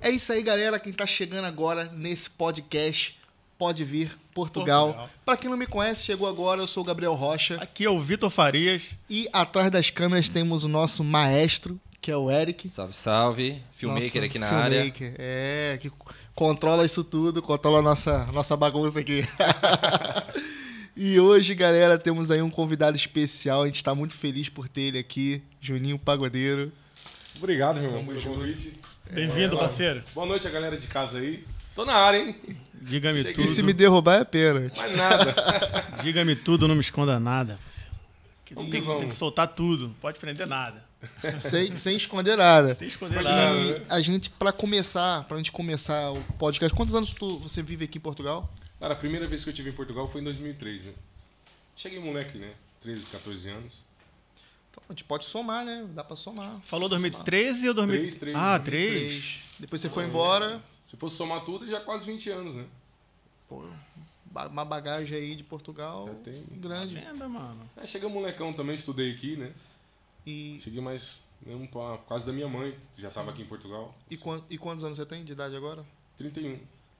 É isso aí, galera. Quem tá chegando agora nesse podcast, pode vir, Portugal. Portugal. Pra quem não me conhece, chegou agora, eu sou o Gabriel Rocha. Aqui é o Vitor Farias. E atrás das câmeras temos o nosso maestro, que é o Eric. Salve, salve. Filmmaker Nosso aqui na área. filmmaker, É, que c- controla isso tudo, controla a nossa, nossa bagunça aqui. e hoje, galera, temos aí um convidado especial. A gente tá muito feliz por ter ele aqui, Juninho Pagodeiro. Obrigado, meu irmão, pelo convite. Bem-vindo, parceiro. Boa noite a galera de casa aí. Tô na área, hein? Diga-me Cheguei. tudo. E se me derrubar é pênalti. Mais nada. Diga-me tudo, não me esconda nada. Que Tem, Vamos que- que vamos. tem que soltar tudo, não pode prender nada. sem, sem esconder nada. Sem esconder nada. E a gente, pra começar, pra gente começar o podcast, quantos anos tu, você vive aqui em Portugal? Cara, a primeira vez que eu estive em Portugal foi em 2003, né? Cheguei moleque, né? 13, 14 anos. Então, a gente pode somar, né? Dá pra somar. Falou 2013 ou 2013? Três, três, ah, 3. Três. Depois você foi embora. Se fosse somar tudo, já quase 20 anos, né? Pô, ba- uma bagagem aí de Portugal Já tem. grande. Lembra, mano. Aí cheguei molecão também, estudei aqui, né? E, Cheguei mais né, mesmo pra, por causa da minha mãe, que já tava aqui em Portugal. e, quan- e quantos anos você tem de idade agora? 31.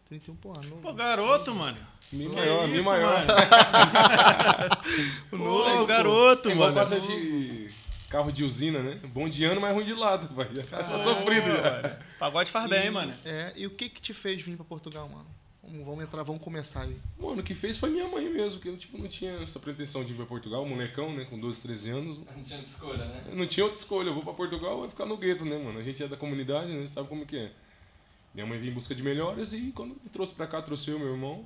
31, porra. Não... Pô, garoto, mano. Mil Que maior, mil isso, maior. Mano. Pô, garoto, É igual mano. passa de carro de usina, né? Bom de ano, mas ruim de lado, vai. Já tá sofrido Pô, já. mano. Pagode faz bem, mano. É, e o que que te fez vir pra Portugal, mano? Vamos, vamos entrar, vamos começar aí. Mano, o que fez foi minha mãe mesmo, que eu tipo, não tinha essa pretensão de ir pra Portugal, molecão, né, com 12, 13 anos. Não tinha escolha, né? Eu Não tinha outra escolha, eu vou pra Portugal ou eu ficar no gueto, né, mano? A gente é da comunidade, né, sabe como que é. Minha mãe vinha em busca de melhoras e quando me trouxe pra cá, trouxe eu, meu irmão,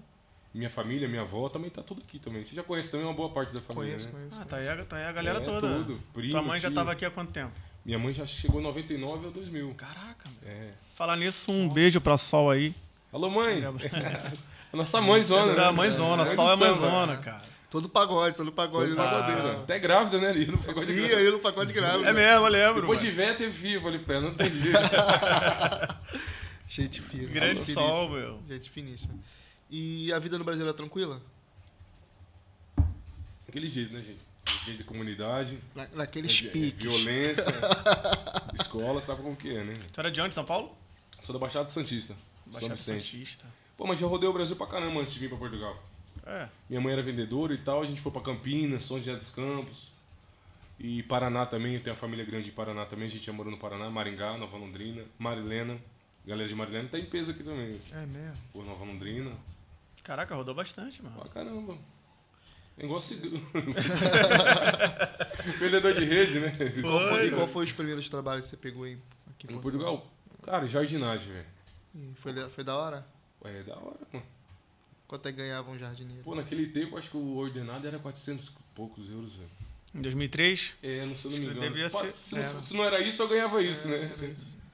minha família, minha avó, também tá tudo aqui também. Você já conhece também uma boa parte da família, Conheço, né? conheço. Ah, tá aí, a- tá aí a galera É, toda. tudo. Primo, Tua mãe já tio. tava aqui há quanto tempo? Minha mãe já chegou em 99 ou 2000. Caraca, mano. É. Falar nisso, um beijo pra Sol aí. Alô, mãe! A nossa mãezona, né? Da mãezona, Sol é de samba. mãezona, cara. Todo pagode, todo pagode. Todo pagodeiro. Até grávida, né, ali no pagode E grávida. Tá. aí no pagode grave. É mesmo, eu lembro. Depois de mano. véia, teve vivo ali pra ela, não tem jeito. Cheio de filho. Grande Gente sol, finíssima. meu. Gente finíssima. E a vida no Brasil era tranquila? Aquele jeito, né, gente? Jeito de comunidade, Na, naqueles é, é, piques. violência, escola, sabe como que é, né? Tu era de onde, São Paulo? Sou da Baixada Santista, São Baixada Vicente. Santista. Pô, mas já rodei o Brasil pra caramba antes de vir pra Portugal. É. Minha mãe era vendedora e tal, a gente foi pra Campinas, São José dos Campos. E Paraná também, eu tenho uma família grande em Paraná também, a gente já morou no Paraná, Maringá, Nova Londrina, Marilena. Galera de Marilena tá em peso aqui também. É mesmo. Pô, Nova Londrina. Caraca, rodou bastante, mano. Pra caramba. É igual seguro. Vendedor de rede, né? Qual foi, Foi, e qual foi os primeiros trabalhos que você pegou aí? Aqui em No Portugal, cara, jardinagem, velho. Ih, Foi, le- foi da hora? É da hora, mano. Quanto é que ganhava um jardineiro? Pô, naquele tempo, acho que o ordenado era 400 e poucos euros, velho. Em 2003, É, não Acho sei, não me que engano. devia Pô, ser- é. Se, não, era. se não era isso, eu ganhava isso, né?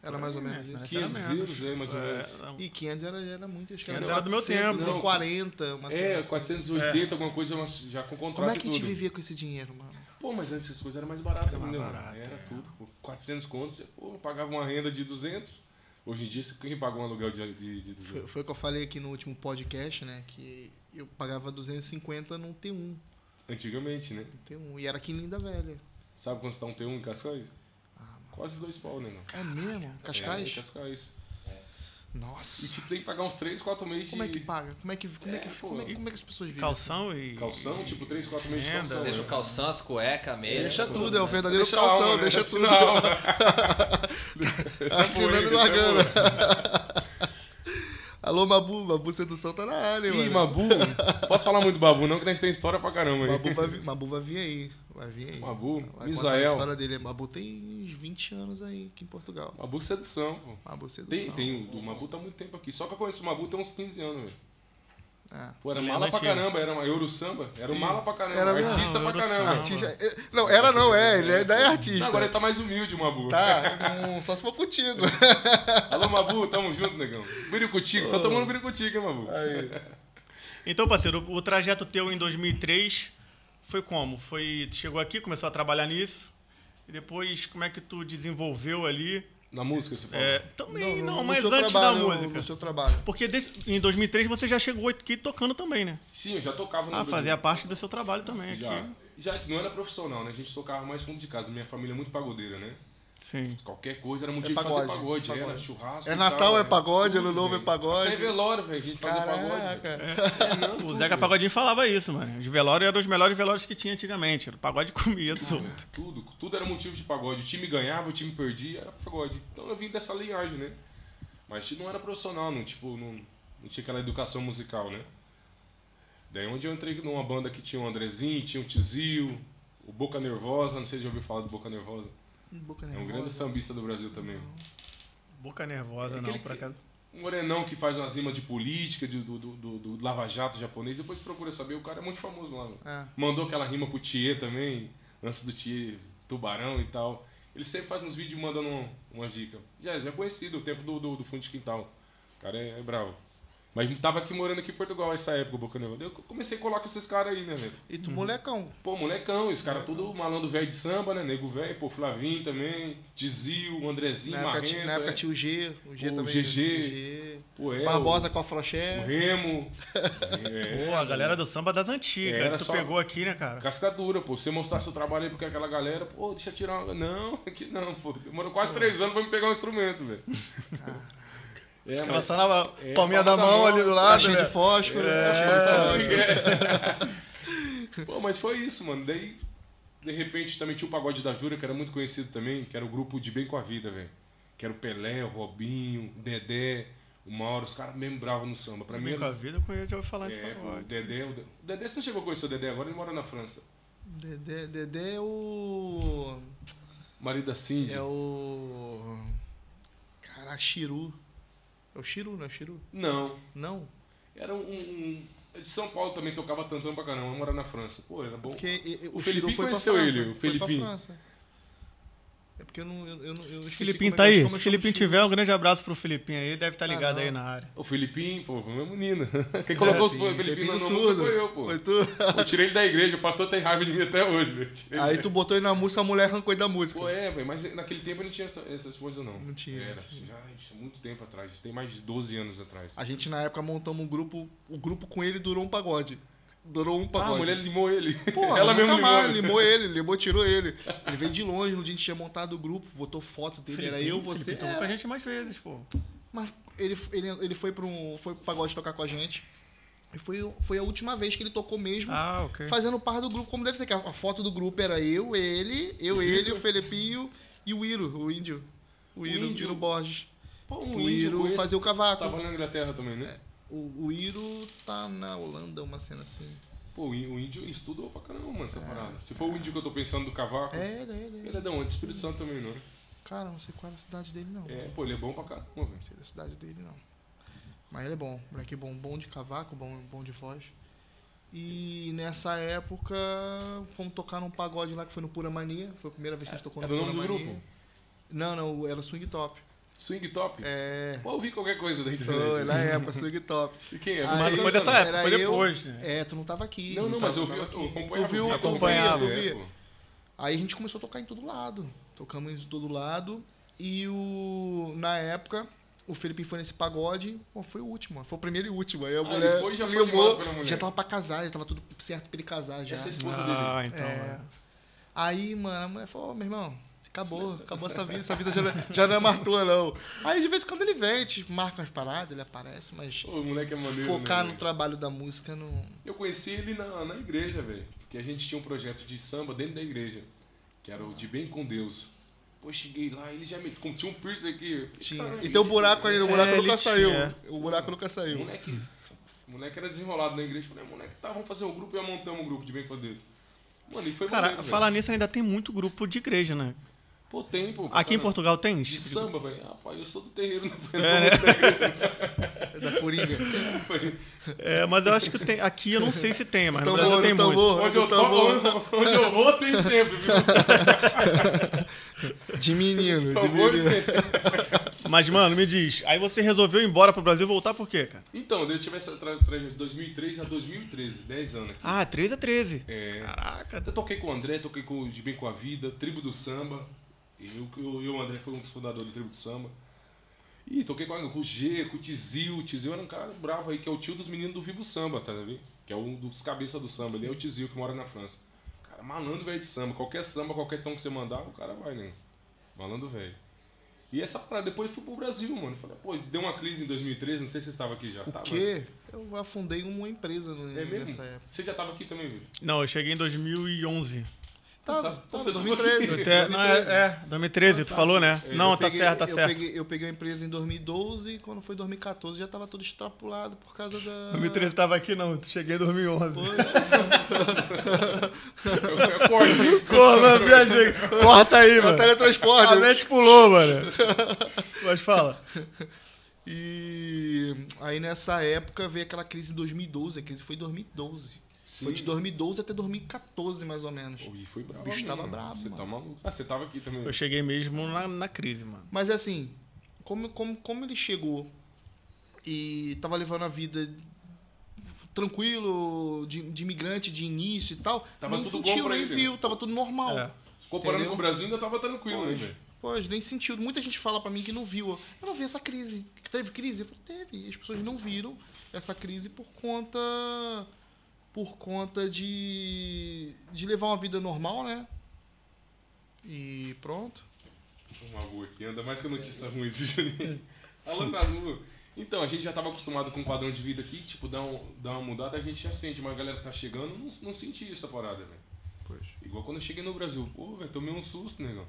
Era mais ou menos né, isso. mas 500 era menos. euros, é, mais ou menos. É, não. E 500 era, era muito, acho que 500 era do meu tempo. Não, 40, uma cena É, assim. 480, alguma coisa, mas já com contrato Como é que a e gente tudo. vivia com esse dinheiro, mano? Pô, mas antes as coisas eram mais baratas, Era mais entendeu? barato, era é. tudo. Pô, 400 contos, você pô, pagava uma renda de 200. Hoje em dia, você- quem paga um aluguel de, de, de 200? Foi, foi o que eu falei aqui no último podcast, né? Que eu pagava 250 num T1. Antigamente, né? num T1 e era aqui em Linda Velha. Sabe quando você tá um T1 em Cascais? Quase dois pau, né, Ah, mano? É mesmo? É, Cascais? Cascais. E Nossa. tipo, tem que pagar uns 3, 4 meses Como é que de paga? Como é que, como é que, É, pô. como é, como é que as pessoas vivem? um calção e. calção, tipo 3, 4 meses de Renda. calção. Deixa o né? calção, as cuecas, a meia. Deixa tudo, tudo, é o né? verdadeiro a alma, calção, né? deixa Deixa tudo. Assim, a alma. Assinando Essa e largando. boa, essa Alô, Mabu, Mabu Sedução tá na área, boa. Ih, mano. Mabu, posso falar muito do Babu não, que nós tem história pra caramba aí. Mabu vai, vir- Mabu vai vir aí. Vai vir aí. Mabu, vai contar a Misael. história dele. Mabu tem uns 20 anos aí aqui em Portugal. Mabu sedução, pô. Mabu Sedução. Tem, tem, o do Mabu tá há muito tempo aqui. Só que eu conheço o Mabu tem uns 15 anos, velho. Ah. Pô, era Ele é mala pra antigo. caramba, era uma Euro Samba, era um mala pra caramba, Era mesmo? artista pra Euro caramba. Samba. Artista. é- Não, era não, é. Ele ainda é artista. Não, agora ele tá mais humilde, o Mabu. Tá, hum, só se for contigo. Alô, Mabu, tamo junto, negão. Biricutico, tô tomando biricutico, hein, Mabu? Então, parceiro, o, o trajeto teu em 2003 foi como? Foi. Tu chegou aqui, começou a trabalhar nisso. E depois, como é que tu desenvolveu ali? Na música, você fala? É, também, não, mas seu antes trabalho, da no- música. No seu trabalho. Porque desde- em 2003 você já chegou aqui tocando também, né? Sim, eu já tocava no Ah, Brasil. fazia parte do seu trabalho também aqui. tipo, Já, já não era profissional, né? A gente tocava mais fundo de casa. Minha família é muito pagodeira, né? Sim. Qualquer coisa era motivo É de fazer pagode, pagode. Era pagode. churrasco. É e tal, Natal, é velho. pagode, Ano Tudo, Novo é velho. Até pagode. velório, velho. A gente fazia pagode. velho. Caraca. O Zeca Pagodinho falava isso, mano. Os velórios eram os melhores velórios que tinha antigamente. Era o pagode comia solto. Tudo, tudo era motivo de pagode. O time ganhava, o time perdia, era pagode. Então eu vim dessa linhagem, né? Mas não era profissional, não, tipo, não, não tinha aquela educação musical, né? Daí onde eu entrei numa banda que tinha o Andrezinho, tinha o Tizio, o Boca Nervosa, não sei se já ouviu falar do Boca Nervosa. Boca É um grande nervosa. sambista do Brasil também. Boca nervosa, Aquele não, por que- acaso. Um morenão que faz umas rimas de política, de- do, do, do, do Lava Jato japonês, depois procura saber, o cara é muito famoso lá. Mano. É. Mandou aquela rima pro Thier também, antes do Thier, Tubarão e tal. Ele sempre faz uns vídeos mandando um, uma dica. Já, já conhecido, o tempo do, do, do fundo de quintal. O cara é, é bravo. Mas tava aqui morando aqui em Portugal essa época, o Boca Nervosa. Eu comecei a colar com esses caras aí, né, velho? E tu, molecão. Pô, molecão, esse cara tudo malandro velho de samba, né? Nego velho, pô, Flavinho também, Dizil, Andrezinho, Na época, ti- Marrento. na época é. tinha o G, o G O também. GG. Pô, é, o- Barbosa com a o Froché. Remo. É, Pô, a galera do samba das antigas. Era tu só- pegou aqui, né, cara? Cascadura, pô. Você mostrar seu trabalho aí porque aquela galera, pô, deixa eu tirar uma. Não, aqui não, pô. Demorou quase três anos pra me pegar um instrumento, velho. É, Ela tá- mas- só na É, palminha da palma da mão mão, ali do Tá lado. cheio né? de fósforo. tá cheio de É, Sabe fósforo. o que que é? Pô, mas foi isso, mano. Daí, de repente, também tinha o Pagode da Jura, que era muito conhecido também, que era o grupo de Bem com a Vida, velho. Que era o Pelé, o Robinho, o Dedé, o Mauro, os caras mesmo bravos no samba. Pra mim, Bem com a vida, eu conheço, já ouvi falar nesse é, pô, o pagode. Dedé, o De- o Dedé, você não chegou a conhecer o Dedé agora, ele mora na França. Dedé, Dedé é o. Marido da Cindy. É o. Cara, Chiru. É o Chiru, não é o Chiru? Não, Não. Era um. um- um- de São Paulo também tocava tantão pra caramba, mora na França. Pô, era bom. Porque e- e- o, O Chiru Felipinho foi pra conheceu França. ele, foi o pra Felipinho. França. É porque eu não. Eu, eu, não- eu esqueci Filipinho como tá é que- aí. como Se é que chama Filipinho o Chiru. tiver, um grande abraço pro Filipinho aí. Deve estar Ah, ligado não. aí na área. O Filipinho, pô, foi meu menino. Quem colocou os É, Felipinho, Felipinho, Felipinho Felipinho na do música Surdo. foi eu, pô. Foi tu. Eu tirei ele da igreja, o pastor tem raiva de mim até hoje, velho. Tirei ele Aí da- tu botou ele na música, a mulher arrancou ele da música. Pô, é, velho, mas naquele tempo não tinha essa- essas coisas, não. Não tinha, Era, não tinha. Ah, já isso é muito tempo atrás, tem mais de 12 anos atrás. A gente na época montamos um grupo. O grupo com ele durou um pagode. Durou um Ah, pagode. a mulher limou ele. Porra, Ela nunca mesmo limou. mais, ele. limou ele, limou, tirou ele. Ele veio de longe, no dia a gente tinha montado o grupo, botou foto dele, era eu, você. é. Tocou era. com a gente mais vezes, pô. Mas ele, ele, ele foi para um foi pro pagode tocar com a gente. E foi, foi a última vez que ele tocou mesmo, Ah, é. ok. fazendo parte do grupo, como deve ser que a, a foto do grupo era eu, ele, eu, ele, o Felipinho e o Iro, o índio. O O Iro, o índio? Iro Borges. Pô, um O índio, Iro conheço. fazia o É. cavaco. Tava na Inglaterra também, né? O, o Iro tá na Holanda, uma cena assim. Pô, o í- o índio ele estudou pra caramba, mano, essa parada. Se for o índio que eu tô pensando do cavaco, É, ele, ele. ele. ele é da onde? Espírito Santo também, não é? Cara, não sei qual era a cidade dele, não. É, pô, ele é bom pra caramba, velho. Não sei da cidade dele, não. Mas ele é bom. Moleque bom, bom de cavaco, bom, bom de voz. E nessa época, fomos tocar num pagode lá que foi no Pura Mania. Foi a primeira vez que a gente tocou É. Era no o Pura nome do Mania. grupo? Não, não, era o Swing Top. Swing Top? É. Pô, eu vi qualquer coisa daí também. Foi né? Ah, na época, Swing Top. E quem é? Aí- Você Mas não foi cantando? dessa época, Era foi eu- depois, né? É, tu não tava aqui. Não, não, tava- mas eu vi, eu tava aqui. acompanhava. Tu viu, eu acompanhava, via, via. pô. Aí a gente começou a tocar em todo lado. Tocamos em todo lado. E o. Na época, o Felipe foi nesse pagode. Pô, foi o último. Foi o primeiro e último. Aí a Ah, mulher ele foi e já foi limou. animado pela mulher. já tava pra casar, já tava tudo certo pra ele casar já. Essa é esposa Ah, dele. então. É. é. Aí, mano, a mulher falou, ô meu irmão, acabou, né?" acabou essa vida, essa vida já, não- já não é mais tua, não. Aí de vez em quando ele vem, a gente marca umas paradas, ele aparece, mas Pô, o moleque é maneiro. focar né, no velho? trabalho da música não. Eu conheci ele na, na igreja, velho. Porque a gente tinha um projeto de samba dentro da igreja. Que era o De Bem com Deus. Pô, cheguei lá, ele já me. como Tinha um piercing aqui. Tinha. Caramba, E tem o buraco aí, o buraco É, ele nunca tinha. saiu. O buraco nunca saiu. O um moleque, o moleque era desenrolado na igreja. Falei, moleque, tá, vamos fazer um grupo e já montamos um grupo de bem com Deus. Mano, e foi Cara, maneiro, falar velho. nisso, ainda tem muito grupo de igreja, né? Pô, tem, pô. Aqui em cara, Portugal tem? esse De tipo de grupo? samba, velho. Ah, pai, eu sou do terreiro. Não É, é, né? né? É da Coringa. É, mas eu acho que tem. Aqui eu não sei se tem, mas no Brasil tambor, tem no muito. tambor, Onde eu, no tô, tambor. onde eu vou, tem sempre, viu? De menino, de Tambor, menino. tem. Mas, mano, me diz. Aí você resolveu ir embora pro Brasil e voltar por quê, cara? Então, daí eu tive essa trajetória de 2003 a 2013, 10 anos. aqui. Ah, 13 a 13. É, Caraca. eu toquei com o André, toquei com o De Bem com a Vida, Tribo do Samba. E eu, eu, eu, o André, foi um dos fundadores do Tribo do Samba. E toquei com, a- com o G, com o Tizil. O Tizil era um cara bravo aí, que é o tio dos meninos do Vivo Samba, tá vendo? Que é um dos cabeças do samba. Ele é o Tizil que mora na França. Cara, malandro velho de samba. Qualquer samba, qualquer tom que você mandar, o cara vai, né? Malandro velho. E essa parada, depois eu fui pro Brasil, mano. Falei, pô, deu uma crise em 2013, não sei se você estava aqui já. O tava? quê? Eu afundei uma empresa no, É mesmo? nessa época. Você já tava aqui também, Vitor? Não, eu cheguei em 2011. Tá, Tá, tá, você tava 2013. aqui. Eu até- não, é, é, 2013, tu falou, né? É, Não, Ah, Eu tá peguei- certo, tá eu certo. Peguei, eu peguei a empresa em 2012 e quando foi 2014 já tava tudo extrapolado por causa da. 2013 tava aqui, não, tu cheguei em 2011. É forte, viu? Pô, mano, viajei. Corta aí, É o mano. Ah, teletransporte. A mente pulou, mano. Mas fala. E aí nessa época veio aquela crise em 2012. A crise foi em 2012. Foi de 2012 até 2014, mais ou menos. Oi, foi bravo. O bicho tava mesmo. brabo, Você mano. tá maluco. Ah, você tava aqui também. Eu cheguei mesmo na, na crise, mano. Mas assim, como, como, como ele chegou e tava levando a vida tranquilo, de, de imigrante de início e tal, Tava nem tudo bom sentiu, pra nem ele, né? viu, tava tudo normal. É. Comparando Entendeu? com o Brasil, ainda tava tranquilo, né, Pois. velho? Pois, nem sentiu. Muita gente fala pra mim que não viu. Eu não vi essa crise. Que teve crise? Eu falei, teve. E As pessoas não viram essa crise por conta. Por conta de. de levar uma vida normal, né? E pronto. Uma boa aqui, anda mais que a notícia ruim de Juninho. Alô, Cazu. Então, a gente já tava acostumado com o padrão de vida aqui, tipo, dá, um, dá uma mudada, a gente já sente, mas a galera que tá chegando não, não sentia essa parada, velho. Pois. Igual quando eu cheguei no Brasil, pô, velho, tomei um susto, negão.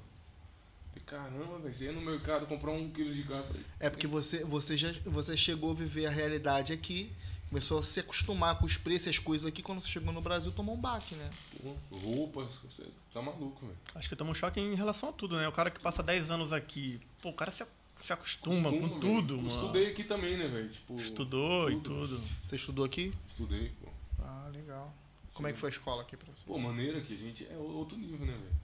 Falei, Caramba, velho, você ia no mercado comprar um quilo de carne. Falei, É porque você, você já você chegou a viver a realidade aqui, começou a se acostumar com os preços e as coisas aqui, quando você chegou no Brasil, tomou um baque, né? pô, roupas, você tá maluco, velho. Acho que eu tomo um choque em relação a tudo, né? O cara que passa 10 anos aqui, pô, o cara se, se acostuma Costumo, com velho. tudo, Eu mano. Estudei aqui também, né, velho? Tipo, Estudou e tudo. Você estudou aqui? Estudei, pô. Ah, legal. Como é que foi a escola aqui pra você? Pô, maneira que a gente é outro nível, né, velho?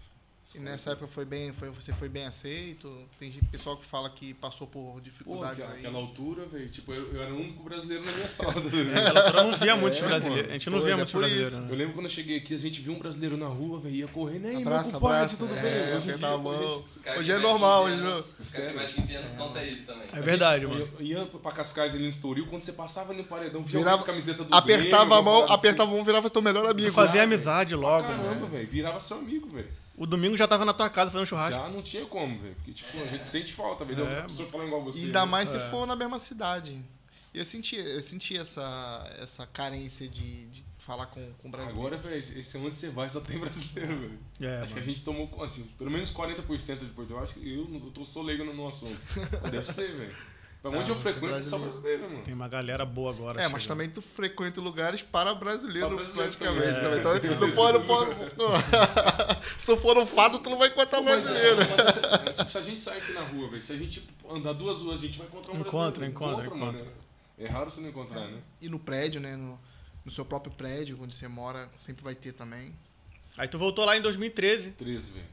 E nessa época foi bem, foi, você foi bem aceito? Tem gente- pessoal que fala que passou por Pô, dificuldades aquela, aí. aquela altura, velho, tipo, eu, eu era o único brasileiro na minha sala. tá É, ligado? Naquela altura eu não via muitos É, brasileiros. mano. A gente não Pois via é, muitos por isso. brasileiros, Eu né? lembro quando eu cheguei aqui, a gente viu um brasileiro na rua, velho, ia correndo, aí, Abraça, meu compadre, abraça. tudo É, bem? Hoje em apertar a dia, pô, a mão. gente- Hoje é normal, hoje não. Os caras que mais de 15 anos conta isso também. É verdade, mano. Eu Ia pra Cascais ali no Estoril, quando você passava ali no paredão, via Virava- virava camiseta do Apertava Grêmio, a mão, alguma parada apertava a mão, virava teu melhor Tu amigo. né? fazia amizade assim. logo, né? Caramba, mano. velho, virava seu amigo, velho. O domingo já tava na tua casa fazendo churrasco. Já não tinha como, velho, porque, tipo, a gente sente falta, velho, É, a pessoa falando igual você. E ainda né? mais se É. for na mesma cidade. E Eu senti, eu senti essa, essa carência de, de falar com, com o brasileiro. Agora, velho, esse é onde você vai, só tem brasileiro, velho. É, acho que a mano. gente tomou, assim, pelo menos 40% de Portugal. Acho que eu, eu tô só leigo no no assunto. Deve ser, velho. Pra onde Ah, eu frequento, é só brasileiro. brasileiro, mano. Tem uma galera boa agora. assim, né? É, mas chegando. também tu frequenta lugares para brasileiro, Para brasileiro praticamente também. também. É. Então, não pode, não pode. Se tu for um fado, tu não vai encontrar Mas, brasileiro. é, mas, tipo, se a gente sair aqui na rua, velho, se a gente andar duas ruas, a gente vai encontrar um Encontra, brasileiro. encontra, Mano. É raro você não encontrar, né? E no prédio, né? No, no seu próprio prédio, onde você mora, sempre vai ter também. Aí tu voltou lá em 2013. 13, velho.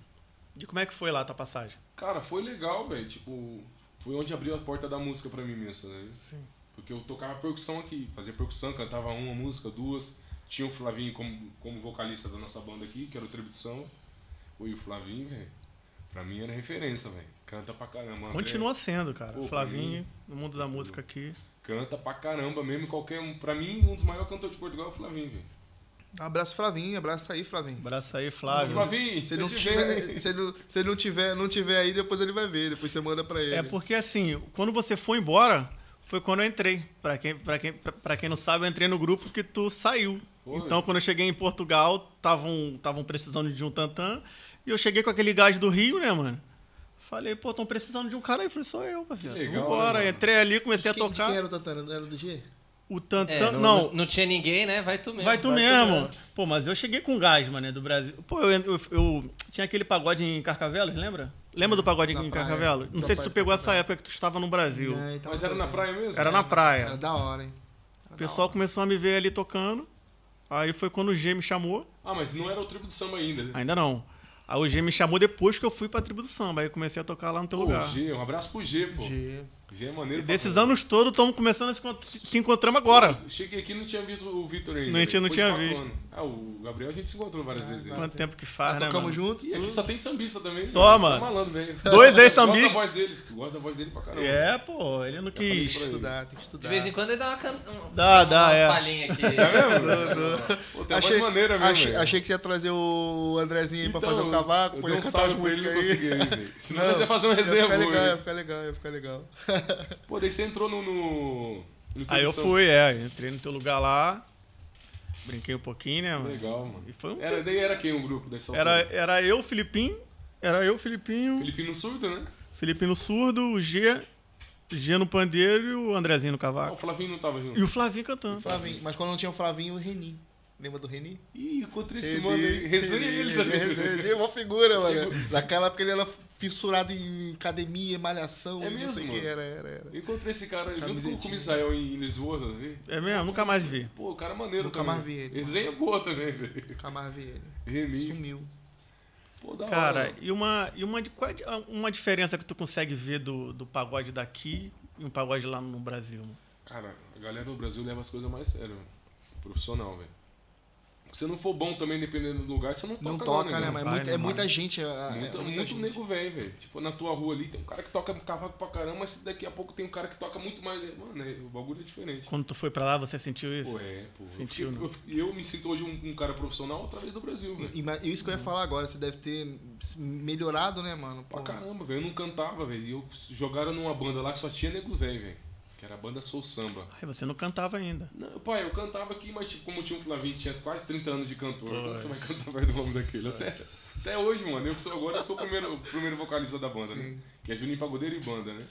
E como é que foi lá a tua passagem? Cara, foi legal, velho. Tipo, foi onde abriu a porta da música pra mim mesmo, né? Sim. Porque eu tocava percussão aqui, fazia percussão, cantava uma música, duas. Tinha o Flavinho como, como vocalista da nossa banda aqui, que era o Tribudição. E o Flavinho, velho, pra mim era referência, velho. Canta pra caramba. André Continua sendo, cara. Pô, Flavinho, no mundo da música aqui. Canta pra caramba mesmo. Qualquer um. Pra mim, um dos maiores cantores de Portugal é o Flavinho, velho. Abraço, Flavinho. Abraço aí, Flavinho. Um Abraço aí, Flávio. Flavinho, Se ele não tô te vendo, tiver, hein? se ele, não- se ele não, tiver, não tiver aí, depois ele vai ver. Depois você manda pra ele. É porque assim, quando você foi embora, foi quando eu entrei. Pra quem, pra quem, pra, pra quem não sabe, eu entrei no grupo que tu saiu. Foi. Então, quando eu cheguei em Portugal, estavam precisando de um tantã. E eu cheguei com aquele gás do Rio, né, mano? Falei, pô, estão precisando de um cara aí. Falei, sou eu, parceiro. Que legal, Vambora. mano. Entrei ali, comecei a De quem- de quem tocar. era o Tantana? Não Era do G? O tantã. É, Então, não, não, não- não tinha ninguém, né? Vai tu mesmo. Vai tu vai tu mesmo. mesmo. Pô, mas eu cheguei com gás, mano, do Brasil. Pô, eu, eu- eu- tinha aquele pagode em Carcavelos, lembra? Lembra do pagode Da em praia. Carcavelos? Não Da sei praia se tu de pegou essa Carcavelos. época que tu estava no Brasil. Não, então Mas era na praia mesmo? Era na Era praia. da hora, hein? O pessoal começou a me ver ali tocando. Aí foi quando o G me chamou. Ah, mas não era o Tribo do Samba ainda. Ainda não. Aí o G me chamou depois que eu fui pra tribo do samba. Aí eu comecei a tocar lá no teu Pô, lugar. G, um abraço pro G, pô. G, G. é E maneiro. pra desses caramba. anos todos, estamos começando a se encont- se encontramos agora. Cheguei aqui e não tinha visto o Vitor ainda. Não, a gente velho. não Foi tinha de visto. bacana. Ah, o Gabriel a gente se encontrou Ah, várias vezes. tá. né? Quanto tempo que faz, né, Tocamos mano? junto. E aqui tudo. só tem sambista também. Só, né? mano. Malandro, velho. Dois Gosto ex-sambistas. da voz dele. Gosto da voz dele pra caramba. É, pô, ele não falei quis. isso pra ele. Estudar, tem que estudar. De vez em quando ele dá uma can... um- Dá, dá, umas é. palhinhas aqui. É mesmo? Pô, tem a voz maneira mesmo. achei, velho. achei que você ia trazer o Andrezinho aí pra fazer o cavaco, eu pra ele dei um cantar as salve pra ele músicas não aí. conseguir aí, velho. Senão Não, nós ia fazer uma Ia resenha ficar boa. legal, ia velho. ficar legal, ia ficar legal. Pô, daí você entrou no... no... no Aí eu introdução. fui, é, entrei no teu lugar lá, brinquei um pouquinho, né, mano? Legal, mano. E foi um Era, daí era quem o grupo dessa Era, altura? era eu, o Filipinho, era eu, o Filipinho, Filipino surdo, né? Filipinho no surdo, o G, G no pandeiro e o Andrezinho no Ah, o cavaco. Flavinho não tava junto. E o Flavinho cantando. Flavinho, mas quando não tinha o Flavinho, o Reni. Lembra do Reni? Ih, encontrei esse mano aí. Resenha ele Resenha também. ele, é uma figura, mano. Naquela época ele era fissurado em academia, malhação, não É sei o mesmo, que mano? era, era, era. Encontrei esse cara junto com, Camisetinha. com o Misael em Lisboa, tá vendo? É mesmo? Nunca mais vi. Pô, o cara é maneiro Nunca também. mais vi ele. Resenha é boa também, velho. Nunca mais vi ele. Remi. Sumiu. Pô, da hora. Cara, mano. e uma, e uma, de- qual é de- uma diferença que tu consegue ver do, do pagode daqui e um pagode lá no Brasil? mano? Cara, a galera no Brasil leva as coisas mais sério, mano. Profissional, velho. Se você não for bom também, dependendo do lugar, você não toca Não lá, toca, negão. né? Mas Vai, muita- né, é mano? muita gente. é- é Muito, muita muito gente. nego velho, velho. Tipo, na tua rua ali tem um cara que toca cavaco pra caramba, mas daqui a pouco tem um cara que toca muito mais. Mano, é- o bagulho é diferente. Quando tu foi pra lá, você sentiu isso? Pô, é, pô. Eu Sentiu, fiquei- né? eu fiquei- E eu, me sinto hoje um, um cara profissional através do Brasil, velho. E, e- mas isso que eu ia falar agora, você deve ter se melhorado, né, mano? Pra Pô, caramba, velho. Eu não cantava, velho. E eu jogaram numa banda lá que só tinha nego velho, velho. Que era a banda Soul Samba. Ai, você não cantava ainda. Não, pai, eu cantava aqui, mas tipo, como tinha um Flavinho, tinha quase 30 anos de cantor. Pô, Como você é. vai cantar perto do nome daquele? Até, até hoje, mano. Eu que sou agora, eu sou o primeiro, o primeiro vocalista da banda, né? Sim. Que é Juninho Pagodeiro e banda, né?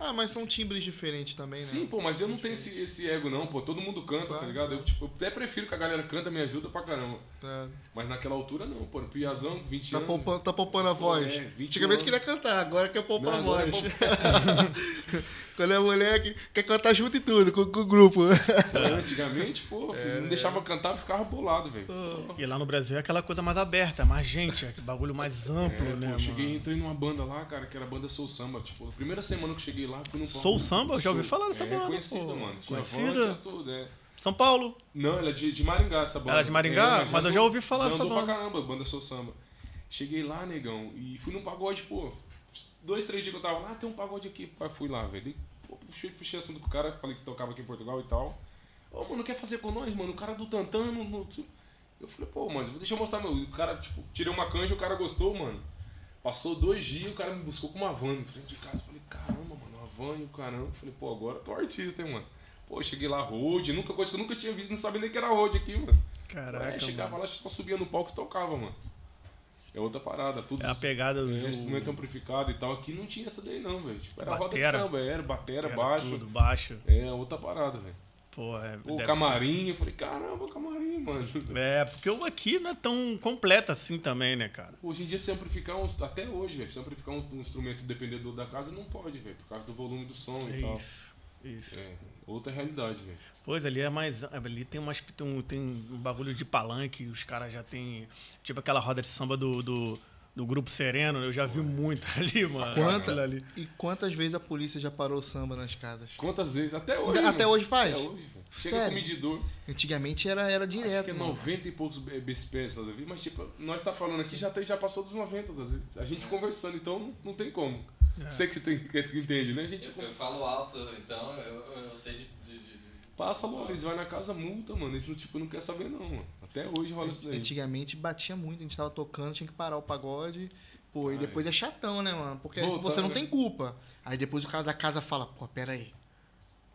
Ah, mas são timbres diferentes também, né? Sim, pô, mas eu não tenho esse, esse ego, não, pô. Todo mundo canta, Claro. tá ligado? Eu, tipo, eu até prefiro que a galera canta, me ajuda pra caramba. Pra- Mas naquela altura, não, pô. Piazão, 20 Tá anos. poupando, tá poupando a voz. é, 20 Antigamente anos. queria cantar, agora quer poupar Não, a agora voz. é Quando é moleque, quer cantar junto e tudo, com, com o grupo. Antigamente, pô, É, filho, não né? deixava cantar, eu ficava bolado, velho. E lá no Brasil é aquela coisa mais aberta, mais gente, é que bagulho mais amplo, É, pô, né, eu cheguei e mano? entrei numa banda lá, cara, que era a banda Soul Samba. Tipo, a primeira semana que eu cheguei lá, fui num palco. Soul Samba? Eu já ouvi falar dessa é, banda, conhecida, pô. mano. Tinha Conhecida? Van, tinha tudo, é. São Paulo. Não, ela é de, de Maringá, essa banda. Ela é de Maringá? já Mas eu já ouvi falar já dessa andou pra banda. caramba, banda Soul Samba. Cheguei lá, negão, e fui num pagode, pô. Dois, três dias que eu tava lá, ah, tem um pagode aqui. Aí fui lá, velho. Daí, pô, Puxei, puxei assunto com o cara, falei que tocava aqui em Portugal e tal. Ô, mano, quer fazer com nós, mano? O cara do Tantan não... não- Eu falei, pô, mano, deixa eu mostrar meu. O cara, tipo, tirei uma canja, o cara gostou, mano. Passou dois dias, o cara me buscou com uma van em frente de casa. Eu Falei, caramba, mano, uma van e o caramba. Eu Falei, pô, agora eu tô artista, hein, mano. Pô, eu cheguei lá, road, nunca coisa que eu nunca tinha visto, não sabia nem que era road aqui, mano. Caraca, Aí chegava mano. lá, só subia no palco e tocava, mano. É outra parada, tudo. É a pegada do é, jogo. instrumento amplificado e tal. Aqui não tinha essa daí, não, velho. Tipo, era roda Batera. de samba, era batera, Era baixo. Tudo, baixo. É outra parada, velho. Pô, é, Pô, deve camarim, eu falei, caramba, camarim, mano. ser- É, porque o aqui não é tão completo assim também, né, cara? Hoje em dia, você amplificar um. Até hoje, velho. Você amplificar um, um instrumento dependendo da casa, não pode, velho. Por causa do volume do som e tal. É Isso. Isso. É, outra realidade, velho. Pois ali é mais. Ali tem umas. Tem um, tem um bagulho de palanque, os caras já tem. Tipo aquela roda de samba do, do, do grupo Sereno, eu já vi muito ali, mano. Quanta, Aquilo ali. e quantas vezes a polícia já parou samba nas casas? Quantas vezes? Até hoje. Até mano. hoje faz? Até hoje, velho. Chega Sério? com medidor. Antigamente era, era Acho direto. que é mano. 90 e poucos be- BCPs, sabe? mas tipo, nós tá falando aqui, já, tem, já passou dos 90, às vezes. A É. gente conversando, então não, não tem como. Você que, tem, que entende, né? A gente Eu, eu falo alto, então eu, eu sei de. de- de- de- passa logo, eles vão na casa, multa, mano. Eles não, tipo, não quer saber, não, mano. Até hoje É rola isso daí. Antigamente batia muito, a gente tava tocando, tinha que parar o pagode. Pô, e Ai. depois é chatão, né, mano? Porque Voltar, você não né? tem culpa. Aí depois o cara da casa fala, pô, pera aí.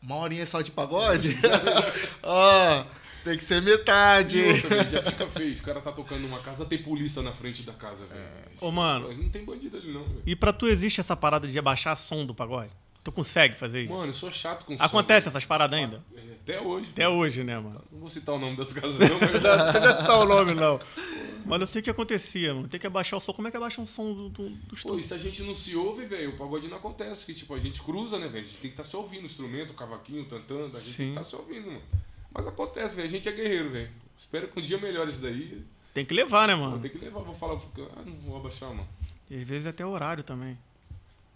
Uma horinha só de pagode? Ó, tem que ser metade. E outra, velho, já fica feio. O cara tá tocando numa casa, tem polícia na frente da casa, velho. É. Ô, mano. Mas não tem bandido ali, não, velho. E pra tu existe essa parada de abaixar som do pagode? Tu consegue fazer isso? Mano, é eu sou chato com Acontece som, essas paradas ainda? velho. É, Até hoje. Até hoje, né, mano? Não vou citar o nome das casas, não, mas. Não precisa citar o nome, não. Mas eu sei o que acontecia, mano. Tem que abaixar o som. Como é que abaixa um som do, do, do Pô, estúdio? e se a gente não se ouve, velho, o pagode não acontece. Porque, tipo, a gente cruza, né, velho? A gente tem que estar tá se ouvindo o instrumento, o cavaquinho, o tantando, a gente tem Sim. que estar tá se ouvindo, mano. Mas acontece, velho. A gente é guerreiro, velho. Espero que um dia melhore isso daí. Tem que levar, né, Vou mano? ter que levar, vou falar pro cara, ah, não vou abaixar, mano. E às vezes até horário também.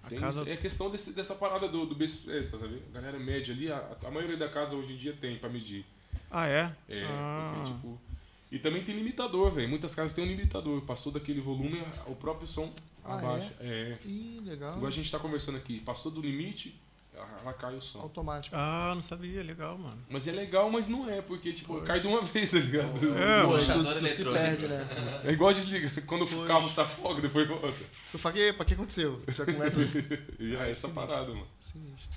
A Tem casa. isso- É questão desse- dessa parada do, do BCS, tá vendo? A galera média ali, a, a maioria da casa hoje em dia tem pra medir. Ah, é? É, ah. porque, tipo, E também tem limitador, velho. Muitas casas têm um limitador. Passou daquele volume, o próprio som Ah, abaixa. É. Ih, legal. Igual a gente tá conversando aqui. Passou do limite, ela cai o som. Automático. Ah, não sabia, legal, mano. Mas é legal, mas não é, porque, tipo, cai de uma vez, tá ligado? É, Pô, mano. tu, puxador tu se eletrônico. perde, né? É igual desligar. Quando o Pois. carro se afoga, depois volta. Tu fala, epa, o que aconteceu? Já começa E é essa parada, mano. sinistro.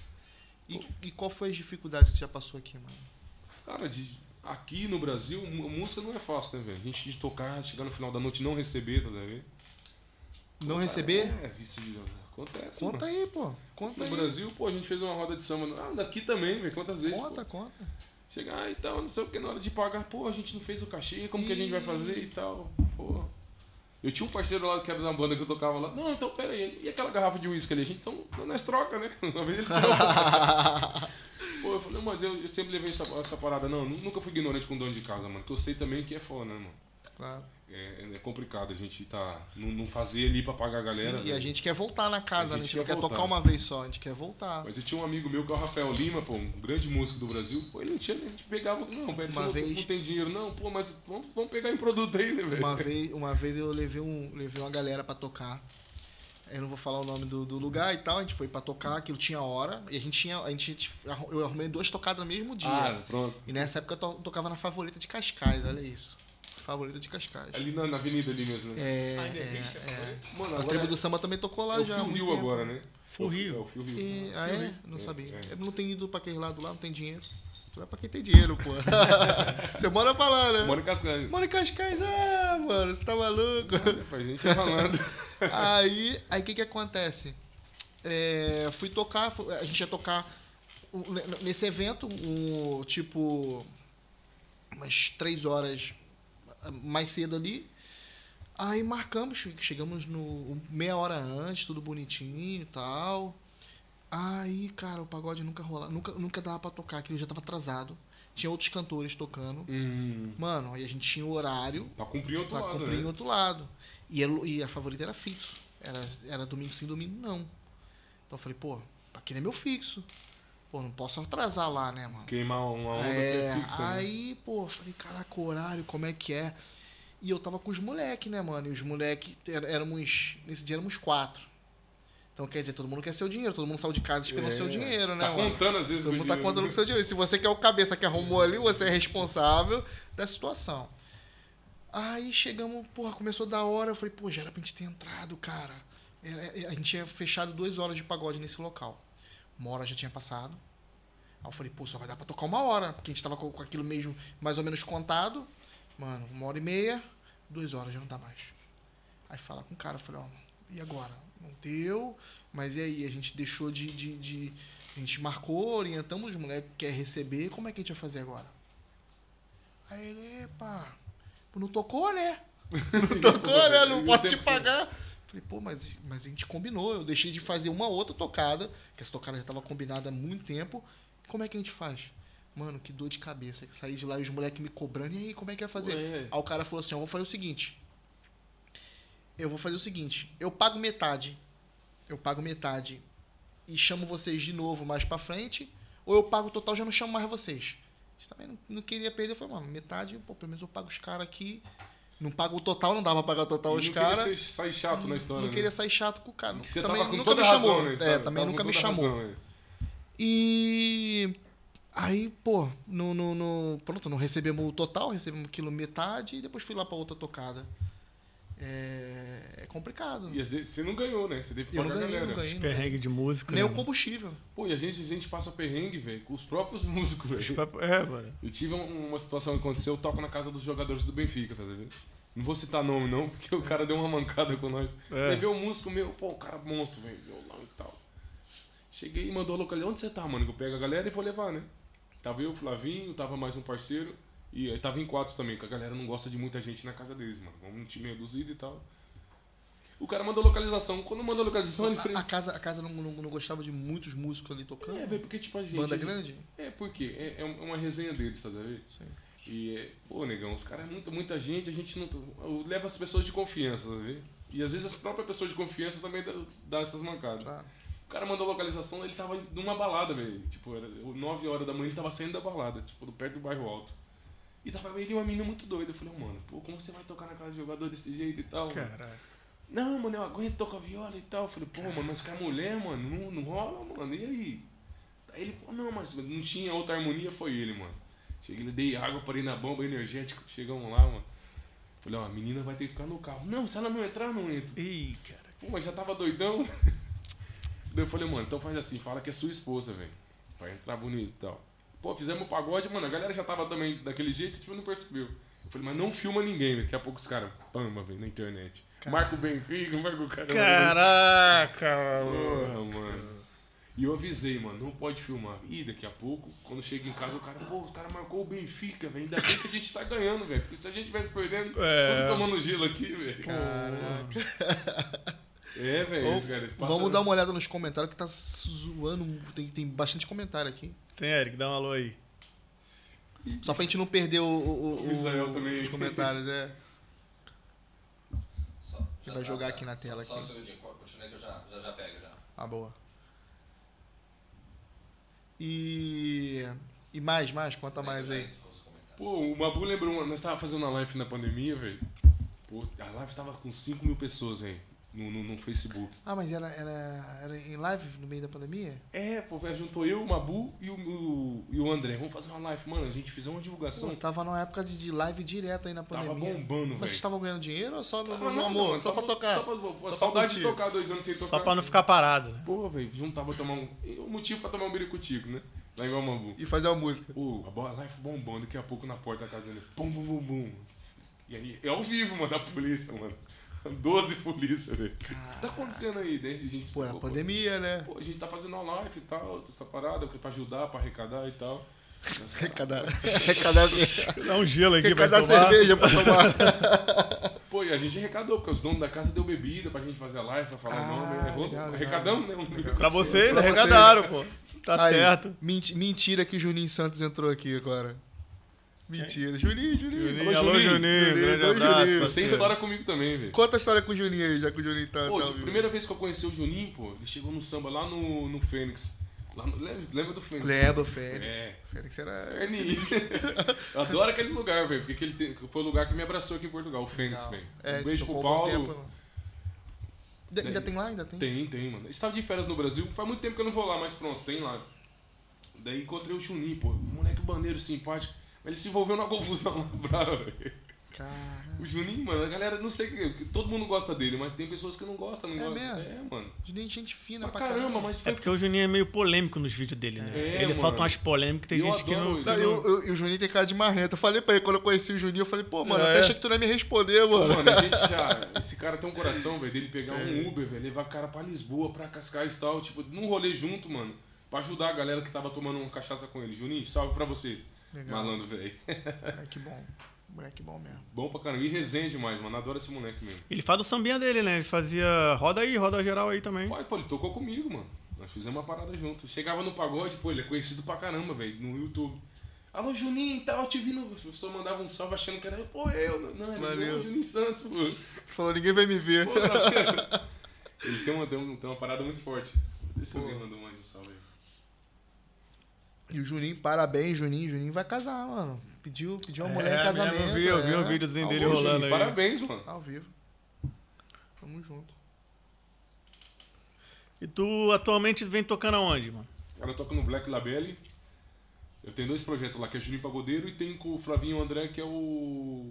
E, e qual foi as dificuldades que você já passou aqui, mano? Cara, de- aqui no Brasil, mu- música não é fácil, né, velho? A gente de tocar, chegar no final da noite e não receber, tá ligado? Não receber? É, isso acontece. Conta é mano. aí, pô. Conta No aí. Brasil, pô, a gente fez uma roda de samba. Ah, daqui também, velho. Quantas vezes? Conta, pô? conta. Chega, ah, então, não sei o que, na hora de pagar, pô, a gente não fez o cachê, como que a gente vai fazer e tal, pô. Eu tinha um parceiro lá que era da banda que eu tocava lá. Não, então pera aí. E aquela garrafa de uísque ali? A gente, então, nós troca, né? Uma vez ele tirou. pô, eu falei, mas eu, eu sempre levei essa, essa parada. Não, nu- nunca fui ignorante com dono de casa, mano. Que eu sei também que é foda, né, mano? Claro. É, é complicado a gente tá. Não, não fazer ali pra pagar a galera. Sim, e né? a gente quer voltar na casa, né? A A gente gente não quer quer tocar voltar. uma vez só, a gente quer voltar. Mas eu tinha um amigo meu que é o Rafael Lima, pô, um grande músico do Brasil. Pô, ele não tinha, a gente pegava, não, velho, Uma não, vez- não tem dinheiro, não, pô, mas vamos, vamos pegar em produto aí, né, velho? Uma vez, uma vez eu levei, um, levei uma galera pra tocar. Eu não vou falar o nome do, do lugar e tal. A gente foi pra tocar, aquilo tinha hora. E a gente tinha. A gente, eu arrumei duas tocadas no mesmo dia. Ah, pronto. E nessa época eu to- tocava na Favorita de Cascais, olha isso. Favorita de Cascais. Ali na, na avenida ali mesmo, né? É, Ainda é, existe a é. Mano, A tribo do samba também tocou lá é o já. há Fio muito Rio tempo. agora, né? Fio É o- Rio. É o Fio Rio. E, ah, é? Não É, sabia. é. Eu não tenho ido pra aquele lado lá, não tem dinheiro. Vai pra quem tem dinheiro, pô. você mora pra lá, né? Mora em Cascais. Mora em Cascais, ah, mano, você tá maluco. Olha, Pra gente tá falando. aí, aí o que que acontece? É, fui tocar, fu- a gente ia tocar um- ne- nesse evento, um, tipo, umas três horas mais cedo ali. Aí marcamos, che- chegamos no um, meia hora antes, tudo bonitinho e tal. Aí, cara, o pagode nunca rolava, nunca, nunca dava pra tocar, aquilo já tava atrasado. Tinha outros cantores tocando. hum, Mano, aí a gente tinha o horário pra cumprir outro pra lado, cumprir em né? Tá outro lado. E, ela- e a favorita era fixo. Era, era domingo sim, domingo não. Então eu falei, pô, aquele é meu fixo. Pô, não posso atrasar lá, né, mano? Queimar uma onda É, que é fixa. né? aí, pô, eu falei, caraca, horário, como é que é? E eu tava com os moleques, né, mano? E os moleques, éramos, nesse dia éramos quatro. Então quer dizer, todo mundo quer seu dinheiro, todo mundo saiu de casa esperando É. seu dinheiro, né, Tá mano? contando às vezes. Todo com mundo tá dinheiro, contando né? com o seu dinheiro. Se você quer o cabeça que arrumou ali, você é responsável da situação. Aí chegamos, porra, começou da hora. Eu falei, pô, já era pra gente ter entrado, cara. Era- é, A gente tinha fechado duas horas de pagode nesse local. Uma hora já tinha passado. Aí eu falei, pô, só vai dar pra tocar uma hora, porque a gente tava com com aquilo mesmo mais ou menos contado. Mano, uma hora e meia, duas horas já não dá mais. Aí falar com o cara, eu falei, ó, e agora? Não deu, mas e aí? A gente deixou de. de- de- a gente marcou, orientamos os moleques que quer receber, como é que a gente vai fazer agora? Aí ele, epa, pô, não tocou, né? Não tocou, né? Não pode te pagar. Falei, pô, mas, mas a gente combinou. Eu deixei de fazer uma outra tocada, que essa tocada já tava combinada há muito tempo. Como é que a gente faz? Mano, que dor de cabeça. Saí de lá e os moleques me cobrando. E aí, como é que vai fazer? Ué. Aí o cara falou assim: eu vou fazer o seguinte. Eu vou fazer o seguinte. Eu pago metade. Eu pago metade e chamo vocês de novo mais pra frente. Ou eu pago o total e já não chamo mais vocês. A gente também não, não queria perder. Eu falei, mano, metade, pô, pelo menos eu pago os caras aqui. Não pago o total, não dava pra pagar o E total tá os não caras. queria ser- sair chato na história. Não né? queria sair chato com o cara. Você também tava com nunca toda me a razão, chamou. né? É, Tava- também tava nunca com me toda a chamou. razão, é. E aí, pô, no, no, no- pronto, não recebemos o total, recebemos aquilo metade e depois fui lá pra outra tocada. É, é complicado. E às vezes você não ganhou, né? Você teve que Eu não pagar a ganhei, não galera. ganhei. não ganhei. Perrengue de música. Nem o né? combustível. Pô, e a gente, a gente passa perrengue, velho, com os próprios músicos, Os velho. papo- É, mano. Eu tive um- uma situação que aconteceu, eu toco na casa dos jogadores do Benfica, tá ligado? Não vou citar nome não, porque o cara deu uma mancada com nós. É. Aí veio um músico meu, pô, o cara monstro, velho, violão e tal. Cheguei e mandou a localidade, onde você tá, mano? Que eu pego a galera e vou levar, né? Tava eu, Flavinho, tava mais um parceiro, e aí tava em quatro também, que a galera não gosta de muita gente na casa deles, mano. Vamos um time reduzido e tal. O cara mandou localização. Quando mandou localização, ele A, a falei. casa, a casa não, não, não gostava de muitos músicos ali tocando. É, velho, porque tipo a gente. Banda a gente- grande? É, porque é, é uma resenha deles, tá ligado? Sim. E, é, pô, negão, os caras é muita, muita gente, a gente não. eu levo as pessoas de confiança, tá ligado? E às vezes as próprias pessoas de confiança também dá, dá essas mancadas. Claro. O cara mandou a localização, ele tava numa balada, velho. Tipo, era 9 horas da manhã, ele tava saindo da balada, tipo, do- perto do bairro alto. E tava meio de uma menina muito doida. Eu falei, "Ô, mano, pô, como você vai tocar na cara de jogador desse jeito e tal? mano?" Caralho. Não, mano, eu aguento tocar viola e tal. Eu falei, pô, mano, mas que a mulher, mano, não, não rola, mano, e aí? Aí ele falou, não, mas não tinha outra harmonia, foi ele, mano. Cheguei, eu dei água, parei na bomba energética, chegamos lá, mano. Falei, ó, a menina vai ter que ficar no carro. Não, se ela não entrar, eu não entra. Ih, cara. Pô, mas já tava doidão. Daí eu falei, mano, então faz assim, fala que é sua esposa, velho. Pra entrar bonito e tal. Pô, fizemos o pagode, mano, a galera já tava também daquele jeito, tipo, não percebeu. Eu falei, mas não filma ninguém, velho. Daqui a pouco os caras, pamba, velho, na internet. Marca o Benfica, marca o cara. Caraca, maluco. Porra, mano. E eu avisei, mano, não pode filmar. E daqui a pouco, quando chega em casa, o cara, pô, o cara marcou o Benfica, velho. Ainda bem que a gente tá ganhando, velho. Porque se a gente tivesse perdendo, É. tudo tomando um- gelo aqui, velho. Caraca. É, velho, os Vamos- caras Vamos dar uma olhada nos comentários que tá zoando. Tem, tem bastante comentário aqui. Tem, Eric, dá um alô aí. Só pra gente não perder o, o, o- O Israel o- também. os comentários, é. Só- já vai tá, jogar tá. aqui na tela Só aqui. um segundinho, co- continua que eu já, já, já pego já. Ah, boa. E. E mais, mais, conta mais Já aí. entro com os comentários. Pô, o Mabu lembrou, uma- nós tava fazendo uma live na pandemia, velho. Pô, a live tava com 5 mil pessoas, velho, no, no, no Facebook. Ah, mas era, era, era em live no meio da pandemia? É, pô, velho, juntou eu, o Mabu e o, o- e o André. Vamos fazer uma live. Mano, a gente fez uma divulgação. Pô, tava numa época de, de live direto aí na tava pandemia. bombando, velho. mas vocês estavam ganhando dinheiro ou só no, Ah, no não, não, amor? mano, só pra tocar? Só pra, só pra saudade de curtir. tocar dois anos sem tocar. Só pra não ficar parado, né? Pô, velho, juntava tomar um. Um motivo pra tomar um biricutico, né? Lá igual Mabu. E fazer uma música. Pô, a bola live bombando, daqui a pouco na porta da casa dele. Bum, bum, bum, bum. E aí, é ao vivo, mano, a polícia, mano. 12 polícia, velho. Tá acontecendo aí, desde a gente Pô, era explicou, pandemia, né? Pô, a gente tá fazendo uma live e tal, essa parada, pra ajudar, pra arrecadar e tal. Mas, cara, É Cada, cada, é Dá um gelo aqui pra cada tomar. cerveja pra tomar. Pô, e a gente arrecadou, porque os donos da casa deu bebida pra gente fazer a live, pra falar Ah, o nome. né? legal, legal. Arrecadamos, né? Um- Pra vocês, Pra vocês. arrecadaram, pô. Tá Aí, certo. menti- mentira que o Juninho Santos entrou aqui agora. Mentira. Juninho, Juninho. Juninho, Alô, alô, Juninho. Juninho. Juninho, grande alô, Juninho. abraço. Mas tem parceiro. história comigo também, velho. Conta a história com o Juninho aí, já que o Juninho tá. Pô, tá tipo, vivo. primeira vez que eu conheci o Juninho, pô, ele chegou no samba lá no, no Fênix. Lá no- lembra, lembra do Fênix? Lembra, o Fênix. É. Fênix era. Ernie. Eu Adoro aquele lugar, velho, porque aquele tem- foi o lugar que me abraçou aqui em Portugal, o Fênix, Legal. velho. É, um beijo pro tocou há algum Paulo. tempo, não. Ainda- Ainda tem lá? Ainda tem? Tem, tem, mano. Eu Estava de férias no Brasil, faz muito tempo que eu não vou lá, mas pronto, tem lá. Daí encontrei o Juninho, pô, moleque bandeiro simpático. Mas ele se envolveu numa confusão lá brava, velho. Caralho. O Juninho, mano, a galera, não sei, o que- todo mundo gosta dele, mas tem pessoas que não gostam, não É gostam. mesmo? É, mano. Juninho é gente fina Pra pra caramba, mas É foi porque o Juninho é meio polêmico nos vídeos dele, né? É, ele mano. solta umas polêmicas, tem Eu gente que adoro não. ele. Não, que e o- eu- e o Juninho tem cara de marrento. Eu falei pra ele quando eu conheci o Juninho, eu falei, pô, mano, É. até achei que tu não ia me responder, Pô, mano. Mano, a gente já. Esse cara tem um coração, velho, dele pegar É. um Uber, velho, levar o cara pra Lisboa, pra Cascais e tal, tipo, num rolê junto, mano, pra ajudar a galera que tava tomando uma cachaça com ele. Juninho, salve pra você, Legal. malandro, velho. Moleque bom. Moleque bom mesmo. Bom pra caramba. E resenha demais, mano, adoro esse moleque mesmo. Ele faz o sambinha dele, né? Ele fazia. Roda aí, roda geral aí Hum? também. Pô, pô, ele tocou comigo, mano. Nós fizemos uma parada junto. Chegava no pagode, pô, ele é conhecido pra caramba, velho, no YouTube. Alô, Juninho e tal, te vi no. A pessoa mandava um salve achando que era, pô, eu. Não, ele é Valeu. o Juninho Santos, pô. Tu falou, ninguém vai me ver. Pô, tá- Ele tem uma, tem, um- tem uma parada muito forte. Deixa eu Pô. ver mandou mais um salve aí. E o Juninho, parabéns, Juninho. Juninho vai casar, mano. Pediu, pediu uma mulher em mesmo, casamento. Eu vi, eu vi é. um videozinho dele Alô, rolando Juninho, aí. Parabéns, mano. Ao vivo. Tamo junto. E tu atualmente vem tocando aonde, mano? Agora eu toco no Black Labelle. Eu tenho dois projetos lá, que é o Juninho Pagodeiro e tem com o Flavinho André, que é o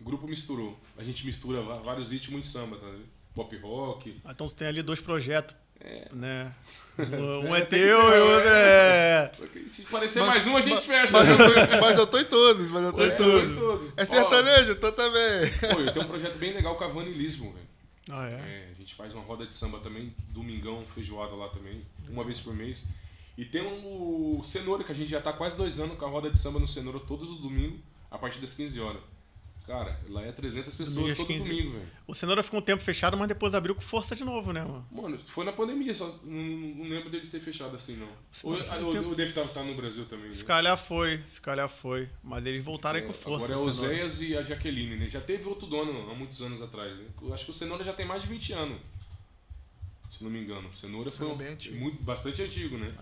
grupo Misturou. A gente mistura va- vários ritmos de samba, tá vendo? Pop rock. Ah, Então tu tem ali dois projetos, né? Um É, é tem teu que ser, e o outro é. Se parecer Mas- mais um, a gente mas- fecha. Mas eu, tô, mas eu tô em todos, mas eu tô É, em todos. tudo. É sertanejo? Eu tô também. Ó, Pô, eu tenho um projeto bem legal com a Vani Lismo, velho. Ah, é. É, a gente faz uma roda de samba também, domingão, feijoada lá também, uma vez por mês. E tem um- o Cenoura, que a gente já tá quase dois anos com a roda de samba no Cenoura, todos os domingos, a partir das 15 horas. Cara, lá é 300 Domingo pessoas às todo 15. domingo, velho. O Cenoura ficou um tempo fechado, mas depois abriu com força de novo, né, mano? Mano, foi na pandemia, só não, não lembro dele ter fechado assim, não. Ou, Mas foi ou- tempo. ou deve estar estar no Brasil também, né? Se calhar foi, se calhar foi. Mas eles voltaram aí com É, força. Agora é o o Cenoura. Zéias e a Jaqueline, né? Já teve outro dono há muitos anos atrás, né? Eu Acho que o Cenoura já tem mais de 20 anos. se não me engano. Cenoura Cenoura é foi um- bem antigo. muito, bastante antigo, né?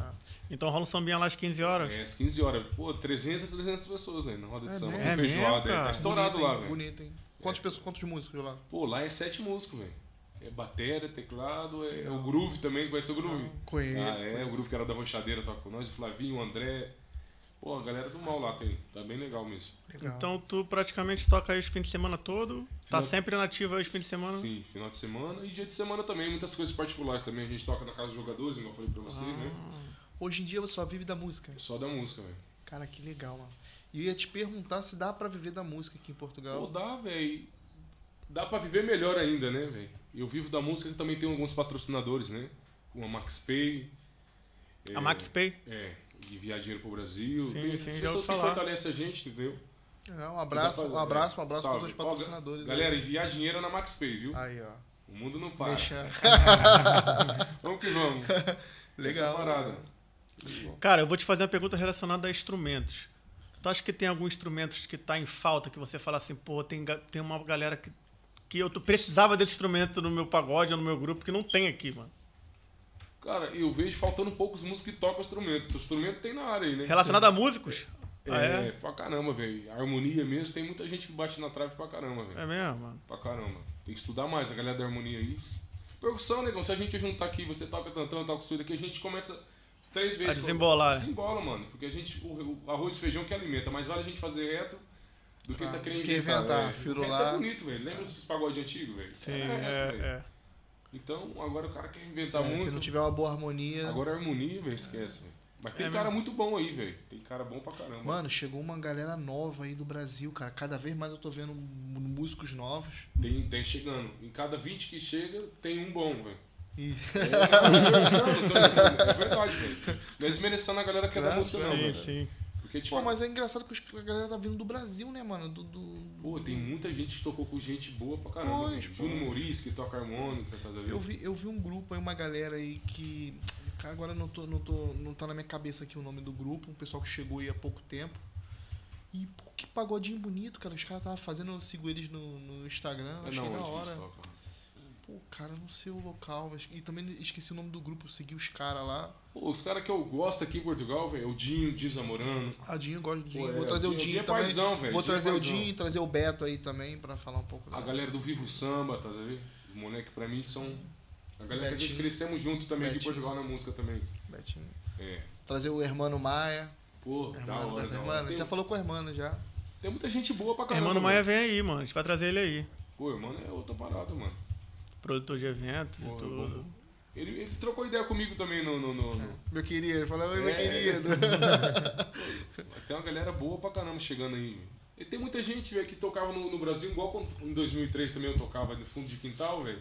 Então rola um sambinha lá às 15 horas. É, às 15 horas. Pô, 300, 300 pessoas aí na roda de É samba. mesmo? com É mesmo, feijoada. cara? Tá estourado bonito, lá, hein? velho. Bonito, hein? Quantos, pessoas, quantos músicos lá? Pô, lá é sete músicos, velho. É bateria, teclado, é Legal. o groove também, conhece o groove? Conheço. ah, é, conheço. o grupo que era da Rochadeira toca com nós, o Flavinho, o André. Pô, a galera do mal lá tem. Tá bem legal mesmo. Legal. Então tu praticamente toca aí os fins de semana todo. Tá Final- sempre nativa aí os fins de Ah. semana. Sim, final de semana e dia de semana também, muitas coisas particulares também. A gente toca na casa dos jogadores, igual eu falei pra você, Ah. né? Hoje em dia você só vive da música. É só da música, velho. Cara, que legal, mano. E eu ia te perguntar se dá pra viver da música aqui em Pô, Portugal. dá, velho. Dá pra viver melhor ainda, né, velho? Eu vivo da música e também tenho alguns patrocinadores, né? Como a MaxPay. A Max Pay. É, de viajar dinheiro pro Brasil. Sim, tem sim, essas já pessoas ouvi que falar. fortalecem a gente, entendeu? Legal, um abraço, um abraço, um abraço a todos os patrocinadores. aí. né? Galera, enviar dinheiro é na MaxPay, viu? Aí, ó. O mundo não para. Deixa- Vamos que vamos. Legal. Essa parada. legal. Cara, eu vou te fazer uma pergunta relacionada a instrumentos. Tu acha que tem algum instrumentos que tá em falta, que você fala assim, pô, tem, ga- tem uma galera que, que eu tô- precisava desse instrumento no meu pagode ou no meu grupo que não tem aqui, mano? Cara, eu vejo faltando poucos músicos que tocam instrumento. O instrumento tem na área aí, né? Relacionado a músicos? Ah, É, é? pra caramba, velho. A harmonia mesmo, tem muita gente que bate na trave pra caramba, velho. É mesmo, mano. Pra caramba. Tem que estudar mais a galera da harmonia aí. Percussão, negão, se a gente juntar aqui, você toca tantão, eu toco surdo aqui, a gente começa três vezes. desembolar, né? Desembola, mano. Porque a gente, o, o arroz e feijão que alimenta, mas vale a gente fazer reto do que Ah, tá do querendo que inventar. inventar, velho. firo Reto lá. É bonito, velho. Lembra os pagodes antigos, velho? Sim, Era reto, velho. é, é. Então, agora o cara quer inventar É, muito. se não tiver né? uma boa harmonia. Agora a harmonia, velho, esquece, velho. Mas tem É cara muito bom aí, velho. Tem cara bom pra caramba. Mano, chegou uma galera nova aí do Brasil, cara. Cada vez mais eu tô vendo m- músicos novos. Tem, tem chegando. Em cada 20 que chega, tem um bom, velho. E É, não, não tô brincando. é verdade, velho. Não é desmerecendo a galera que é da Claro, música, não, Sim, velho. sim. Porque, tipo, Pô, mas é engraçado que os- a galera tá vindo do Brasil, né, mano? Do. do- pô, tem muita gente que tocou com gente boa pra caramba. né? Pois, velho. pô. Juno Moris, que toca harmônica, tá vendo? Eu vi, eu vi um grupo aí, uma galera aí que. Cara, agora não, tô, não, tô, não tá na minha cabeça aqui o nome do grupo, um pessoal que chegou aí há pouco tempo. E pô, que pagodinho bonito, cara. Os caras estavam fazendo, eu sigo eles no, no Instagram, É achei não, da onde hora. eles tocam. Pô, cara, não sei o local, mas. E também esqueci o nome do grupo, eu segui os caras lá. Pô, os caras que eu gosto aqui em Portugal, velho, é o Dinho, Dinho Zamorano. Ah, Dinho, eu gosto do Dinho. Pô, é, Vou trazer o Dinho- Dinho Dinho é também. paizão, velho. Vou Dinho é trazer o paizão. Dinho e trazer o Beto aí também pra falar um pouco da. A galera do Vivo Samba, tá vendo? O moleque pra mim são. A galera que a gente Betinho. crescemos junto também aqui em Betinho. Portugal na música também. Betinho. É. Trazer o Hermano Maia. Pô, da Hermano, hora, das da Hermanas. hora. Tem, Já falou com o Hermano já. tem muita gente boa pra caramba. Irmão Maia mano. vem aí, mano. A gente vai trazer ele aí. Pô, irmão, é outra parada, mano. Produtor de eventos Pô, e tudo. bom. Ele, ele trocou ideia comigo também no. no, no- no- Meu querido, ele falou, "Oi, meu Hum. É. querido. Mas tem uma galera boa pra caramba chegando aí. velho. E tem muita gente, velho, que tocava no, no Brasil, igual quando- em 2003 também eu tocava no fundo de quintal, velho.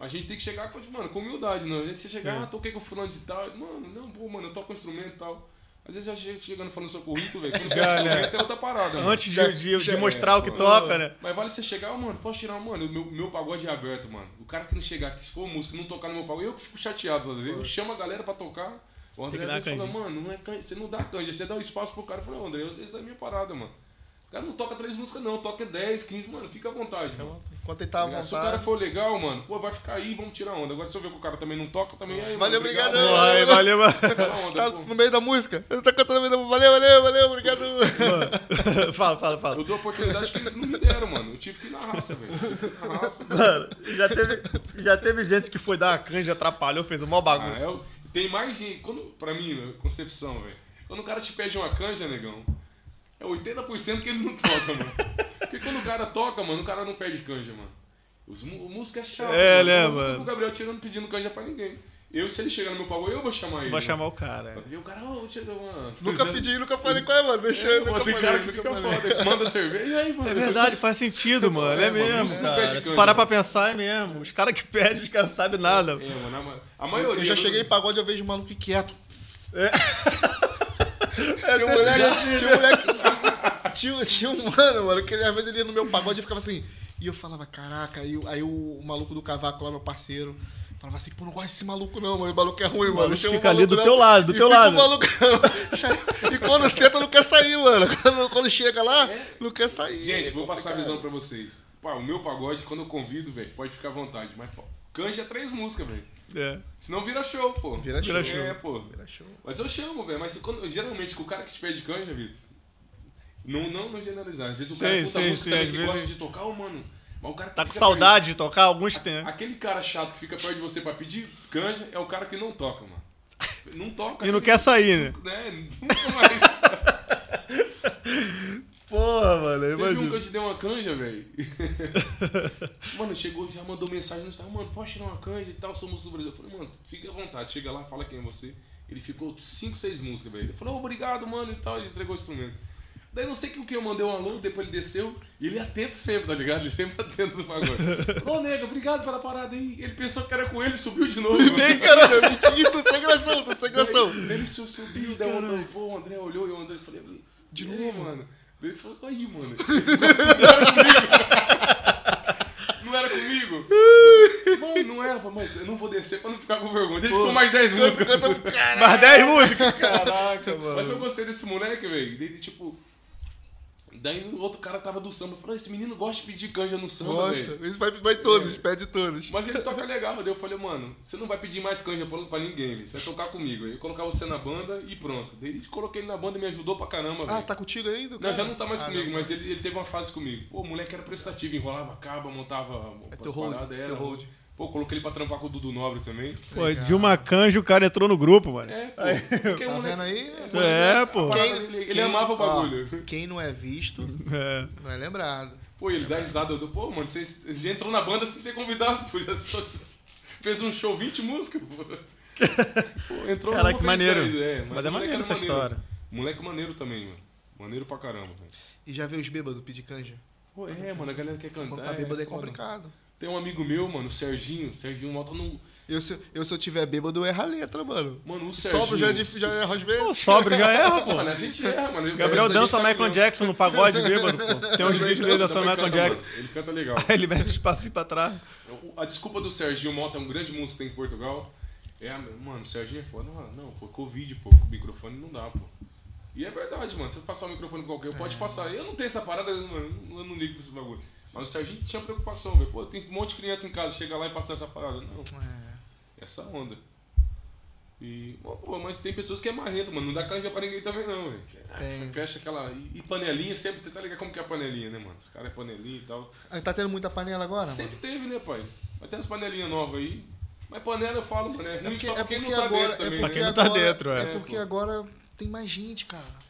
A gente tem que chegar, com- mano, com humildade, não. A gente se chegar, Sim. ah, toquei com fulano de tal. Mano, não, pô, mano, eu toco um instrumento e tal. Às vezes a gente chegando falando seu currículo, velho, quando Já, fala né? instrumento é outra parada. mano. Antes Já- de, de- de já- mostrar o que é, toca, né? Mas vale você chegar, "Ô, mano, posso tirar, mano, meu, meu pagode é aberto, mano. O cara que não chegar aqui, se for música, não tocar no meu pagode, eu que fico chateado, sabe? Eu chamo a galera pra tocar. O Tem André que dar às vezes fala, canja. mano, não é canja, você não dá canja, você dá o espaço pro cara. Eu falei, "Ô, André, essa é a minha parada, mano. O cara não toca três músicas, não, toca 10, 15, mano, fica à vontade. mano. Então, Tá Enquanto ele tava à Se o cara vontade. for legal, mano, pô, vai ficar aí, vamos tirar onda. Agora se eu ver que o cara também não toca, também aí. Valeu, mano, obrigado. né? obrigado. mano, Vai, valeu, mano. Tira onda, Tá pô. no meio da música. Ele tá cantando no meio da música. Valeu, valeu, valeu, obrigado. fala, fala, Eu fala. dou oportunidade que eles não me deram, mano. Eu tive que ir na raça, velho. Eu tive que ir na raça. Mano, já teve, já teve gente que foi dar uma canja, atrapalhou, fez o maior Ah, bagulho. é o- tem mais gente. Quando, pra mim, né, concepção, velho. Quando o cara te pede uma canja, negão, é 80% que ele não toca, mano. Porque quando o cara toca, mano, o cara não pede canja, mano. Os, mu- o músico é chato. É, né, Eu nunca mano? vi O Gabriel tirando pedindo canja pra ninguém. Eu, se ele chegar no meu pagode, eu vou chamar ele. Vai mano. chamar o cara. E o cara, ô, chega, mano. nunca pedi, nunca falei qual é, mano. Deixa É, eu, pô, nunca tem falei. cara que nunca fica falei. foda. Manda cerveja e aí, mano. É verdade, faz sentido, mano. É, É, mano, mesmo, isso não pede cara. Se canja. parar pra pensar, é mesmo. Os caras que pedem, os caras não sabem nada. É, mano, a ma- a, Eu, maioria. já do- cheguei em pagode, eu vejo o maluco É. quieto. tinha, um moleque, desse tinha um moleque. Tinha, tinha um mano, mano, que ele, às vezes ele ia no meu pagode e ficava assim. E eu falava, caraca, aí, o- aí o, maluco do cavaco lá, meu parceiro, falava assim, pô, não gosto desse maluco não, mano. O maluco é ruim, mano. maluco Chama o fica ali maluco, do né? teu lado, do E teu fica o lado. maluco- e quando senta, não quer sair, mano. Quando, quando chega lá, não quer sair. Gente, É vou passar a complicado. visão pra vocês. Pá, o meu pagode, quando eu convido, velho, pode ficar à vontade. Mas pô, canja é três músicas, velho. É. Senão vira show, pô. Vira Vira show. show. É, pô. Vira show. Mas eu chamo, velho. Mas quando, geralmente, com o cara que te pede canja, Vitor. Não, não, não generalizar. Às vezes o cara Sei, puta sei, música sei, também às que vezes- gosta de tocar, ô, mano. Mas o cara que Tá com fica saudade né? de tocar? Alguns tem. perto- Aquele cara chato que fica perto de você pra pedir canja é o cara que não toca, mano. Não toca. E não né? quer sair, né? Né? Nunca mais. Porra, mano, eu Teve um que imagino. eu te dei uma canja, velho. mano, chegou, já mandou mensagem no Instagram, mano, posso tirar uma canja e tal, sou músico do Brasil. Eu falei, mano, fica à vontade, chega lá, fala quem é você. Ele ficou 5, 6 músicas, velho. Ele falou, "Oh, obrigado, mano, e tal, ele entregou o instrumento. Daí não sei com quem eu mandei um alô, depois ele desceu, e ele é atento sempre, tá ligado? Ele sempre atento no pagode. Ô, nego, obrigado pela parada aí. Ele pensou que era com ele, subiu de novo. mano. Bem, caralho, mentira, tô sem gração, tô sem gração. Daí Ele su- subiu, daí o André, pô, o André olhou e o André falei, de novo, mano. Daí Ele falou, aí, mano. Não era comigo? Mano, não era, mas eu não vou descer pra não ficar com vergonha. Ele ficou mais 10 músicas. Mais 10 músicas. Caraca, mano. Mas eu gostei desse moleque, velho. Dele, tipo. Daí o outro cara tava do samba. Falou, esse menino gosta de pedir canja no samba, Gosta. velho. Isso vai, vai todos, É. pede todos. Mas ele toca legal, daí eu falei, mano, você não vai pedir mais canja pra, pra ninguém, velho. você vai tocar comigo. Aí eu colocar você na banda e pronto. Daí eu coloquei ele na banda e me ajudou pra caramba, Ah, velho. tá contigo ainda? Não, cara? já não tá mais Ah, comigo, não. mas ele, ele teve uma fase comigo. Pô, o moleque era prestativo, enrolava caba, montava É as teu hold, paradas, teu era. hold. Pô, coloquei ele pra trampar com o Dudu Nobre também. Pô, de uma canja o cara entrou no grupo, mano. É, pô. Porque Tá o moleque- né? vendo aí? É, pô. a parada dele- ele amava o bagulho. ó, quem não é visto, É. não é lembrado. Pô, ele dá risada. Eu dou, pô, mano, você, você já entrou na banda sem ser convidado, pô. Já só- fez um show, 20 músicas, pô. Pô, entrou Caraca, que uma vez, maneiro. dez, é, mas, o é moleque maneiro era essa história. Moleque maneiro também, mano. Maneiro pra caramba, velho. E já veio os bêbados pedir canja? Pô, é, mano, a galera quer cantar. Quando tá bêbado é foda. complicado. Tem um amigo meu, mano, o Serginho. Serginho Malta não. Eu se, eu, se eu tiver bêbado, eu erro a letra, mano. Mano, o Serginho. Sobro já, é dif- já erro às vezes. Pô, sobre já erra, Mano, pô. a gente erra, mano. Eu- Gabriel essa dança gente tá Michael ligado. Jackson no pagode bêbado, pô. Tem uns vídeos dele dançando Michael Também canta, Jackson. mano. Ele canta legal. Aí ele mete os passinhos pra trás. A desculpa do Serginho Mota é um grande músico que tem em Portugal. É, a- mano, o Serginho é foda. Não, não, foi Covid, pô. Com o microfone não dá, pô. E é verdade, mano. Se eu passar o microfone pra qualquer, eu pode passar. Eu não tenho essa parada, eu não, eu não ligo pra esse bagulho. Mas o Serginho tinha preocupação, velho. Pô, tem um monte de criança em casa, chega lá e passa essa parada. Não, É. essa onda. E, pô, mas tem pessoas que é marrento, mano. Não dá canja pra ninguém também, não, velho. É, Tem. Fecha aquela. E e panelinha sempre, você tá ligado como que é a panelinha, né, mano? Os caras é panelinha e tal. Ah, Tá tendo muita panela agora, mano? Sempre teve, né, pai? Mas tem as panelinhas novas aí. Mas panela eu falo, mano, é ruim só pra quem não tá dentro também. Pra né? quem não tá dentro, é. é porque É, pô. agora tem mais gente, cara.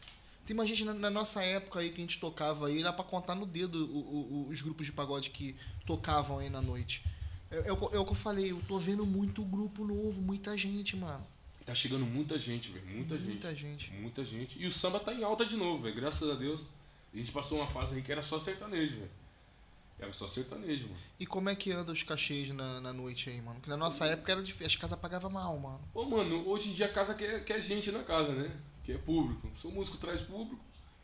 Tem mais gente na, na nossa época aí que a gente tocava aí, dá pra contar no dedo o- o- o- os grupos de pagode que tocavam aí na noite. É, é o que eu- é o que eu falei, eu tô vendo muito grupo novo, muita gente, mano. Tá chegando muita gente, velho. Muita, gente. Muita gente. Muita gente. E o samba tá em alta de novo, velho. Graças a Deus. A gente passou uma fase aí que era só sertanejo, velho. Era só sertanejo, mano. E como é que anda os cachês na, na noite aí, mano? Porque na nossa época era difícil, as casas pagavam mal, mano. Ô, mano, hoje em dia a casa quer, quer gente na casa, né? Que é público. Sou músico, traz público.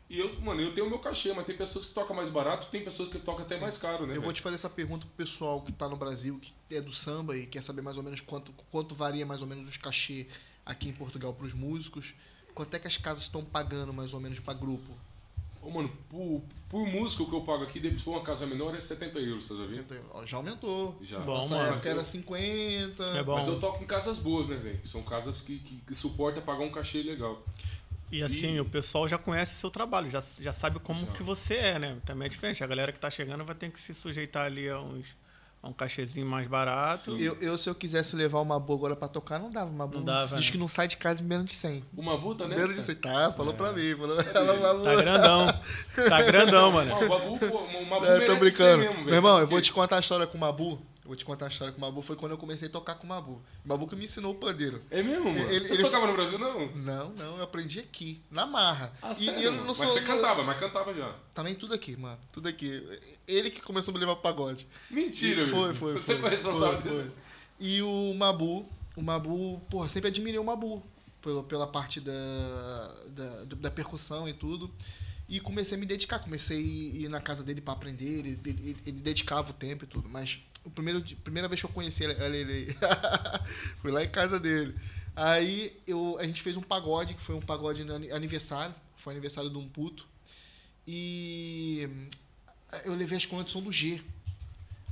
E eu, mano, eu tenho o meu cachê, mas tem pessoas que tocam mais barato, tem pessoas que tocam até mais caro, né? Eu vou velho? te fazer essa pergunta pro pessoal que tá no Brasil, que é do samba e quer saber mais ou menos quanto, quanto varia mais ou menos os cachê aqui em Portugal pros músicos. Quanto é que as casas estão pagando mais ou menos pra grupo? Ô, mano, por, por músico que eu pago aqui, depois for uma casa menor, é 70 euros, tá vendo? Ó, Já aumentou. Já. Bom, Nossa mano. época era 50. É bom. Mas eu toco em casas boas, né, velho? São casas que, que, que suporta pagar um cachê legal. E assim, E- o pessoal já conhece o seu trabalho, já, já sabe como Já. que você é, né? Também é diferente. A galera que tá chegando vai ter que se sujeitar ali a, uns, a um cachezinho mais barato. Sim. Eu, eu, se eu quisesse levar uma boa agora pra tocar, não dava uma boa. dava, Diz né? que não sai de casa em menos de 100. Uma buta, né? menos de 100. Tá, falou pra mim. Falou, É. Tá grandão. tá grandão, mano. Uma babu, Ah, pô, uma, uma É, tô brincando. mesmo, é velho. Meu irmão, Sabe eu por vou quê? te contar a história com o Mabu. Eu vou te contar a história com o Mabu. Foi quando eu comecei a tocar com o Mabu. O Mabu que me ensinou o pandeiro. É mesmo, mano? Ele- você ele- tocava no Brasil, não? Não, não, eu aprendi aqui, na marra. Ah, e sério, eu mano? não sou. um Mas você cantava, mas cantava já. Também tudo aqui, mano. Tudo aqui. Ele que começou a me levar pro pagode. Mentira, E Foi, velho. foi. Você foi, foi responsável. foi, foi. E o Mabu, o Mabu, porra, sempre admirei o Mabu pela, pela parte da, da, do- da percussão e tudo. E comecei a me dedicar, comecei a ir ir na casa dele pra aprender, ele, ele, ele dedicava o tempo e tudo. Mas a primeira, primeira vez que eu conheci ele, ele, ele- fui lá em casa dele. Aí eu, a gente fez um pagode, que foi um pagode no ani- aniversário, foi aniversário de um puto. E hum, eu levei as condições do G.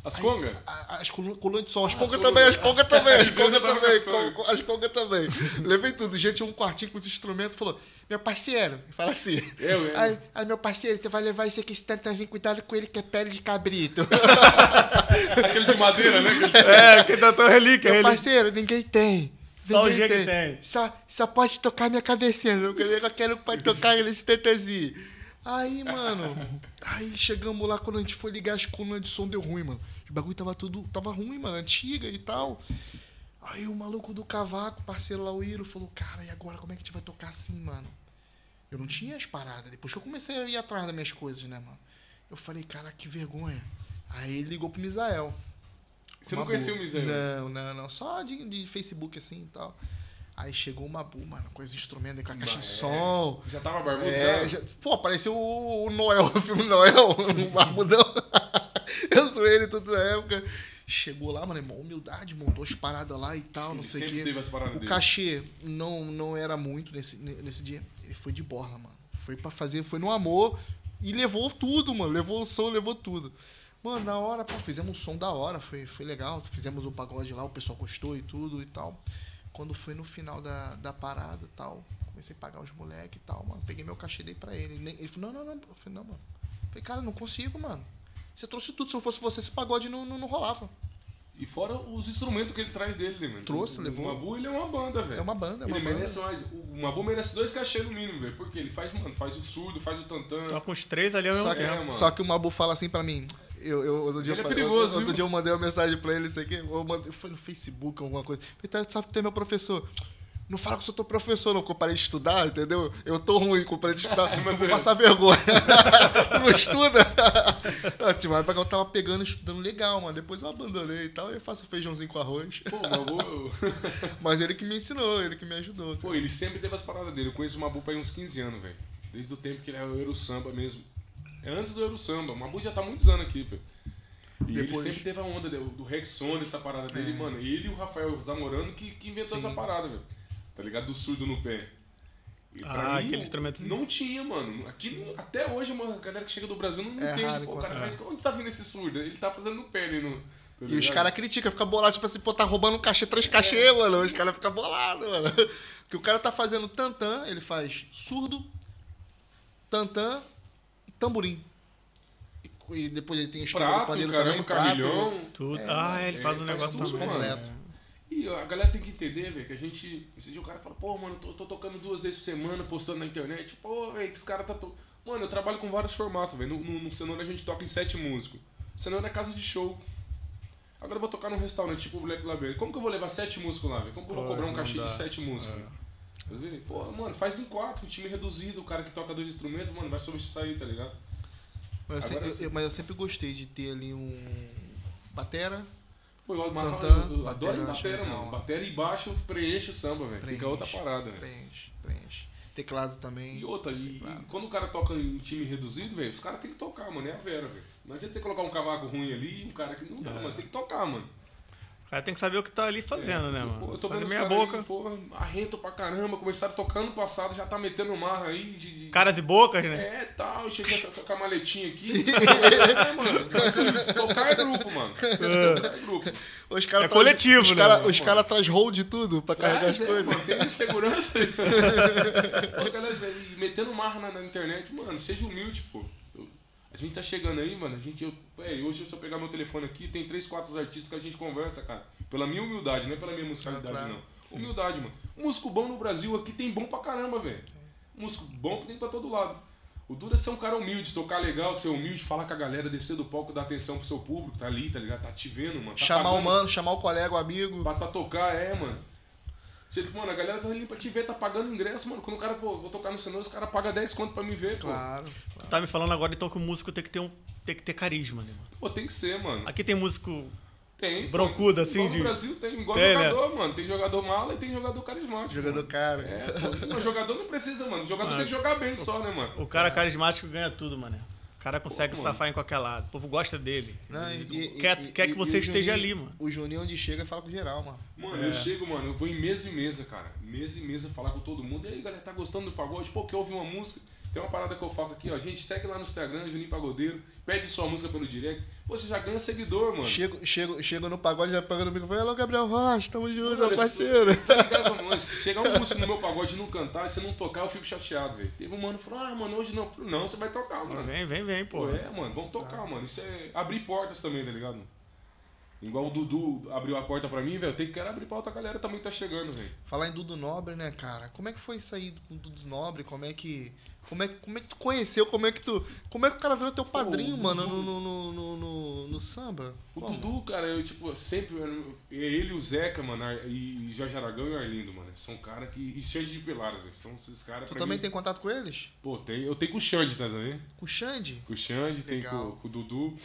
As congas? A- As colu- colunas de som, as congas colunas. também, as congas também, as As congas congas também, também. co- as congas também. Levei tudo, gente, um quartinho com os instrumentos, falou, meu parceiro, fala assim, Eu, eu. Aí, aí, meu parceiro, você vai levar isso aqui, esse tantanzinho, cuidado com ele que é pele de cabrito. Aquele de madeira, né? Aquele- É, que tentou relíquia, Meu ele. parceiro, ninguém tem. Só o Ninguém Jean que tem. Só, só pode tocar minha cabecinha. Eu quero, eu quero pra tocar nesse tantanzinho. Aí, mano. Aí chegamos lá, quando a gente foi ligar as colunas de som, deu ruim, mano. O bagulho tava tudo. Tava ruim, mano. Antiga e tal. Aí o maluco do cavaco, parceiro lá, o Iro, falou: Cara, e agora como é que a gente vai tocar assim, mano? Eu não tinha as paradas. Depois que eu comecei a ir atrás das minhas coisas, né, mano? Eu falei: Cara, que vergonha. Aí ele ligou pro Misael. Você não Mabu. conhecia o Misael? Não, não, não. Só de, de Facebook assim e tal. Aí chegou o Mabu, mano, com os instrumentos, aí, com a caixa de Mas é. som. Já tava barbudo? É, já? já- pô, apareceu o, o Noel, o filme Noel, o Barbudão. Eu sou ele tudo na época. Chegou lá, mano, irmão, humildade, montou as paradas lá e tal, não Ele sei o sempre quê. teve as paradas O dele. cachê não, não era muito nesse, nesse dia. Ele foi de borla, mano. Foi pra fazer, foi no amor e levou tudo, mano. Levou o som, levou tudo. Mano, na hora, pô, fizemos um som da hora, foi, foi legal. Fizemos o pagode lá, o pessoal gostou e tudo e tal. Quando foi no final da, da parada e tal, comecei a pagar os moleques e tal, mano. Peguei meu cachê e dei pra ele. Ele nem- Ele falou, não, não, não. Eu falei, não, mano. Eu falei, cara, não consigo, mano. Você trouxe tudo. Se eu fosse você, esse pagode não, não, não rolava. E fora os instrumentos que ele traz dele, né, mano? Trouxe, o, levou. O Mabu, ele é uma banda, velho. É uma banda, é uma ele banda. merece mais. O o Mabu merece dois cachê no mínimo, velho. Porque ele faz, mano, faz o surdo, faz o tantan. Tá com os três ali ao mesmo Só tempo. que, É, mano. só que o Mabu fala assim pra mim. Eu, eu, outro dia Ele é eu falei- perigoso, outro, outro viu? dia eu mandei uma mensagem pra ele, isso aqui. Eu mandei, foi no Facebook, alguma coisa. Ele tá, sabe que tem meu professor. Não fala que eu sou teu professor, não, que eu parei de estudar, entendeu? Eu tô ruim, que eu parei de estudar, É eu vou passar vergonha. tu não estuda? não, tinha uma época que eu tava pegando e estudando legal, mano. Depois eu abandonei e tal, e eu faço feijãozinho com arroz. Pô, o Mabu. Mas ele que me ensinou, ele que me ajudou. cara. Pô, ele sempre teve as paradas dele. Eu conheço o Mabu pra aí uns 15 anos, velho. Desde o tempo que ele era o Euro Samba mesmo. É antes do Euro Samba. O Mabu já tá há muitos anos aqui, velho. E Depois- É. ele sempre teve a onda do, do Rexone, essa parada dele, mano. Ele e o Rafael Zamorano que, que inventou Sim. essa parada, velho. Tá ligado? Do surdo no pé. E pra Ah, aquele instrumento- Não tinha, mano. Aqui, não- até hoje, uma galera que chega do Brasil não É entende. raro Pô, o cara encontrar. faz, onde tá vindo esse surdo? Ele tá fazendo no pé ali no... tá E os ligado? caras criticam, fica bolado, tipo assim, pô, tá roubando um cachê, três cachê, mano. Os caras ficam bolados, mano. Porque o cara tá fazendo tantã, ele faz surdo, tantã e tamborim. E, cu- e depois ele tem instrumento de Prato, caramba, carrilhão. Tudo. ah, ele ele faz um é, né? faz negócio tudo, também. mano. completo. E a galera tem que entender, velho, que a gente. Esse dia o cara fala, pô, mano, tô, tô tocando duas vezes por semana, postando na internet. Pô, velho, que os caras tá. To... Mano, eu trabalho com vários formatos, velho. No, no, no cenoura a gente toca em sete músicos. Cenoura é casa de show. Agora eu vou tocar num restaurante tipo Black Label. Como que eu vou levar sete músicos lá, velho? Como que eu vou Pô, cobrar um não cachê dá. de sete músicos? Tá vendo? Pô, mano, faz em quatro, um time reduzido, o cara que toca dois instrumentos, mano, vai sobressair, tá ligado? Mas eu, Agora sempre, sim. eu- mas eu sempre gostei de ter ali um batera, Pô, eu, adoro- Tantã, eu, eu batera, adoro eu acho batera, legal, mano. mano. Batera e baixo preenche o samba, velho. Fica outra Preenche, parada, velho. preenche, preenche. Teclado também. E outra, e, Claro. e quando o cara toca em time reduzido, velho, os caras têm que tocar, mano. É a Vera, velho. Não adianta você colocar um cavaco ruim ali, um cara que. Não dá, É. mano. Tem que tocar, mano. O cara tem que saber o que tá ali fazendo, É, né, eu- mano? pô, Eu tô Fazendo vendo meia boca. Porra, arrento pra caramba. Começaram tocando no passado, já tá metendo marra aí. De, de- Caras e bocas, né? É, tal. Chega com a maletinha aqui. é, mano. Tocar é grupo, mano. Tocar é grupo. Os cara É traz- coletivo, os né, cara, mano? Os caras traz hold de tudo pra carregar as é, coisas. mano, tem segurança. Ô, galera, e metendo marra na, na internet, mano, seja humilde, pô. Eu- a gente tá chegando aí, mano. A gente, eu, véi, hoje se eu pegar meu telefone aqui, tem três, quatro artistas que a gente conversa, cara. Pela minha humildade, não é pela minha musicalidade, Ah, claro. não. Humildade, mano. Músico bom no Brasil aqui tem bom pra caramba, velho. Músico bom tem pra todo lado. O Dura é ser um cara humilde, tocar legal, ser humilde, falar com a galera, descer do palco, dar atenção pro seu público, tá ali, tá ligado? Tá te vendo, mano. Tá Chamar o pagando mano, chamar o colega, o amigo. Pra, pra tocar, é, mano. Você, mano, a galera tá ali pra te ver, tá pagando ingresso, mano. Quando o cara, pô, vou tocar no cenoura, os caras pagam 10 conto pra me ver, pô. Claro. Tu tá me falando agora então que o músico tem que ter um. Tem que ter carisma, né, mano? Pô, tem que ser, mano. Aqui tem músico. Tem. pô. Broncudo, assim, Igual de- No Brasil tem, igual Tem, né? jogador, mano. Tem jogador mala e tem jogador carismático. Jogador mano. cara. É, pô. Não, jogador não precisa, mano. Jogador Mano. tem que jogar bem só, né, mano? O cara carismático ganha tudo, mano. O cara consegue Pô, mano. safar em qualquer lado. O povo gosta dele. Não, e- e- quer e- quer e- que e você o esteja ali, Juninho- mano. O Juninho onde chega fala com geral, mano. Mano, É. eu chego, mano, eu vou em mesa em mesa, cara. Mesa em mesa falar com todo mundo. E aí, galera, tá gostando do pagode? Pô, quer ouvir uma música? Tem uma parada que eu faço aqui, ó. Gente, segue lá no Instagram, Juninho Pagodeiro. Pede sua música pelo direct. Pô, você já ganha seguidor, mano. Chego, chego, chego no pagode, já pagando o microfone. Alô, Gabriel Rocha, tamo junto, meu Mano, parceiro. Você tá ligado, mano? Se chegar um músico no meu pagode e não cantar, e se não tocar, eu fico chateado, velho. Teve um mano que falou, ah, mano, hoje não. Eu falei, Não, você vai tocar, mano. Vem, vem, vem, pô. Pô, é, mano, vamos tocar, mano. Isso é abrir portas também, tá ligado? Igual o Dudu abriu a porta pra mim, velho. Tem que quero abrir pra outra galera também que tá chegando, velho. Falar em Dudu Nobre, né, cara? Como é que foi isso aí com o Dudu Nobre? Como é que. Como é, como é que tu conheceu? Como é que tu. Como é que o cara virou teu padrinho, o mano, Dudu- no, no, no, no, no- no samba? O Como? Dudu, cara, eu, tipo, sempre. eu- Ele, o Zeca, mano, Ar- e Jorge Aragão e o Arlindo, mano. São caras que. E Xande de Pilares, velho. São esses caras. Tu pra também mim- tem contato com eles? Pô, tem, eu tenho com o Xande, tá vendo? Com o Xande? Com o Xande, tem Legal. com, com o Dudu.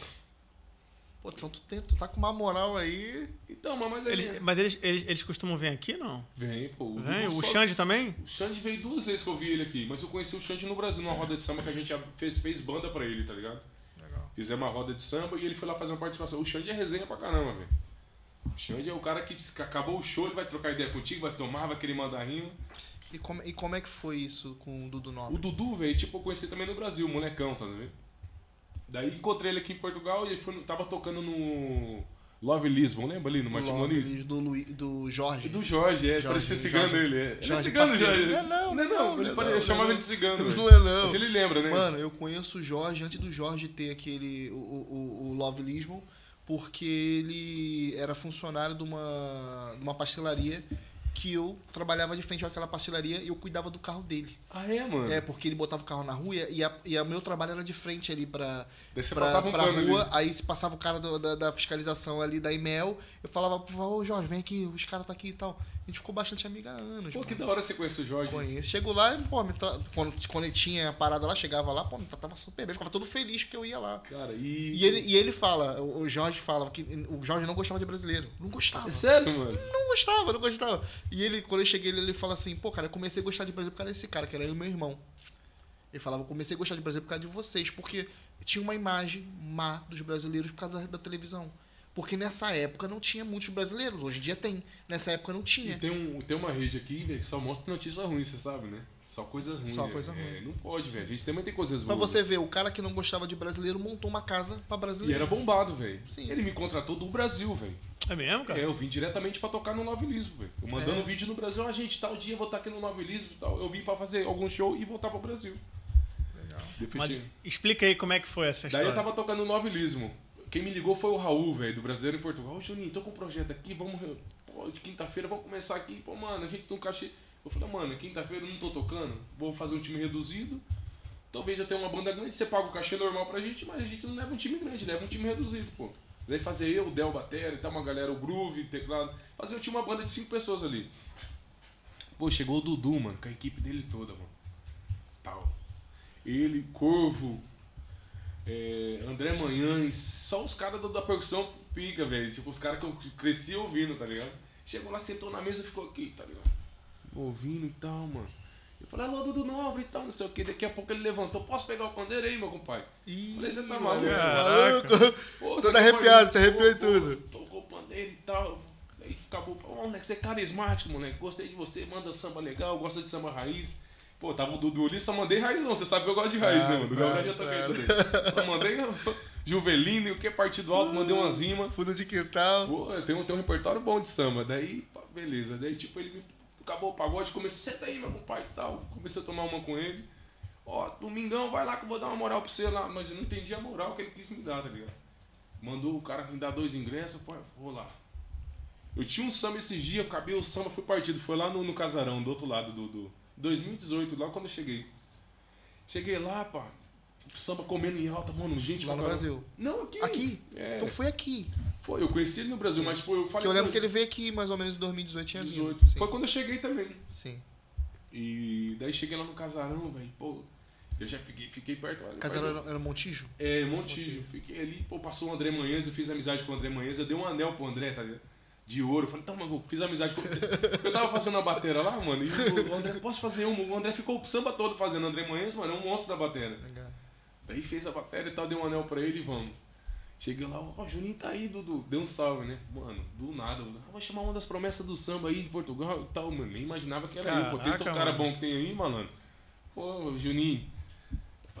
Pô, então tu, tem, tu tá com uma moral aí. Então, mas- mas Eles- mas eles, eles, eles costumam vir aqui, não? Vem, pô. O, Vem, Dudu o só- Xande também? O Xande veio duas vezes que eu vi ele aqui, mas eu conheci o Xande no Brasil, numa roda de samba que a gente já fez, fez banda pra ele, tá ligado? Legal. Fizemos uma roda de samba e ele foi lá fazer uma participação. O Xande é resenha pra caramba, velho. O Xande é o cara que se- acabou o show, ele vai trocar ideia contigo, vai tomar, vai querer mandar rima. E como, e como é que foi isso com o Dudu O Nobre? Dudu, velho, tipo, eu conheci também no Brasil, molecão, tá vendo? Daí encontrei ele aqui em Portugal e ele foi, no- tava tocando no Love Lisbon, lembra ali, no Martin Love Moniz? do, Luí- do Jorge. E Do Jorge, é, Jorge, parecia Jorge. cigano ele. É. Ele é Jorge, cigano, parceiro. Jorge. Não é não, não, é não, não, ele não, pare- não, eu chamava não. ele de cigano. velho. Não é não. Mas ele lembra, né? Mano, eu conheço o Jorge antes do Jorge ter aquele. O, o, o Love Lisbon, porque ele era funcionário de uma, de uma pastelaria que eu trabalhava de frente àquela pastelaria e eu cuidava do carro dele. Ah, é, mano? É, porque ele botava o carro na rua e, a, e a meu trabalho era de frente ali pra, Daí você pra, passava um pra pano rua, ali. aí se passava o cara do- da, da fiscalização ali da Imel, eu falava, por favor, Jorge, vem aqui, os caras tá aqui e tal. A gente ficou bastante amiga há anos. Pô, mano. que da hora você conhece o Jorge. Conheço. Chego lá e, pô, me tra- quando, quando ele tinha a parada lá, chegava lá, pô, me tratava super bem, ficava todo feliz que eu ia lá. Cara, e... E ele, e ele fala, o o Jorge fala, que o Jorge não gostava de brasileiro. Não gostava. É sério, mano? Não gostava, não gostava. E ele, quando eu cheguei, ele, ele fala assim, pô, cara, eu comecei a gostar de brasileiro por causa desse cara, que era eu e meu irmão. Ele falava, eu comecei a gostar de brasileiro por causa de vocês, porque tinha uma imagem má dos brasileiros por causa da, da televisão. Porque nessa época não tinha muitos brasileiros, hoje em dia tem. Nessa época não E tinha. tem, um, tem uma rede aqui, velho, que só mostra notícia ruim, você sabe, né? Só coisa ruim. Só né? coisa É, ruim. não pode, velho. A gente também tem coisas Pra boas. você ver, o cara que não gostava de brasileiro montou uma casa pra E brasileiro. era bombado, velho. Sim. Ele me contratou do Brasil, velho. É mesmo, cara? É, eu vim diretamente pra tocar no Nove Lisbo, velho. Eu mandando É. vídeo no Brasil, ah, gente, tal dia eu vou estar aqui no Nove Lisbo e tal. Eu vim pra fazer algum show e voltar pro Brasil. Legal. Mas explica aí como é que foi essa Daí história. eu tava tocando no Novelismo. Quem me ligou foi o Raul, velho, do Brasileiro em Portugal. Ô, Juninho, tô com um projeto aqui, vamos... re- Pô, de quinta-feira, vamos começar aqui. Pô, mano, a gente tem um cachê... Eu falei, mano, quinta-feira eu não tô tocando, vou fazer um time reduzido. Talvez eu tenha uma banda grande, você paga o cachê normal pra gente, mas a gente não leva um time grande, leva um time reduzido, pô. Daí fazer eu, o Del Batera e tal, uma galera, o Groove, teclado. Fazer eu tinha uma banda de cinco pessoas ali. Pô, chegou o Dudu, mano, com a equipe dele toda, mano. Tal. Ele, Corvo, é, André Manhães, só os caras da, da percussão pica, velho. Tipo, os caras que eu cresci ouvindo, tá ligado? Chegou lá, sentou na mesa e ficou aqui, tá ligado? Ouvindo e tal, mano. Eu falei, alô, Dudu Nobre e tal, não sei o que. Daqui a pouco ele levantou, posso pegar o pandeiro aí, meu compadre? Ih, Falei, você tá maluco? Maluco. Pô, Todo você arrepiado, pode- você arrepiou pô, tudo. pô, Tocou o pandeiro e tal. Aí acabou. Pô, moleque, você é carismático, moleque. Gostei de você, manda samba legal, gosta de samba raiz. Pô, tava o Dudu ali, só mandei raizão. Você sabe que eu gosto de raiz, né, Claro, mano? Do claro, Gabriel já toquei isso daí. Só mandei Juvelino e o que é partido alto, mandei umas rimas. Fundo de quintal. Pô, tem um, tem um repertório bom de samba. Daí, pá, beleza. Daí, tipo, ele me... acabou o pagode, comecei, senta aí, meu compadre e tal. Comecei a tomar uma com ele. Ó, domingão, vai lá que eu vou dar uma moral pra você lá. Mas eu não entendi a moral que ele quis me dar, tá ligado? Mandou o cara me dar dois ingressos, pô, vou lá. Eu tinha um samba esses dias, acabei o samba, fui partido. Foi lá no, no casarão, do outro lado do, do... 2018, lá quando eu cheguei. Cheguei lá, pá. Samba comendo em alta, mano, gente. Lá pra no caramba. Brasil. Não, aqui. Aqui? É. Então foi aqui. Foi, eu conheci ele no Brasil, mas pô, eu falei. Porque eu lembro pô, que ele veio aqui mais ou menos em 2018 tinha vindo. 18. Sim. Foi quando eu cheguei também. Sim. E daí cheguei lá no casarão, velho. Pô, eu já fiquei, fiquei perto. Olha, Casarão pai, era, era Montijo? É, Montijo. Fiquei ali, pô, passou o André Manhães, eu fiz amizade com o André Manhães, eu dei um anel pro André, tá ligado? De ouro. Eu falei, tá, mas eu fiz amizade com ele. Eu tava fazendo a batera lá, mano, e o André, posso fazer uma? O André ficou o samba todo fazendo. O André Manhães, mano, é um monstro da batera. Legal. Daí fez a bateria e tal, deu um anel pra ele e vamos. Cheguei lá, ó, o Juninho tá aí, Dudu. Deu um salve, né? Mano, do nada. eu, Ah, vai chamar uma das promessas do samba aí de Portugal e tal, mano. Nem imaginava que era eu. Pô, Caraca, tanto cara mano. bom que tem aí, malandro. Pô, Juninho.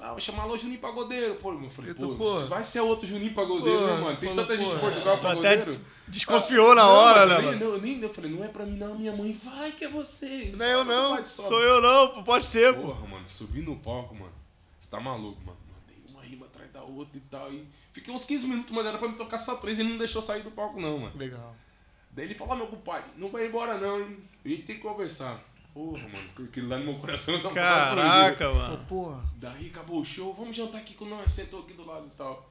Ah, vou chamar lá o Juninho Pagodeiro. Pô, eu falei, Eu tô, pô, pô. vai ser outro Juninho Pagodeiro, Pô, né, mano? Tem falou, tanta gente pô. de Portugal Tu Tá até Pagodeiro. desconfiou na hora, Ah, não, né, eu nem- mano? Não, eu nem, eu falei, não é pra mim não, minha mãe, vai que é você. Não é eu, não. Sou eu não, pô, pode ser, É, pô. Porra, mano, subi no palco, mano. Você tá maluco, mano. Mandei uma rima atrás da outra e tal. E fiquei uns 15 minutos, mano, era pra me tocar só três, ele não deixou eu sair do palco não, mano. Legal. Daí ele falou, "Ah, meu compadre, não vai embora não, hein. A gente tem que conversar. Porra, mano, porque aquilo lá no meu coração já Caraca, Ah. Pô, mano. porra. Daí acabou o show, vamos jantar aqui com nós, sentou aqui do lado e tal.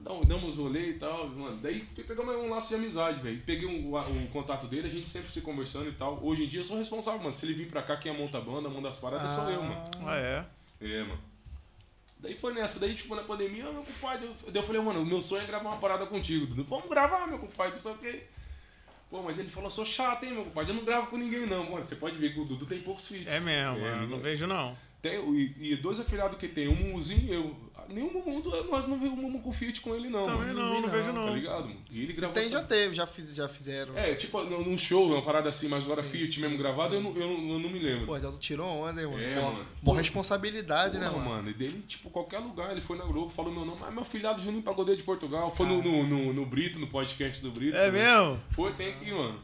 Dá um- Damos rolê e tal, mano. Daí pe- pegamos um laço de amizade, velho. Peguei um- a- o contato dele, a gente sempre se conversando e tal. Hoje em dia eu sou responsável, mano. Se ele vir pra cá, quem monta a banda, manda as paradas, sou eu, mano. Ah, é. É, mano. Daí foi nessa, daí tipo na pandemia, ah, meu compadre, eu, daí eu falei, mano, o meu sonho é gravar uma parada contigo, Dudu. Vamos gravar, meu compadre, só que. Pô, mas ele falou, sou chato, hein, meu compadre, eu não gravo com ninguém não, mano. Você pode ver que o Dudu tem poucos feats. É mesmo, É, mano. Não mano. vejo, não. Tem, e, e dois afiliados que tem, um Muzinho e eu. Nenhum do mundo, nós não vemos um com feat com ele, não. Também mano. não, não não, vejo, tá Tá não. ligado? mano? E ele Se gravou. tem, essa- já teve, já, fiz, já fizeram. É, tipo, num num show, numa parada assim, mas agora Sim, feat sim, mesmo gravado, sim. eu não, eu, não, eu não me lembro. Pô, já tu tirou onda, hein, mano? É, Pô, mano. Boa responsabilidade, né, Porra, mano? E dele, tipo, qualquer lugar, ele foi na Globo, falou meu nome, ah, meu filhado Juninho Pagodeiro de Portugal. Foi no, no, no, no Brito, no podcast do Brito. É né? mesmo? Foi, tem aqui, mano.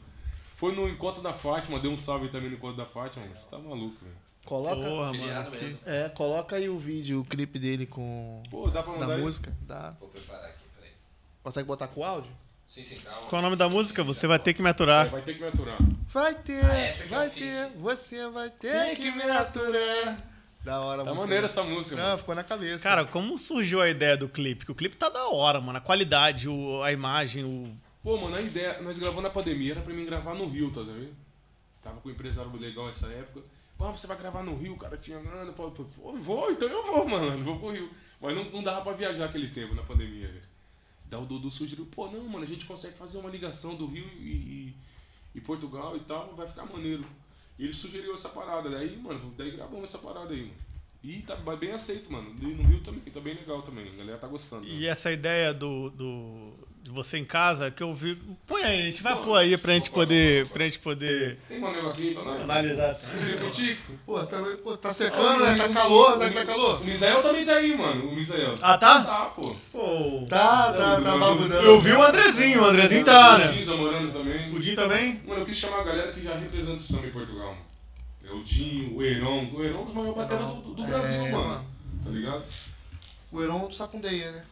Foi no encontro da Fátima, deu um salve também no encontro da Fátima. mano. Você tá maluco, velho. Coloca. Porra, Filiado mano. mesmo. É, coloca aí o vídeo, o clipe dele com. Pô, dá pra mandar Da aí? música? Dá. Vou preparar aqui, peraí. Consegue botar com áudio? Sim, sim, um calma. é Qual é o nome da música? Você vai ter que me aturar. É, Vai ter que me aturar. Vai ter, Ah, essa que vai eu fiz. ter, você vai ter Tem que que me me aturar. Da hora, a Tá música, maneira né? essa música, mano. Não, ficou na cabeça. Cara, como surgiu a ideia do clipe? Que o clipe tá da hora, mano. A qualidade, o- a imagem, o. Pô, mano, a ideia, nós gravamos na pandemia, era pra mim gravar no Rio, tá vendo? Tava com um empresário legal nessa época. Pô, você vai gravar no Rio, cara, tinha grana. Pô, pô, pô, vou, então eu vou, mano, vou pro Rio. Mas não, não dava pra viajar aquele tempo na pandemia, velho. Daí o Dudu sugeriu, pô, não, mano, a gente consegue fazer uma ligação do Rio e, e- e Portugal e tal, vai ficar maneiro. E ele sugeriu essa parada, daí, mano, daí gravamos essa parada aí, mano. E tá bem aceito, mano. E no Rio também, tá bem legal também. A galera tá gostando. né? E essa ideia do, do- de você em casa que eu vi. Põe aí, a gente vai pôr aí pra gente poder. Pra gente poder Tem um negocinho pra nós? analisar. Tico. Pô, tá, pô, tá secando, né? Tá calor, tá, tá calor. O Misael também tá aí, mano. O Misael. Ah, tá? Tá, pô. Pô. Tá, tá, tá babudando. Eu vi o Andrezinho, o Andrezinho tá, O né? Dinho Zamorano também. O Dinho também? Mano, eu quis chamar a galera que já representa o samba em Portugal, mano. É o Dinho, o Heron. O Heron é o maior batera do, do- do É, Brasil, mano. mano. Tá ligado? O Heron do Sacundeia, né?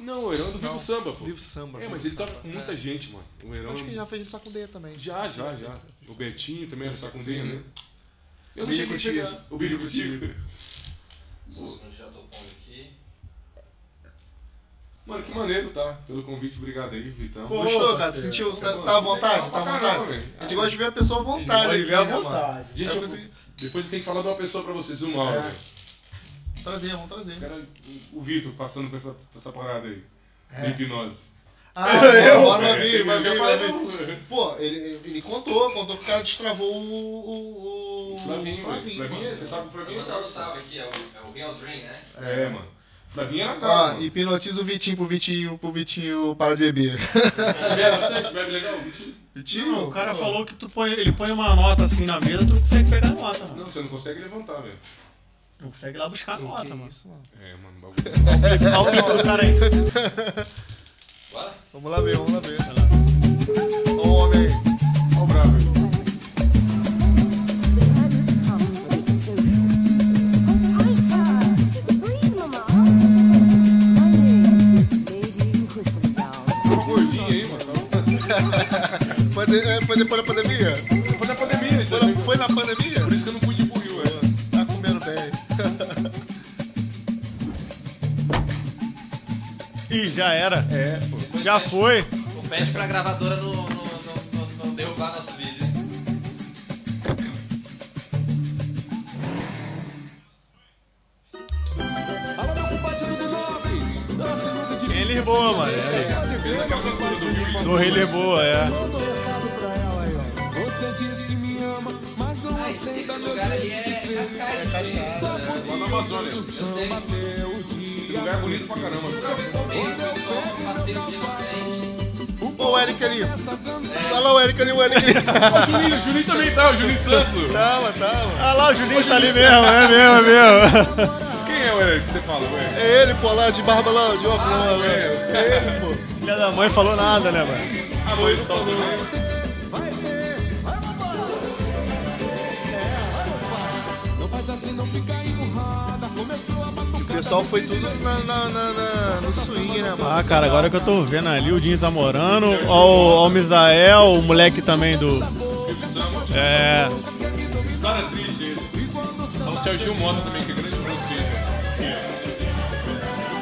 Não, o Heron é do Vivo Samba, pô. Vivo Samba. É, mas ele Vivo toca Samba. com muita É. gente, mano. O Heron. Acho que já fez no Sacundeia também. Já, já, já. O Betinho também era sacundeia, Sim. né? Eu O não cheguei a Birico chegar. O Birico Tico. Só um segundo, já tô pondo aqui. Mano, que maneiro, tá? Pelo convite, obrigado aí, Vitão. é Pô, Gostou, cara? Sentiu? Tá à vontade? Tá à vontade? A gente gosta de ver a pessoa à vontade. Pode ver à aqui, né, mano? vontade. Gente, eu preciso- depois eu tenho que falar de uma pessoa pra vocês, um áudio. É. Trazer, vamos O trazer. cara, o, o Vitor passando por essa, por essa parada aí, de hipnose. Ah, agora vai É, vir, vai eu vir, vai falei, vir. não, é, Pô, ele, ele contou, contou que o cara destravou o. o, o Flavinho, Flavinho, Um Flavinho, Flavinho, mano. você sabe que o Tô Flavinho é mandando um caro. salve aqui, é o, é o Real Dream, né? É, Ah, mano. Flavinho era caro. Ó, mano. Ah, hipnotiza o Vitinho pro Vitinho, pro Vitinho para de beber. Bebe bastante, bebe legal, Vitinho? Vitinho? O cara falou que tu põe, ele põe uma nota assim na mesa, tu consegue pegar a nota, mano. Não, você não consegue levantar, velho. Não consegue ir lá buscar a Pô, nota, que mano. isso, mano. É, mano, bagulho. Dá o nome do cara aí. Bora? Vamos lá ver, vamos lá ver. Ó o homem aí. Ó, o bravo. Tava gordinho aí, mano. Tá Tava... Foi, de, é, foi depois da pandemia? Foi na pandemia, isso Foi aí. na, foi na pandemia? Por isso que eu não pude ir pro Rio, velho. Tá comendo bem. Ih, já era. É, pô. Depois Já pede- foi. Pede pra gravadora não não- não- não- não derrubar nosso vídeo, hein? Alô, meu compadre do Nobre! Dança nunca de Ele Lisboa, mano. Do Rei Lisboa, é. Manda um recado pra ela aí, ó. Você diz que me ama, mas não Ah, esse, esse aceita meu lugar ali é jeito de ser. Cascais. Só né? Lá na porque Amazônia. o samba teu Esse dia. lugar é bonito pra é caramba. um Aproveitou bem, aproveitou, Passei o dia na frente. O Pô, Olha o Eric ali. Olha lá o Eric ali, o Eric ali. Ah, o Juninho, o Juninho também tá, o Juninho Santos. Tava, tava. Ah lá, o Juninho tá ali mesmo, é mesmo, é mesmo. Quem é o Eric que você fala, ué? É ele, pô, lá de barba lá, de óculos lá, lá. é. É ele, pô. Filha da mãe falou nada, né, mano? Ah, foi só o Juninho. Vai ter, vai roubar. É, vai roubar. Não faz assim, não fica emburrada. Começou a O batucar. pessoal foi tudo na, na, na- na- no swing, né, mano? Ah, cara, agora que eu tô vendo ali, o Dinho tá morando, ó o, ó o Misael, o moleque também do... É, História triste ele. Tá o Serginho Mota também, que é grande músico.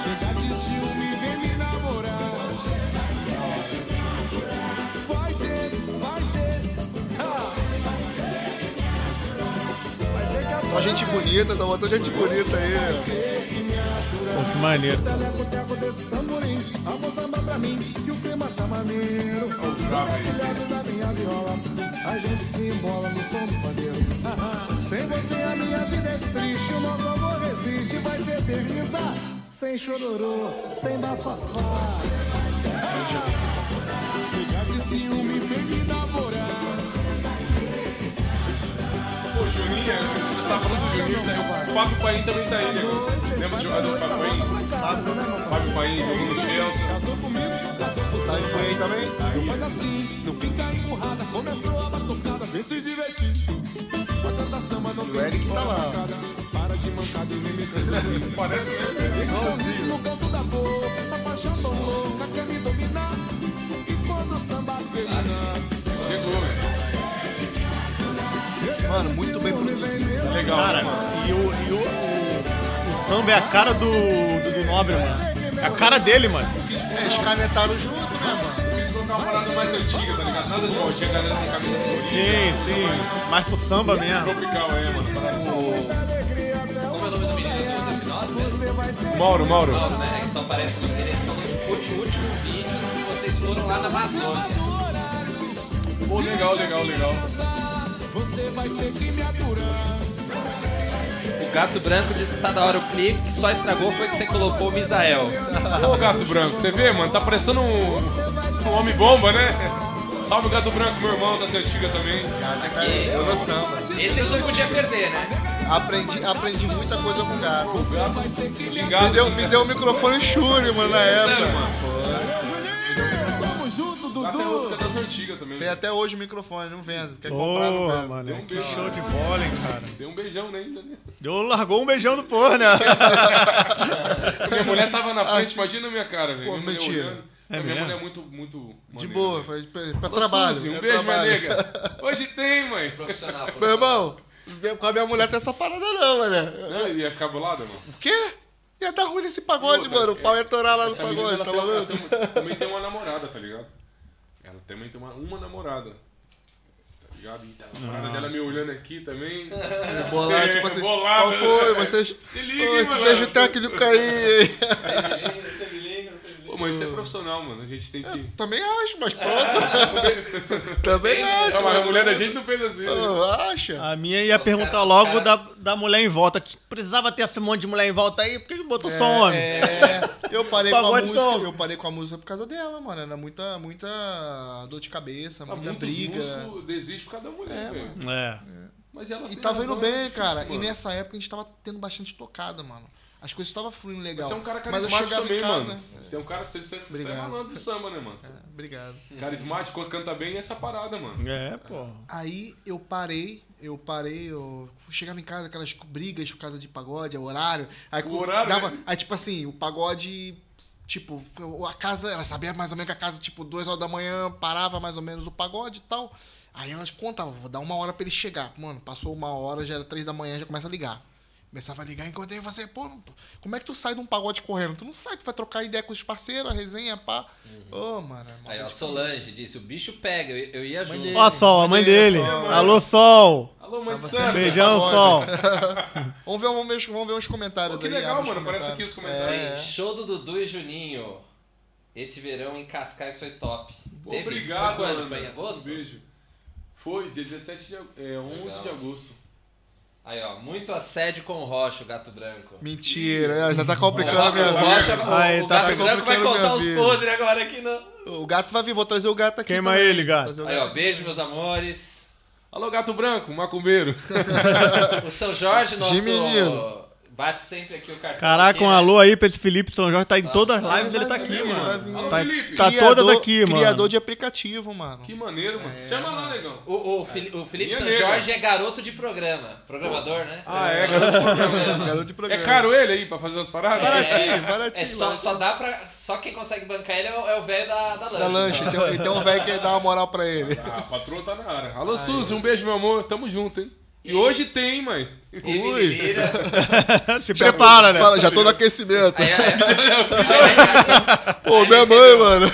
Chega de ciúme, vem me namorar. Vai ter, vai ter. Ah. Vai ter que Só gente bonita, tá botando gente bonita aí. né? pô, que maneiro. Teleco-teco desse tamborim, a moça manda pra mim que o clima tá maneiro. Olha o da minha viola, a gente se embola no som do pandeiro. Ah, ah. Sem você a minha vida é triste, o nosso amor resiste, vai se eternizar. Sem chororô, sem bafafá. Chega de ciúme, vem me namorar. Pô, o Juninho, né? você tava falando do Juninho, né? o Fábio Paim também tá aí, né? Lembra do jogador Fábio Paim? Fábio Paim jogou no Chelsea. Casou comigo, casou com Tá aí, foi aí também? Não faz assim, não fica empurrada. Começou a batucada, vem se divertir. Pra cantar samba não O Eric tá lá. Para de mancada e vem me seduzir. Parece mesmo. Um sorriso no canto da boca, essa paixão tão louca quer me dominar. E quando o samba terminar, Chegou, né? velho. Mano, muito bem produzido. Tá Legal, Cara, né, mano? e o, e o, o, o samba é a cara do, do, do Nobre, mano. É a cara dele, mano. É, Eles canetaram junto, né, mano? Eu quis colocar uma parada mais antiga, tá ligado? Nada de hoje, a galera com camisa colorida, Sim, sim. Mais pro samba mesmo. tropical, é, mano. Parada- Como é o nome do menino do do final? né? Mauro, Mauro. Paulo, né? Que só aparece no dele. Ele falou que foi o último vídeo que vocês foram lá na Amazônia. Pô, legal, legal, legal. você vai ter que me aturar. O Gato Branco disse que tá da hora o clipe, que só estragou foi que você colocou o Misael. Ô, Gato Branco, você vê, mano? Tá parecendo um, um homem-bomba, né? Salve, Gato Branco, meu irmão das antigas também. Cara, cara, é eu no samba. Esse eu não podia perder, né? Aprendi, aprendi muita coisa com o gato. Me Gingado. deu, me deu o microfone Shure, mano, na É Sério, época. mano. Tamo junto, Até Dudu. música das antigas também. Tem até hoje o microfone, não vendo. Quer comprar, não Pô, vendo. mano, que um show de bola, hein, cara. Deu um beijão né, ainda, né? Deu, largou um beijão no porra, né? Minha mulher tava na frente, imagina a minha cara, velho. Ah, Pô, Minha mulher mentira. olhando. É minha mesmo? mulher é muito, muito. maneira, De boa, velho. faz pra, pra Ô, trabalho. Suzy, um é beijo, minha trabalho. nega. Hoje tem, mãe. Profissional. Meu irmão, com a minha mulher tem essa parada não, mano. Não, Ia ficar bolada, mano. O quê? Ia dar ruim nesse pagode, Outra, mano. O pau é, ia torar lá no Essa menina pagode, ela tá tem- ela tem maluco? uma- também tem uma namorada, tá ligado? Ela também tem uma, uma namorada. Tá ligado? E a namorada dela me olhando aqui também. Bolado, É, tipo assim. bolado, qual foi? né? Vocês. Se liga, Ô, hein, esse malandro. beijo técnico aí. Pô, mas isso é profissional, mano. A gente tem que. Também acho, mas pronto. Também acho. Ah, mas a mano. mulher da gente não fez assim. né? Ô, acha? A minha ia Os perguntar cara- os logo cara- da, da mulher em volta. Precisava ter esse monte de mulher em volta aí, por que não botou só um homem? É, eu parei com a Pagode música, só. eu parei com a música por causa dela, mano. Era muita, muita dor de cabeça, Tá, muita muitos briga. músicos desistem por causa da mulher, É, velho. É. Mas elas E têm tava razão, indo é bem, difícil, cara. E mano. nessa época a gente tava tendo bastante tocada, mano. As coisas estavam fluindo legal. Você é um cara Mas eu carismático chegava também, em casa. né? mano. Você é um cara, você, você, você é Obrigado. malandro do samba, né, mano? É, Obrigado. Carismático, canta bem e essa parada, mano. É, pô. Aí eu parei, eu parei, eu chegava em casa, aquelas brigas por causa de pagode, é horário. Aí, O co- horário, dava, né? aí tipo assim, o pagode. Tipo, a casa, ela sabia mais ou menos que a casa, tipo, duas horas da manhã, parava mais ou menos o pagode e tal. Aí elas contavam, vou dar uma hora pra ele chegar. Mano, passou uma hora, já era três da manhã, já começa a ligar. Começava a ligar, encontrei você, pô, não- como é que tu sai de um pagode correndo? Tu não sai, tu vai trocar ideia com os parceiros, a resenha, pá. Ô, mano, é uma Aí, ó, coisa- Solange disse, o bicho pega, eu, eu ia junto. Ó, a Sol, a mãe dele. Sol. Alô, Sol. Alô, mãe de você tá samba. mesmo. Beijão, Pagode. Sol. então. Vamos ver, vamos ver, vamos ver os comentários Pô, que aí. legal, abre os mano, parece aqui os comentários. É. Show do Dudu e Juninho. Esse verão em Cascais foi top. Pô, Teve- Obrigado, Um foi quando? mano. Foi em agosto? Um beijo. Foi, 17 de, ag- é, 11 Legal. de agosto. Aí, ó, muito assédio com o Rocha, o gato branco. É. Mentira, já tá O, complicando a gato- minha o vida. Rocha, o- Aí, o tá gato branco vai complicando contar minha os vida. podres agora aqui não. O gato vai vir, vou trazer o gato aqui. Queima também. ele, gato. Trazer o Aí, ó, beijo, meus amores. Alô, gato branco, macumbeiro. O São Jorge, nosso. Menino. Bate sempre aqui o cartão. Caraca, aqui, um né? alô aí pra esse Felipe São Jorge. Tá em Salve, todas as salve, lives, ele tá aqui, vir, mano. vai vir. Alô, Tá- Felipe. tá- Criador- todas aqui, mano. Criador de aplicativo, mano. Que maneiro, mano. Chama lá, negão. O, o Fili- o Felipe Minha São nega. Jorge é garoto de programa. Programador, né? Ah, é, Garoto de É programa. caro ele tipo- aí pra fazer as paradas? Baratinho, É, baratinho, É só, baratinho. só dá pra. Só quem consegue bancar ele é o é o velho da, da lanche. Da lanche. Tem, um- tem um velho que dá uma moral pra ele. Ah, a patroa tá na área. Alô, Suzy, um beijo, meu amor. Tamo junto, hein? E, E- hoje tem, hein, mãe. Ele Ui. vira. Se Já- prepara, né? Fala, já tô no aquecimento. Aí, aí, aí- Pô, aí minha você mãe, viu. mano.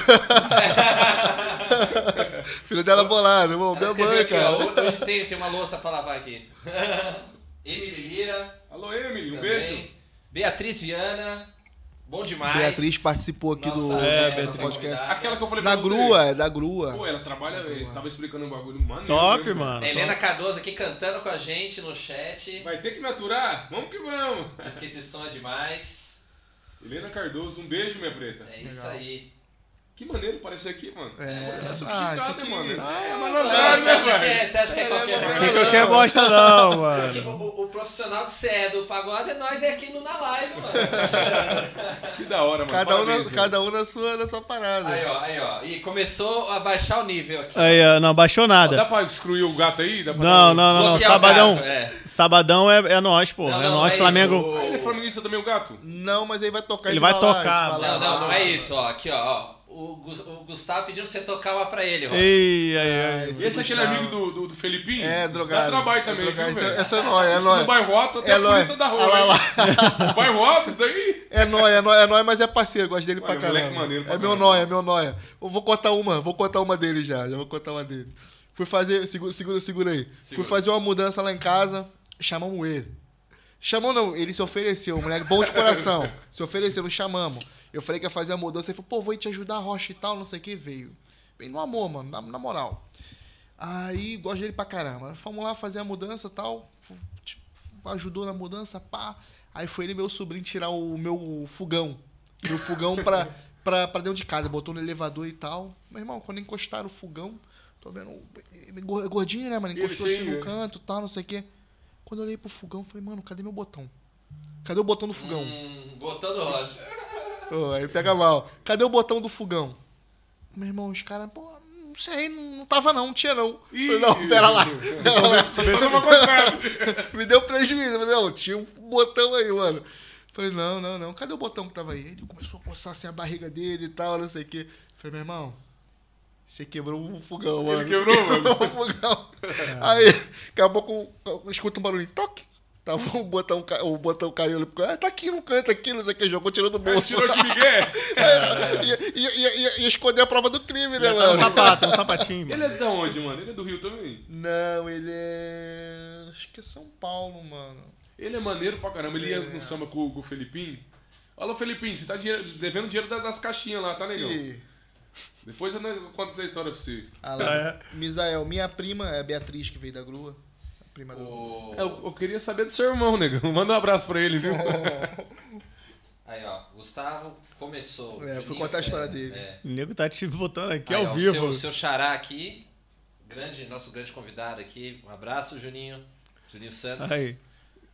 Filho dela bolado. Ô, minha Ela escreveu mãe, aqui, ó, cara. hoje tem, tem uma louça pra lavar aqui. Emily Lira. Alô, Emily, um também. beijo. Beatriz Viana. Bom demais. Beatriz participou aqui do- Nossa, É, nossa Beatriz. convidada. Aquela que eu falei Da pra você. grua, é da grua. Pô, ela trabalha, eu tava explicando um bagulho maneiro. Top, mesmo. mano. Helena Cardoso aqui cantando com a gente no chat. Vai ter que me aturar? Vamos que vamos. Diz que esse som é demais. Helena Cardoso, um beijo, minha preta. É isso aí. Que maneiro parecer aqui, mano. É. Ela é Ah, isso sofisticada, aqui... mano. Ah, é Não, malandragem, você, né, acha que velho? é, você acha que é qualquer Não é coisa? qualquer bosta, não, Que o, mano. o- o profissional que você é do pagode é nós, é aqui no Na Live, mano. Que da hora, mano. Cada um, Parabéns, na, cada um na sua, na sua parada. Aí, ó, aí, ó. E começou a baixar o nível aqui. Aí, ó, não baixou velho. Dá nada. pra excluir o gato aí? Dá pra um- Não, não, não, não. Bloquear o Sabadão. gato, é. Sabadão é, é nós, pô. Não, é não, nós, é isso. Flamengo. O- Ah, ele é flamenguista também, o gato? Não, mas aí vai tocar Ele de vai lá, tocar, de lá. Não, não, não é isso, ó. Aqui, ó. ó. O, Gus- o Gustavo pediu pra você tocar uma pra ele, ó. Ei, ai, ai. Esse E esse é aquele Gustavo. amigo do, do, do Felipinho? É, Isso drogado. Dá trabalho também, É drogado, viu, isso é- velho? essa é nóia, é Isso nóia. no bairro alto, até É a nóia. polícia da rua. Ah, lá, hein? lá. Bairro alto, isso daí? É nóia, é nóia, é nóia, mas é parceiro, gosto dele Olha, pra caramba. moleque maneiro pra é meu caramba. nóia, é meu nóia. Eu vou contar uma, vou contar uma dele já, já vou contar uma dele. Fui fazer, segura, segura, segura aí. Fui fazer uma mudança lá em casa, chamamos ele. Chamou não, ele se ofereceu, moleque, bom de coração. se ofereceu, nos chamamos. Eu falei que ia fazer a mudança, ele falou, pô, vou te ajudar, Rocha e tal, não sei o que, veio. Bem no amor, mano, na, na moral. Aí, gosto dele pra caramba. Fomos lá fazer a mudança e tal. Fu- tipo, Ajudou na mudança, pá. Aí foi ele e meu sobrinho tirar o meu fogão. Meu fogão pra, pra, pra dentro de casa. Botou no elevador e tal. Meu irmão, quando encostaram o fogão, tô vendo. o- ele gor- Gordinho, né, mano? Encostou Ele assim sim, no é. canto e tal, não sei o quê. Quando eu olhei pro fogão, falei, mano, cadê meu botão? Cadê o botão do fogão? Hum, botando rocha. Ô, aí pega mal. Cadê o botão do fogão? Meu irmão, os caras, pô, não sei, não não tava não, não tinha não. Falei, não, pera lá. Só uma contrário. Me deu prejuízo. Eu Falei, não, tinha um botão aí, mano. Falei, não, não, não. Cadê o botão que tava aí? Ele começou a coçar assim a barriga dele e tal, não sei o quê. Falei, meu irmão, você quebrou o fogão, mano. Ele quebrou, mano. o fogão. Aí, acabou com. Escuta um barulhinho, toque. Tava o botão, ca- o botão caiu. Ele ficou, ah, tá aqui, não canta aqui, não sei o que, jogou, tirou do bolso. É, Tirou de Miguel. ia, ia- ia- ia- ia esconder a prova do crime, tá né, Um mano? sapato, um sapatinho. Ele é de onde, mano? Ele é do Rio também? Não, ele é. Acho que é São Paulo, mano. Ele é maneiro pra caramba. Ele ia É. no samba com, com o Felipinho. Alô, Felipinho, você tá dinheiro- devendo dinheiro das, das caixinhas lá, tá, negão? Sim. Mano? Depois eu conto essa história pra você. Ah lá. é? Misael, minha prima é a Beatriz que veio da grua. A prima da grua. O- É, É Eu, eu queria saber do seu irmão, negão. Manda um abraço pra ele, viu? Aí, ó. Gustavo começou. É, eu fui Juninho, contar a história é, dele. é. O nego tá te botando aqui Aí, ao ó, vivo. O seu, seu xará aqui, grande, nosso grande convidado aqui. Um abraço, Juninho. Juninho Santos. Aí.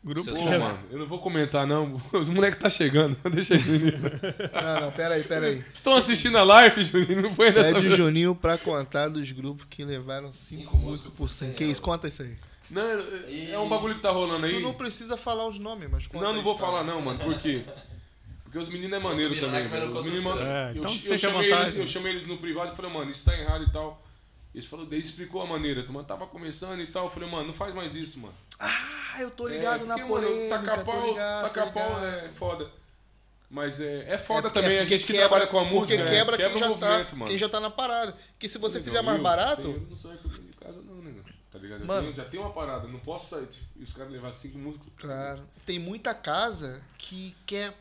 Grupo Seu Pô, Chama. mano, eu não vou comentar, não. Os moleques tá chegando. Deixa aí, Juninho. Não, não, peraí, peraí. Estão assistindo a live, Juninho? Não foi nessa. Pede o Juninho pra contar dos grupos que levaram 5 Cinco músicos por 100. Que isso? Conta isso aí. Não, é- é um bagulho que tá rolando aí. Tu não precisa falar os nomes, mas conta Não, não aí, vou fala. falar não, mano. Por quê? Porque os meninos é maneiro Outro também, milagre, mas mano. não Os meninos aconteceu. mano- É, eu então ch- fica eu à chamei vontade. eles- Eu chamei eles no privado e falei, mano, isso tá errado e tal. Eles falou, daí explicou a maneira. Tu mano, tava começando e tal. Eu falei, mano, não faz mais isso, mano. Ah, eu tô ligado É, na porque, mano, polêmica, tacar tô pau, ligado, tô tacar pau ligado. é foda. Mas é, é É foda porque- também é a porque gente que trabalha com a música. Porque é, quebra, quem, o já movimento, tá, mano. quem já tá na parada. Porque se você Entendeu? fizer mais Eu, barato, assim, eu não sou recomendado de casa não, né, mano? Tá ligado? Eu Mano. tenho- já tem uma parada, não posso sair. tipo, E os caras levar cinco músicos. Claro. Tem muita casa que quer.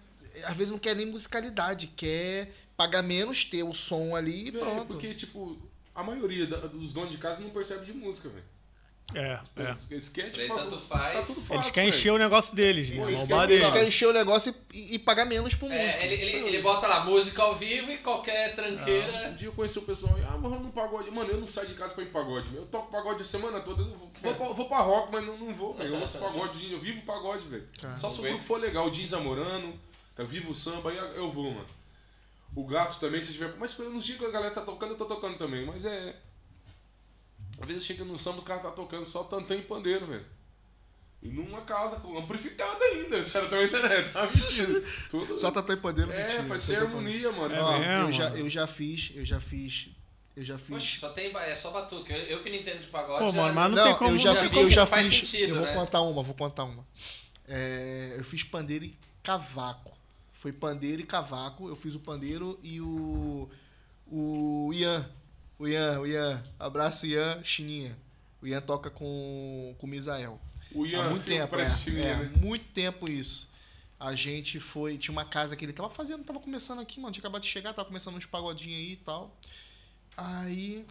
Às vezes não quer nem musicalidade, quer pagar menos, ter o som ali e É, pronto. Porque, tipo, a maioria da- dos donos de casa não percebe de música, velho. É, é. Eles querem, Ele tipo, tanto Tá faz. tudo fácil, Eles querem velho. encher o negócio deles, né? Pô, isso que é Roubar eles querem deles. encher o negócio e, e pagar menos pro músico. É, ele, ele, ele bota lá música ao vivo e qualquer tranqueira. Um dia eu conheci o pessoal, e, ah, mano, no pagode. Mano, eu não saio de casa pra ir em pagode. Eu toco pagode a semana toda. Eu vou, vou, pra- vou pra rock, mas não, não vou, velho. Eu ouço pagode, eu vivo pagode, velho. Só se o grupo for legal, o Jean Zamorano, tá vivo o samba, aí eu vou, mano. O gato também, se tiver. Mas nos dias que a galera tá tocando, eu tô tocando também. Mas é. Às vezes chega no samba, os caras tá tocando só tantã e pandeiro, velho. E numa casa com amplificado ainda. Os caras estão internet, tá mentindo. Tudo- Só tá tampando É, vai ser harmonia, mano. É Ó, mesmo? eu, já, eu já fiz, eu já fiz, eu já fiz. Poxa, só tem, ba- é só batuque. Eu, eu que não entendo de pagode. Pô, já- mano, mas não- tem como- eu já, já fiz- vi eu que já não faz fiz. sentido, eu vou né? contar uma, vou contar uma. É, eu fiz pandeiro e cavaco. Foi pandeiro e cavaco. Eu fiz o pandeiro e o. O Ian. O Ian, o Ian. Abraço, Ian, Chininha. O Ian toca com, com o Misael. O Ian, Há muito assim, tempo, parece é, chininha, é, né? muito tempo isso. A gente foi, tinha uma casa que ele tava fazendo, tava começando aqui, mano, tinha acabado de chegar, tava começando uns pagodinhos aí e tal. Aí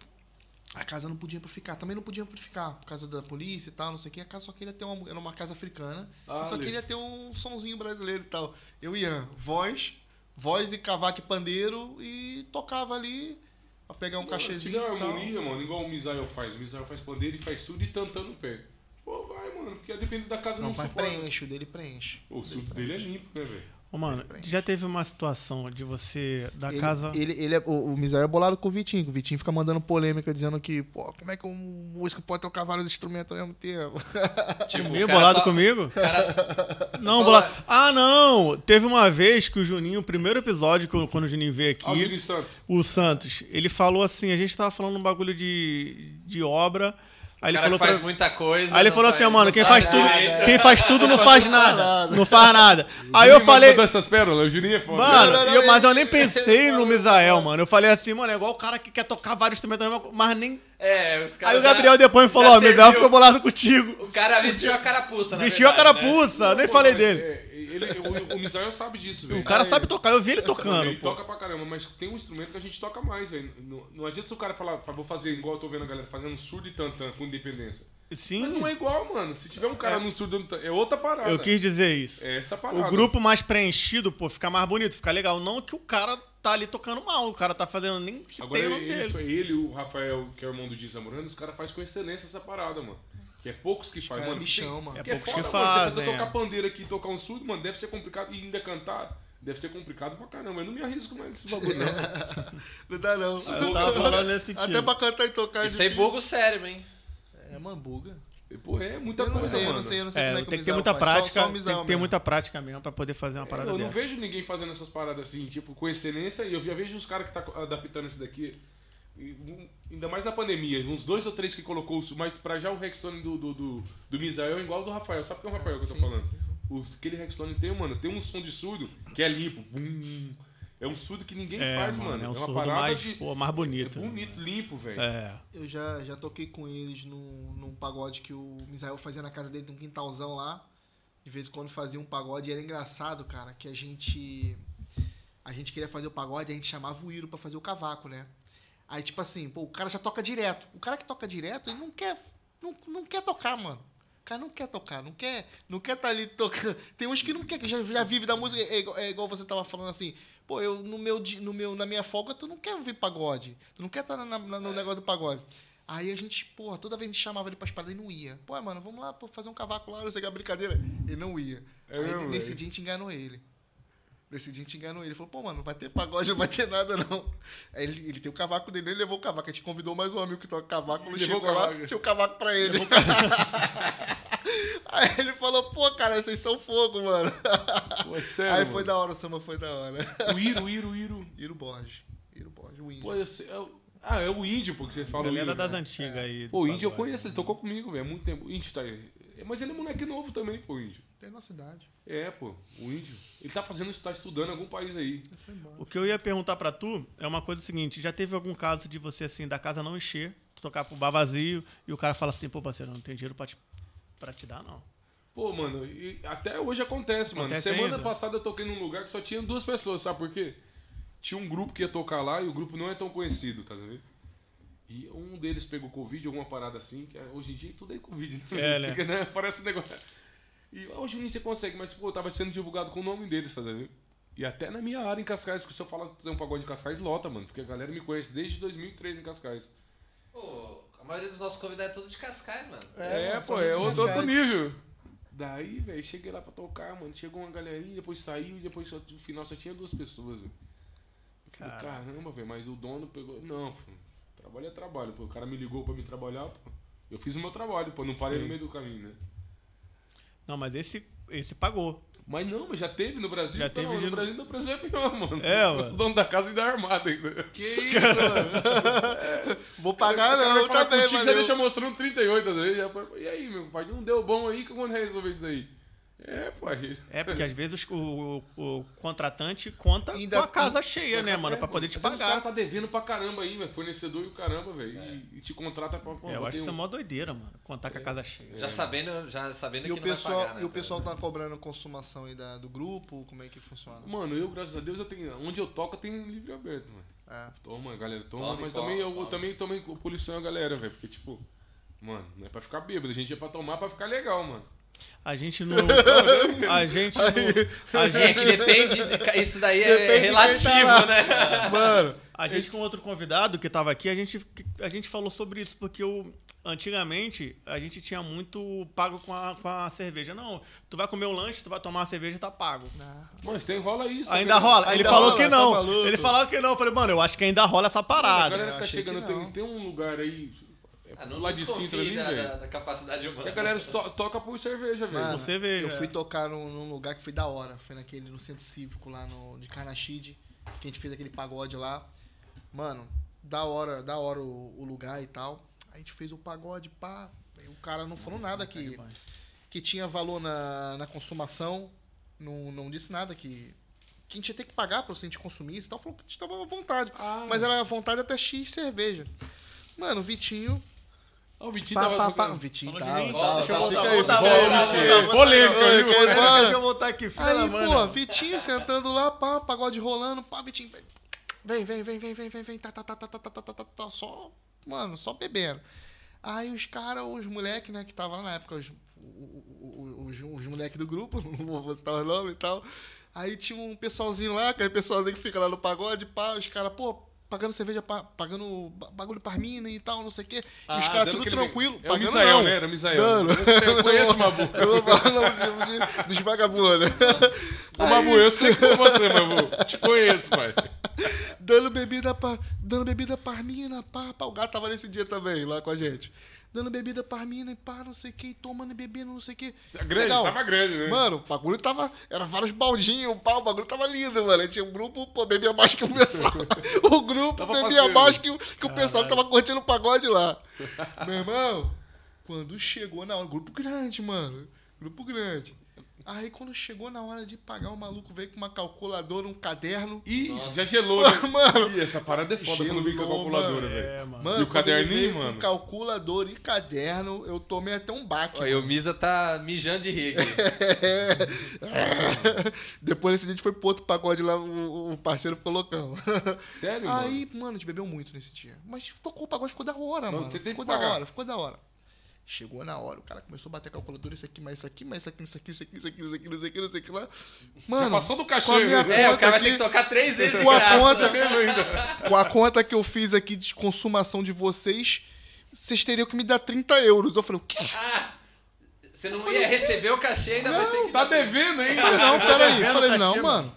a casa não podia amplificar, também não podia amplificar, por causa da polícia e tal, não sei o que. A casa só queria ter uma, era uma casa africana, Ah, só ali. queria ter um sonzinho brasileiro e tal. Eu e Ian, voz, voz e cavaco e pandeiro e tocava ali pra pegar um cachezinho Se der e tal. harmonia, mano, igual o Misael faz. O Misael faz pandeiro e faz surdo e tantã no pé. Pô, vai, mano, porque depende da casa Não, não, mas suporta. preenche, o dele preenche. Pô, O surdo dele é limpo, né, velho? Ô, mano, já teve uma situação de você da ele, casa. Ele, ele é, o, o Misael é bolado com o Vitinho. que O Vitinho fica mandando polêmica dizendo que, pô, como é que um músico pode tocar vários instrumentos ao mesmo tempo? Tipo, Meio o cara bolado to- comigo? o cara- Não, Fala. bolado. Ah, não! Teve uma vez que o Juninho, o primeiro episódio, que eu- quando o Juninho veio aqui. Alviro Santos. o Santos, ele falou assim, a gente tava falando um bagulho de, de obra, aí o ele cara falou que faz pra- muita Ah, é, coisa. Aí ele não falou faz- assim, ó, mano, não quem faz tudo, nada. quem faz tudo não faz nada, não faz nada. Aí eu Juninho falei, mandou essas pérolas, o Juninho é foda. mano, não, não, eu- mas eu nem ele- pensei ele no falou- Misael, mano. Eu falei assim, mano, é igual o cara que quer tocar vários instrumentos, mas nem... É, os caras Aí o já- Gabriel depois me falou, já ó, Misael serviu. ficou bolado contigo. O cara vestiu a carapuça, né? Vestiu a carapuça, nem Pô, falei mas dele. é, ele, o, o Misael sabe disso, velho. é- O cara sabe tocar, eu vi ele tocando, Ele pô. toca pra caramba, mas tem um instrumento que a gente toca mais, velho. Não, não adianta se o cara falar, "Fa- vou fazer igual eu tô vendo a galera fazendo surdo e tantã com independência. Mas Sim, não é igual, mano. Se tiver um cara no surdo, e no tan- é outra parada. eu quis dizer isso. É essa parada. O grupo mais preenchido, pô, fica mais bonito, fica legal. Não que o cara tá ali tocando mal, o cara tá fazendo nem que Agora é tem o nome ele, dele. ele, ele, o Rafael, que é o irmão do Diz Zamorano, os caras fazem com excelência essa parada, mano. Que é poucos que fazem, cara é mano. bichão, Tem- mano. É Que é poucos foda, que mano. Você fazem, fazer tocar é. pandeiro aqui, tocar um surdo, mano, deve ser complicado. E ainda cantar, deve ser complicado pra caramba. Eu não me arrisco mais nesse bagulho, não. Não dá não. Ah, Eu tava falando nesse sentido. Até pra cantar e tocar. é Isso aí difícil. buga o cérebro, hein? É, mano, buga. E, Pô, é muita Eu não coisa, sei, eu mano. não sei, eu não sei É, como é tem que que o ter Misael muita faz, prática, só, só o tem Misael que ter mesmo. muita prática mesmo pra poder fazer uma É, Eu parada não dessa. vejo ninguém fazendo essas paradas assim, tipo, com excelência, e eu já vejo os caras que tá adaptando esse daqui. e, um, Ainda mais na pandemia, uns dois ou três que colocou, os- mas pra já o Rexone do, do, do, do Misael é igual ao do Rafael. Sabe quem é o Rafael que eu tô falando? Os- aquele Rexone tem, mano, tem um som de surdo que é limpo. Bum. é um surdo que ninguém É, faz, mano, mano. é um uma surdo parada mais, de. pô, mais bonito. É bonito, limpo, velho. É. Eu já, já toquei com eles num, num pagode que o Misael fazia na casa dele, num quintalzão lá. De vez em quando fazia um pagode e era engraçado, cara, que a gente. A gente queria fazer o pagode, a gente chamava o Iro pra fazer o cavaco, né? Aí, tipo assim, pô, o cara já toca direto. O cara que toca direto, ele não quer. Não, não quer tocar, mano. O cara não quer tocar, não quer. Não quer tá ali tocando. Tem uns que não quer, que já, já vive da música. É igual, é igual você tava falando assim. Pô, eu no meu, di- no meu, na minha folga, tu não quer ouvir pagode. Tu não quer tá estar É. no negócio do pagode. Aí a gente, porra, toda vez a gente chamava ele pras paradas e não ia. Pô, mano, vamos lá pô, fazer um cavaco lá, não sei que é brincadeira. Ele não ia. É Aí mesmo, nesse velho? dia a gente enganou ele. Nesse dia a gente enganou ele. Ele falou, pô, mano, não vai ter pagode, não vai ter nada, não. Aí ele, ele tem o cavaco dele, ele levou o cavaco. A gente convidou mais um amigo que toca cavaco, ele Levou chegou o lá, cavaco. tinha o cavaco pra ele. Aí ele falou, pô, cara, vocês são fogo, mano. Pô, é sério, Aí mano. foi da hora, o samba foi da hora. O Iro, Iro, Iro. Iro Borges. Iro Borges, o índio. Pô, eu sei- é o- Ah, é o índio, pô, que você fala. o Galera Iro, das né? antigas aí. tá Pô, o índio eu Pagode. conheço, ele tocou comigo, velho, há muito tempo. O índio tá aí. Mas ele é moleque novo também, pô, o índio. Tem nossa idade. É, pô, o índio. Ele tá fazendo isso, tá estudando em algum país aí. O que eu ia perguntar pra tu é uma coisa seguinte: já teve algum caso de você, assim, da casa não encher, tu tocar pro bar vazio e o cara fala assim, pô, parceiro, não tem dinheiro pra te, pra te dar, não. Pô, mano, e até hoje acontece, mano. Acontece Semana ainda. passada eu toquei num lugar que só tinha duas pessoas, sabe por quê? Tinha um grupo que ia tocar lá e o grupo não é tão conhecido, tá vendo? E um deles pegou Covid, alguma parada assim, que hoje em dia tudo é Covid, né? É, né? Fica, né? Parece um negócio. E ó, o Juninho você consegue, mas pô, tava sendo divulgado com o nome deles, tá vendo? E até na minha área em Cascais, que se eu falar que tem um pagode em Cascais, lota, mano. Porque a galera me conhece desde 2003 em Cascais. Pô, a maioria dos nossos convidados é tudo de Cascais, mano. É, mano, pô, só é gente outro, outro verdade. nível. Daí, velho, cheguei lá pra tocar, mano. Chegou uma galerinha, depois saiu, depois só- no final só tinha duas pessoas, velho. Eu falei, Caraca. Caramba, velho, mas o dono pegou. Não, pô, trabalho é trabalho, pô. O cara me ligou pra me trabalhar, pô. Eu fiz o meu trabalho, pô, não parei no meio do caminho, né? Não, mas esse, esse pagou. Mas não, mas já teve no Brasil. Já não, teve no gente- Brasil, no Brasil é pior, mano. É, Eu sou mano. O dono da casa ainda é armado ainda. Que isso, mano? Vou pagar O cara não, vai falar tá bem, contigo, já valeu. deixa mostrando 38 às vezes. Já, põe, e aí, meu pai, não deu bom aí, como é que resolver isso daí? É, pai. É, porque às vezes o, o- o contratante conta Ainda- com a casa cheia, né, mano? Pra poder te Às vezes O cara pagar. tá devendo pra caramba aí, velho. Fornecedor e o caramba, velho. E, e te contrata pra. É, pra eu acho bater isso é um- mó doideira, mano. Contar com a casa cheia. Já sabendo, já sabendo É. E que o, não vai pessoal, pagar, né? e o pessoal cara? tá cobrando consumação aí da, do grupo? Como é que funciona? um- Mano, eu, graças a Deus, eu tenho. Onde eu toco, eu tenho livre aberto, mano. É. Toma, galera, toma. Tome, mas toma, também eu toma. também tomei policial a galera, velho. Porque, tipo, mano, não é pra ficar bêbado. A gente é pra tomar pra ficar legal, mano. A gente não. A gente não. A É gente, que depende, isso daí é Depende de quem tá relativo, lá. né? Mano, a gente com outro convidado que tava aqui, a gente, a gente falou sobre isso, porque eu. Antigamente, a gente tinha muito pago com a, com a cerveja. Não, tu vai comer o lanche, tu vai tomar a cerveja, tá pago. Mano, você enrola isso. Ainda né? rola? Ele Ainda falou rola, que tá não. maluco? Ele falou que não. Eu falei, mano, eu acho que ainda rola essa A parada. Eu galera tá achei que chegando, não. tem, tem um lugar aí. É Ah, pro lado de desconfie Sintra ali, da, velho. da, da capacidade humana. Que a galera to- toca por cerveja, mano, velho. você vê, eu já. fui tocar num, num lugar que foi da hora. Foi naquele, no centro cívico lá no, de Carnaxide, que a gente fez aquele pagode lá. Mano, da hora, da hora o, o lugar e tal. Aí a gente fez o pagode, pá. Aí O cara não falou nada que, que tinha valor na, na consumação. Não, não disse nada que, que a gente ia ter que pagar pra se a gente consumir e tal. Falou que a gente tava à vontade. Ah, Mas é- era à vontade até X cerveja. Mano, o Vitinho. Ah, o Vitinho Pá, tava pá, pá. tocando. Vitinho, Falou de tá. mim? tá, Deixa tá, eu fica voltar, aí, fica voltar, aí, voltar, Vitinho. voltar, Polêmica, Oi, viu? quem Polêmica. manda? Deixa eu voltar aqui, filha da Aí, mãe. pô, Vitinho sentando lá, pá, pagode rolando, pá, Vitinho. Vem, vem, vem, vem, vem, vem, vem, tá, tá, tá, tá, tá, tá, tá, tá, tá, tá, só, mano, só bebendo. Aí os caras, os moleques, né, que tava lá na época, os, o- o- o- os, os moleques do grupo, não vou citar o nome e tal. Aí tinha um pessoalzinho lá, aquele pessoalzinho que fica lá no pagode, pá, os caras, pô, pagando cerveja, pá, pagando ba- bagulho pra mina e tal, não sei o quê. E os Ah, caras dando tudo aquele- tranquilo, É o pagando Misael, não. né? Era o Misael. Mano. Eu conheço o Mabu. Eu vou falar o nome de- de- dos vagabundos. né? Ô, Mabu, eu sei que foi você, Mabu. Te conheço, pai. Dando bebida pra. Dando bebida pra mina, pá, pá. O gato tava nesse dia também, lá com a gente. Dando bebida pra mina e pá, não sei o que, tomando e bebendo, não sei o que. Tá Grande, tava grande, né? Mano, o bagulho tava. Era vários baldinhos, pá, o bagulho tava lindo, mano. Aí Tinha um grupo, pô, bebia mais que o pessoal. O grupo Tava bebia parceiro. mais que, o- que o pessoal que tava curtindo o pagode lá. Meu irmão, quando chegou na hora. Grupo grande, mano. Grupo grande. Aí quando chegou na hora de pagar, o maluco veio com uma calculadora, um caderno. Ih, Nossa. já gelou, né? Mano, Ih, essa parada é foda quando vem com a Gelou, calculadora, mano. velho. É, mano. Mano, E o quando ele caderninho, veio mano? Com calculador e caderno, eu tomei até um baque. Ó, e o Misa tá mijando de rir aqui. Depois desse dia a gente foi pro outro pagode lá, o, o parceiro ficou loucão. Sério, mano? Aí, mano, a gente bebeu muito nesse dia. Mas tocou o pagode, ficou da hora, Não, mano. tem- tem que Ficou da pagar. hora, ficou da hora. Chegou na hora, o cara começou a bater a calculadora, isso aqui, mais isso aqui, mais isso aqui, isso aqui, isso aqui, isso aqui, isso aqui, isso aqui, isso aqui lá. Mano, passou do cachê, com a minha né? É, o conta cara vai aqui- ter que tocar três vezes de Com a graça. conta- Mesmo tá ainda. Com a conta que eu fiz aqui de consumação de vocês, vocês teriam que me dar 30 euros. Eu falei, o quê? Ah, você não ia receber o cachê ainda vai ter Não, que... tá devendo ainda. Falei, não, peraí. vendo, Eu falei, não, Caxias, mano.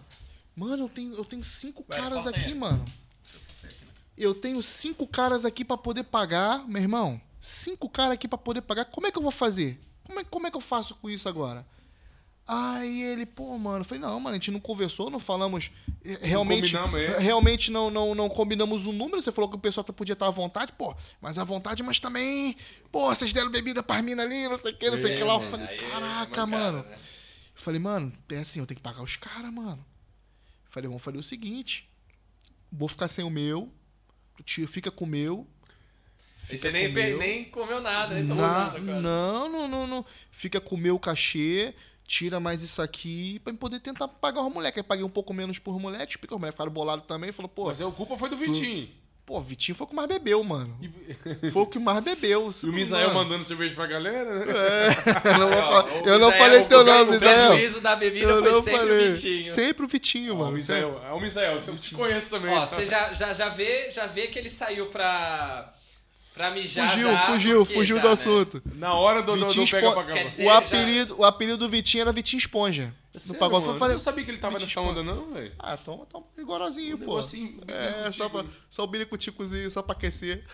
Mano, eu tenho, eu tenho cinco caras corta aqui, aí. mano. Eu tenho cinco caras aqui pra poder pagar, meu irmão. Cinco caras aqui pra poder pagar. Como é que eu vou fazer? Como é, como é que eu faço com isso agora? Aí ele, pô, mano, eu falei, não, mano, a gente não conversou, não falamos. eh, Realmente, combinamos, é. realmente não, não, não combinamos o número. Você falou que o pessoal tá, podia estar à vontade, pô, mas à vontade, mas também. Pô, vocês deram bebida pra mina ali, não sei o que, não sei o que lá. Eu falei, Aí é caraca, mancada, mano. né? Eu falei, mano, é assim, eu tenho que pagar os caras, mano. Eu falei, vamos fazer o seguinte: vou ficar sem o meu, o tio fica com o meu. E você nem, comeu. fez, nem comeu nada, né? nem tomou Na- nada, então cara. não, não, não, não. Fica com o meu cachê, tira mais isso aqui, pra eu poder tentar pagar os moleques. Aí paguei um pouco menos por moleques, porque os moleques ficaram bolados também. Falou, pô, Mas a culpa foi do Vitinho. Pô, Vitinho foi o que mais bebeu, mano. Foi o que mais bebeu. E o Misael mano. mandando cerveja pra galera, né? Eu não, vou falar- Ó, o eu não Misael, falei teu o gran- nome, O Misael. prejuízo da bebida Eu foi não sempre falei. o Vitinho. Sempre o Vitinho, Ó, o mano. Misael, é o Misael, eu te conheço também. tá? Ó, você já, já, já, vê, já vê que ele saiu pra, pra mijar Fugiu, já, fugiu, porque fugiu já, do né? assunto. Na hora do, do, Vitinho do pega Espo- pra Quer cama. dizer, Você O já- apelido, o apelido do Vitinho era Vitinho Esponja. No Sério, pagode mano? foi Eu falei, não sabia que ele tava Vitinho nessa onda, não, velho. ah, toma, toma um rigorosinho, Um pô. negocinho, um é, negocinho. só, pra, só o biricuticozinho, só pra aquecer.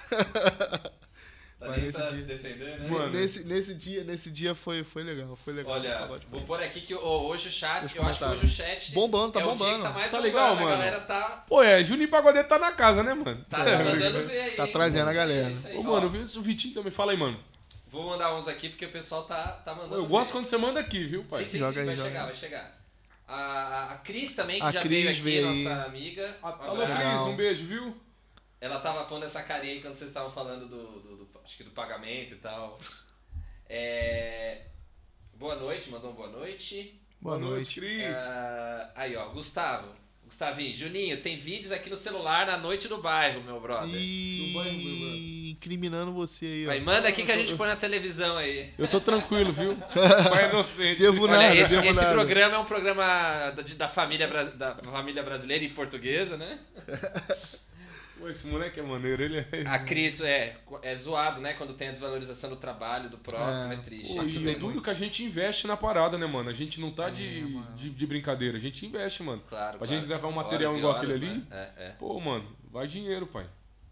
Tá nem Mas pra esse se dia- defender, né? Mano. Nesse, nesse dia, nesse dia foi, foi legal, foi legal. O Olha, pagode foi vou pôr aqui que ó, hoje o Os chat, eu acho que comentários. hoje o chat Bombando, tá é O dia que bombando. tá mais Tá bombando, legal, a mano. galera tá, Pô, é, Juninho Pagodete tá na casa, né, mano? tá mandando ver aí. Tá hein? trazendo a Isso aí, galera. isso aí. Ô, Ó, mano, eu vi o Vitinho também. Fala aí, mano. Vou mandar uns aqui porque o pessoal tá, tá mandando. Eu gosto ver. quando você manda aqui, viu, pai? Sim, sim, Joga sim, aí, vai joga chegar, aí. vai chegar. A, a Cris também, que A já Cris veio aqui, veio aí. nossa amiga. Alô, Agora- Legal. Cris, um beijo, viu? Ela tava pondo essa carinha aí quando vocês estavam falando do, do- do- acho que do pagamento e tal. É, Boa noite, mandou um boa noite. Boa noite. Cris. Ah, aí, ó, Gustavo. Gustavinho, Juninho, tem vídeos aqui no celular na noite do bairro, meu brother. E... Não vai, não vai, mano. Incriminando você aí, ó. Aí manda aqui que a gente põe na televisão aí. Eu tô tranquilo, viu? Pai inocente. Devo Olha, nada, esse, devo esse nada. programa é um programa da, de- da família, bra- da família brasileira e portuguesa, né? Pô, esse moleque é maneiro, ele é... A Cris é, é zoado, né? Quando tem a desvalorização do trabalho, do próximo, É. é, triste. Pô, Isso e daí tudo que a gente investe na parada, né, mano? A gente não tá de, mano. de, de brincadeira, a gente investe, mano. É, Claro, Pra claro. gente gravar um material Horas e igual horas, aquele ali? né? É, é. Pô, mano, vai dinheiro, pai.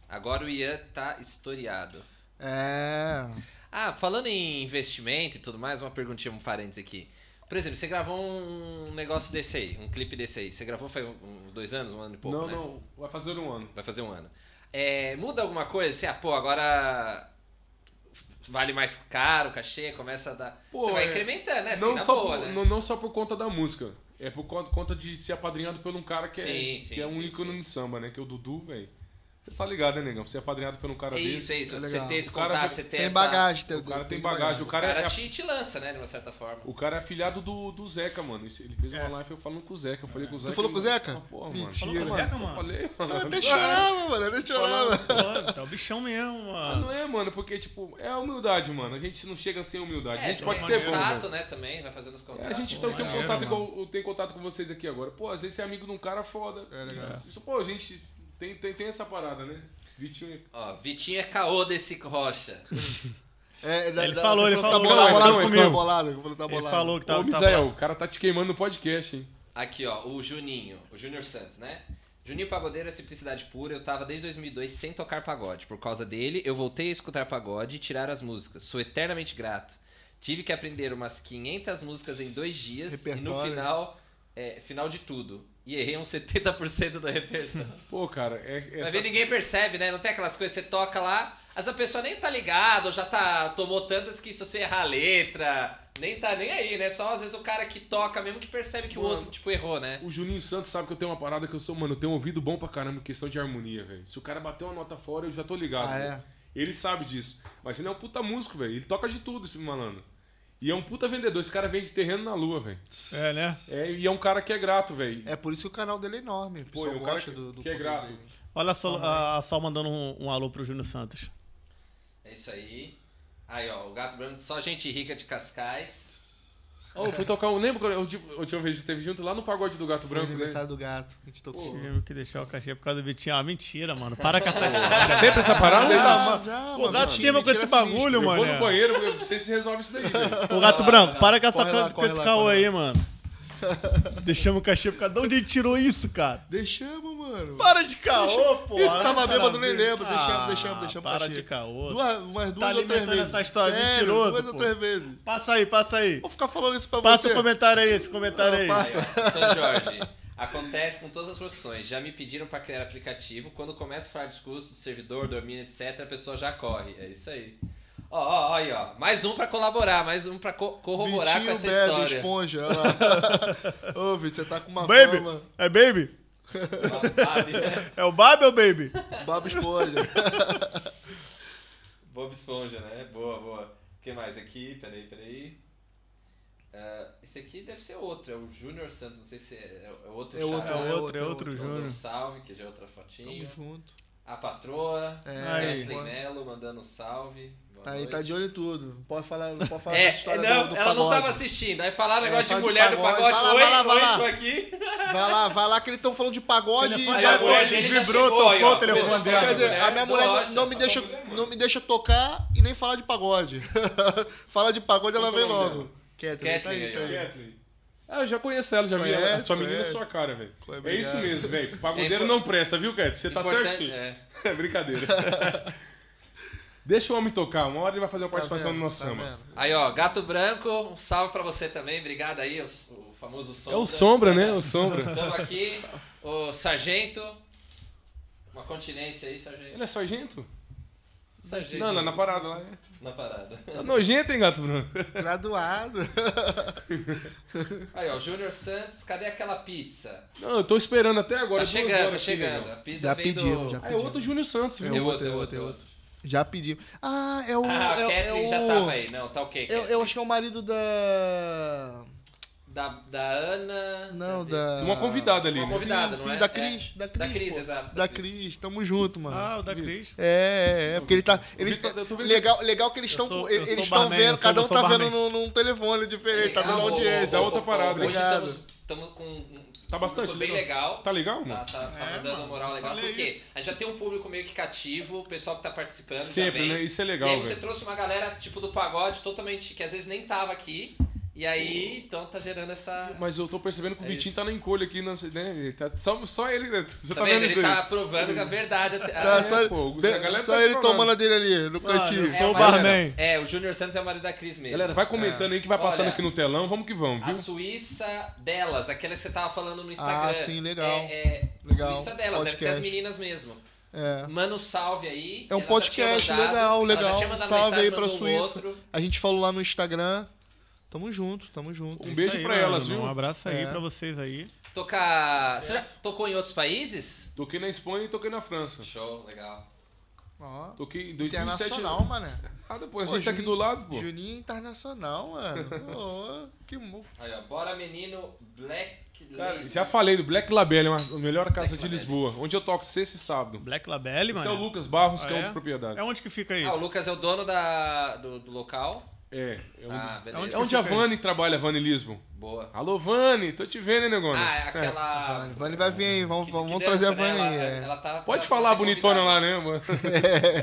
Agora o Ian tá historiado. É. Ah, falando em investimento e tudo mais, uma perguntinha, um parênteses aqui. Por exemplo, você gravou um negócio desse aí, um clipe desse aí. Você gravou faz uns dois anos, um ano e pouco, não, né? não, vai fazer um ano. Vai fazer um ano. É, muda alguma coisa? Assim, ah, pô, agora vale mais caro o cachê, começa a dar... Pô, você vai é- incrementando, né? Assim, não, na só boa, por, né? não, não só por conta da música. É por conta, conta de ser apadrinhado por um cara que é, Sim, sim, que é um sim, ícone sim. no samba, né? Que é o Dudu, velho. Você tá ligado, né, negão? Você é apadrinhado por um cara É desse. isso, é isso. é você legal. ter esse O cara contato, tem- você ter Tem essa... bagagem, tem, O cara tem bagagem. O O cara, cara é, te, te lança, né? De uma certa forma. o cara é afilhado do, do Zeca, mano. Esse- Ele fez uma live eu falando com o Zeca. Eu falei com o Zeca. É. falou ele- com o Zeca? Ah, Porra, mano. Mentira. Falou com o Zeca, Zeca, mano? Eu falei, Eu mano. é, até chorava, mano. Eu até chorava. Pô, tá o bichão mesmo, Ah, não mano. é, mano, porque, tipo, é a humildade, mano. A gente não chega sem humildade. a É, gente pode tem ser bom. contato, mano. né? Também, vai fazendo os É, contatos. né? a gente Pô, tem tem um maneiro, contato mano. igual eu tenho contato com vocês aqui agora. Pô, às vezes você é amigo de um cara foda. É, legal. isso, isso, pô, a gente tem, tem, tem essa parada, né? Vitinho. Ó, Vitinho é caô desse rocha. É, da- Ele da- falou, ele Tá falou, bolado, não, bolado não, comigo. não. Tá bolado, ele falou, tá Ele bolado. falou que Ô, tava... Misael, o cara tá te queimando no podcast, hein? Aqui, ó, o Juninho, o Júnior Santos, né? Juninho Pagodeiro é simplicidade pura. Eu tava desde 2002 sem tocar pagode. Por causa dele, eu voltei a escutar pagode e tirar as músicas. Sou eternamente grato. Tive que aprender umas 500 músicas em dois dias e no Repertório. final, é, final de tudo. E errei uns 70% do repertório. Pô, cara, é. Mas Essa... aí ninguém percebe, né? Não tem aquelas coisas que você toca lá, mas a pessoa nem tá ligada, ou já tá tomou tantas que se você errar a letra, nem tá nem aí, né? Só às vezes o cara que toca mesmo que percebe que o outro, tipo, errou, né? O Juninho Santos sabe que eu tenho uma parada que eu sou, mano, eu tenho um ouvido bom pra caramba em questão de harmonia, velho. Se o cara bater uma nota fora, eu já tô ligado. Ah, velho. é? Ele sabe disso. Mas ele é um puta músico, velho. Ele toca de tudo, esse malandro. E é um puta vendedor. Esse cara vende terreno na lua, velho. É, né? É, e é um cara que é grato, velho. É por isso que o canal dele é enorme. O Pô, pessoal é um cara gosta que, do, do que é conteúdo grato. dele. Olha só, a, a Sol mandando um, um alô pro Júnior Santos. É isso aí. Aí, ó, o Gato Branco, só gente rica de Cascais. Ô, eu fui tocar um. Lembra quando eu, tipo, a última vez que teve junto lá no pagode do Gato Foi Branco, né? aniversário do gato. A gente tocou. Tive que deixar o cachê por causa do Vitinho. Ah, mentira, mano. Para com essa história. Sempre essa parada? Ah, Eu mano. já, O gato mentira, queima com mentira esse bagulho, vou mano. né? no banheiro, eu não sei se resolve isso daí, velho. O gato branco, para com, essa, Corre lá, com corre esse lá, caô corre aí, mano. Deixamos o cachê por causa de onde ele tirou isso, cara. Deixamos, mano. Para de caô, pô. Isso, tava bêbado, nem lembro. Deixamos, deixamos, deixamos. Para cachê. de caô. Duas, umas duas ou três tá alimentando vezes. essa história, Sério, mentiroso, duas ou pô. três vezes. Passa aí, passa aí. Vou ficar falando isso pra Passa você. o comentário aí, esse comentário aí. Aí, ó, São Jorge. Acontece com todas as profissões. Já me pediram pra criar aplicativo. Quando começa a falar de custos, servidor, domínio, etc., a pessoa já corre. É isso aí. Ó, ó, ó, aí, ó. Mais um pra colaborar, mais um pra co- corroborar Vitinho com essa bebe, história. esponja. olha lá. Ô, Vitinho, você tá com uma Baby? fama. É baby? Babado, né? É o Babi ou baby? Baba esponja. Bob Esponja, né? Boa, boa. O que mais aqui? Peraí, peraí. Ah, esse aqui deve ser outro. É o Júnior Santos. Não sei se é, é outro É outro, xará. É é outro, é outro, outro é outro. Mandou um Júnior. salve, que já é outra Tamo fotinho. junto. É. A patroa, Aí. né? Kathleen Mello mandando um salve. boa Tá aí, noite. tá de olho em tudo. Pode falar, pode falar É, da história não, do, do ela não pagode. É, tava assistindo. Aí falaram um negócio de faz o mulher no pagode. Vai pagode. lá, oi, vai lá, vai oi, lá. tô aqui. Vai lá, vai lá, que eles estão falando de pagode e Telefone Aí a é Pagode, mulher dele já vibrou, chegou aí, tocou ó, o telefone começou a dela. falar Quer de dizer, a minha mulher nossa, não, me tá deixa, mulher, mano. não me deixa tocar e nem falar de pagode. Fala de pagode, ela Qual que vem é o nome logo. dela? Kathleen, tá aí, Kathleen, tá aí. Kathleen. Ah, eu já conheço ela, já vi ela. Conhece, Sua menina é conhece. sua cara, velho. Foi, É obrigado. isso mesmo, velho. Pagodeiro É impor- não presta, viu, Cat? Você tá Importante- certo? é. É brincadeira. Deixa o homem tocar, uma hora ele vai fazer uma Tá participação vendo? no nosso Tá samba. vendo? Aí, ó, Gato Branco, um salve pra você também. Obrigado aí, o, o famoso Sombra. É o Sombra, né? O Sombra. Estamos aqui, o Sargento. Uma continência aí, Sargento. Ele é sargento? Sargento. Não, lá na parada lá. é. na parada. Tá nojento, hein, gato branco? Graduado. Aí, ó, Júnior Santos, cadê aquela pizza? Não, eu tô esperando até agora. Tá duas chegando, tá horas aqui, chegando. velho. A pizza Já vem pediram, do... já Ah, é outro Júnior Santos, É viu? outro, é é outro, outro, é é outro. Já pedi. Ah, é o. Ah, a é, é Kathleen o... já tava aí. Não, tá ok, Eu, eu acho que é o marido da. Da, da Ana... Não, da... da. Uma convidada ali. Uma né? convidada, Sim, não sim, é? Da É. Cris. Da Cris. Da Cris, pô. exato, Da da Cris. Tamo junto, mano. Ah, o da Cris. É, é, é, porque ele tá. Ele, Vitor, eu tô vendo- legal, legal que eles Eu estão. sou- eu Eles sou estão barman, vendo, eu sou- cada um eu sou tá vendo num, barman. num telefone diferente, tá dando Legal, audiência. Da outra parada. Hoje Obrigado. estamos com um Tá bastante público bem legal. Tá legal, mano? Tá, tá, tá É, mandando mano, uma moral legal. falei Por quê? A gente já tem um público meio que cativo, o pessoal que tá participando. já Sempre, vem. né? Isso é e legal, aí você velho. trouxe uma galera, tipo, do pagode totalmente, que às vezes nem tava aqui. E aí, então tá gerando essa. Mas eu tô percebendo que o É Vitinho isso. tá na encolha aqui, não sei, né? Ele tá- só, só ele, né? Você Tá, tá, vendo? vendo isso Ele aí? tá provando que a verdade. Ah, a- Tá, a- É, só pô, a de- galera só tá ele falando. tomando a dele ali, no Mano, cantinho. eu sou o marido- barman. É, o Júnior Santos é o marido da Cris mesmo. Galera, vai comentando aí que vai Ah. passando Olha, aqui no telão. Vamos que vamos, A viu? Suíça delas, aquela que você tava falando no Instagram. Ah, sim, legal. É, é Legal. Suíça delas, deve ser Podcast. as meninas mesmo. É. Manda um salve aí. É um Ela já tinha podcast mandado- legal, ela já legal. tinha mandado Salve aí mensagem, pra mandou um Suíça. outro. A gente falou lá no Instagram. Tamo junto, tamo junto. Um beijo Isso aí, pra mano, elas, viu? Um abraço aí É. pra vocês aí. Tocar. Você já tocou em outros países? Toquei na Espanha e toquei na França. Show, legal. Ó, Toquei em 2007. internacional, mano. né? Ah, depois, a Pô, gente tá aqui Juninho- do lado, pô. Juninho é internacional, mano. Pô, que mo... Aí, ó. Bora menino Black Cara, Lady. já falei do Black Label, é uma- a melhor casa Black de Lisboa, onde eu toco sexta e sábado. Black Labelle, Esse é mano. o Lucas Barros, que é Ah, um de propriedade. É onde que fica Ah, o isso? Lucas é o dono da, do, do local. É, é onde, Ah, É onde é beleza. onde a Vani trabalha, a Vani Lisboa. Boa. Alô, Vani, tô te vendo, hein, negona? Ah, é É. aquela. Vani, Vani vai vir aí, vamos, que- vamos que trazer a dança, né? Vani aí. Ela- é. ela tá- ela Então, Pode vai falar a ser bonitona convidada. lá, né, mano?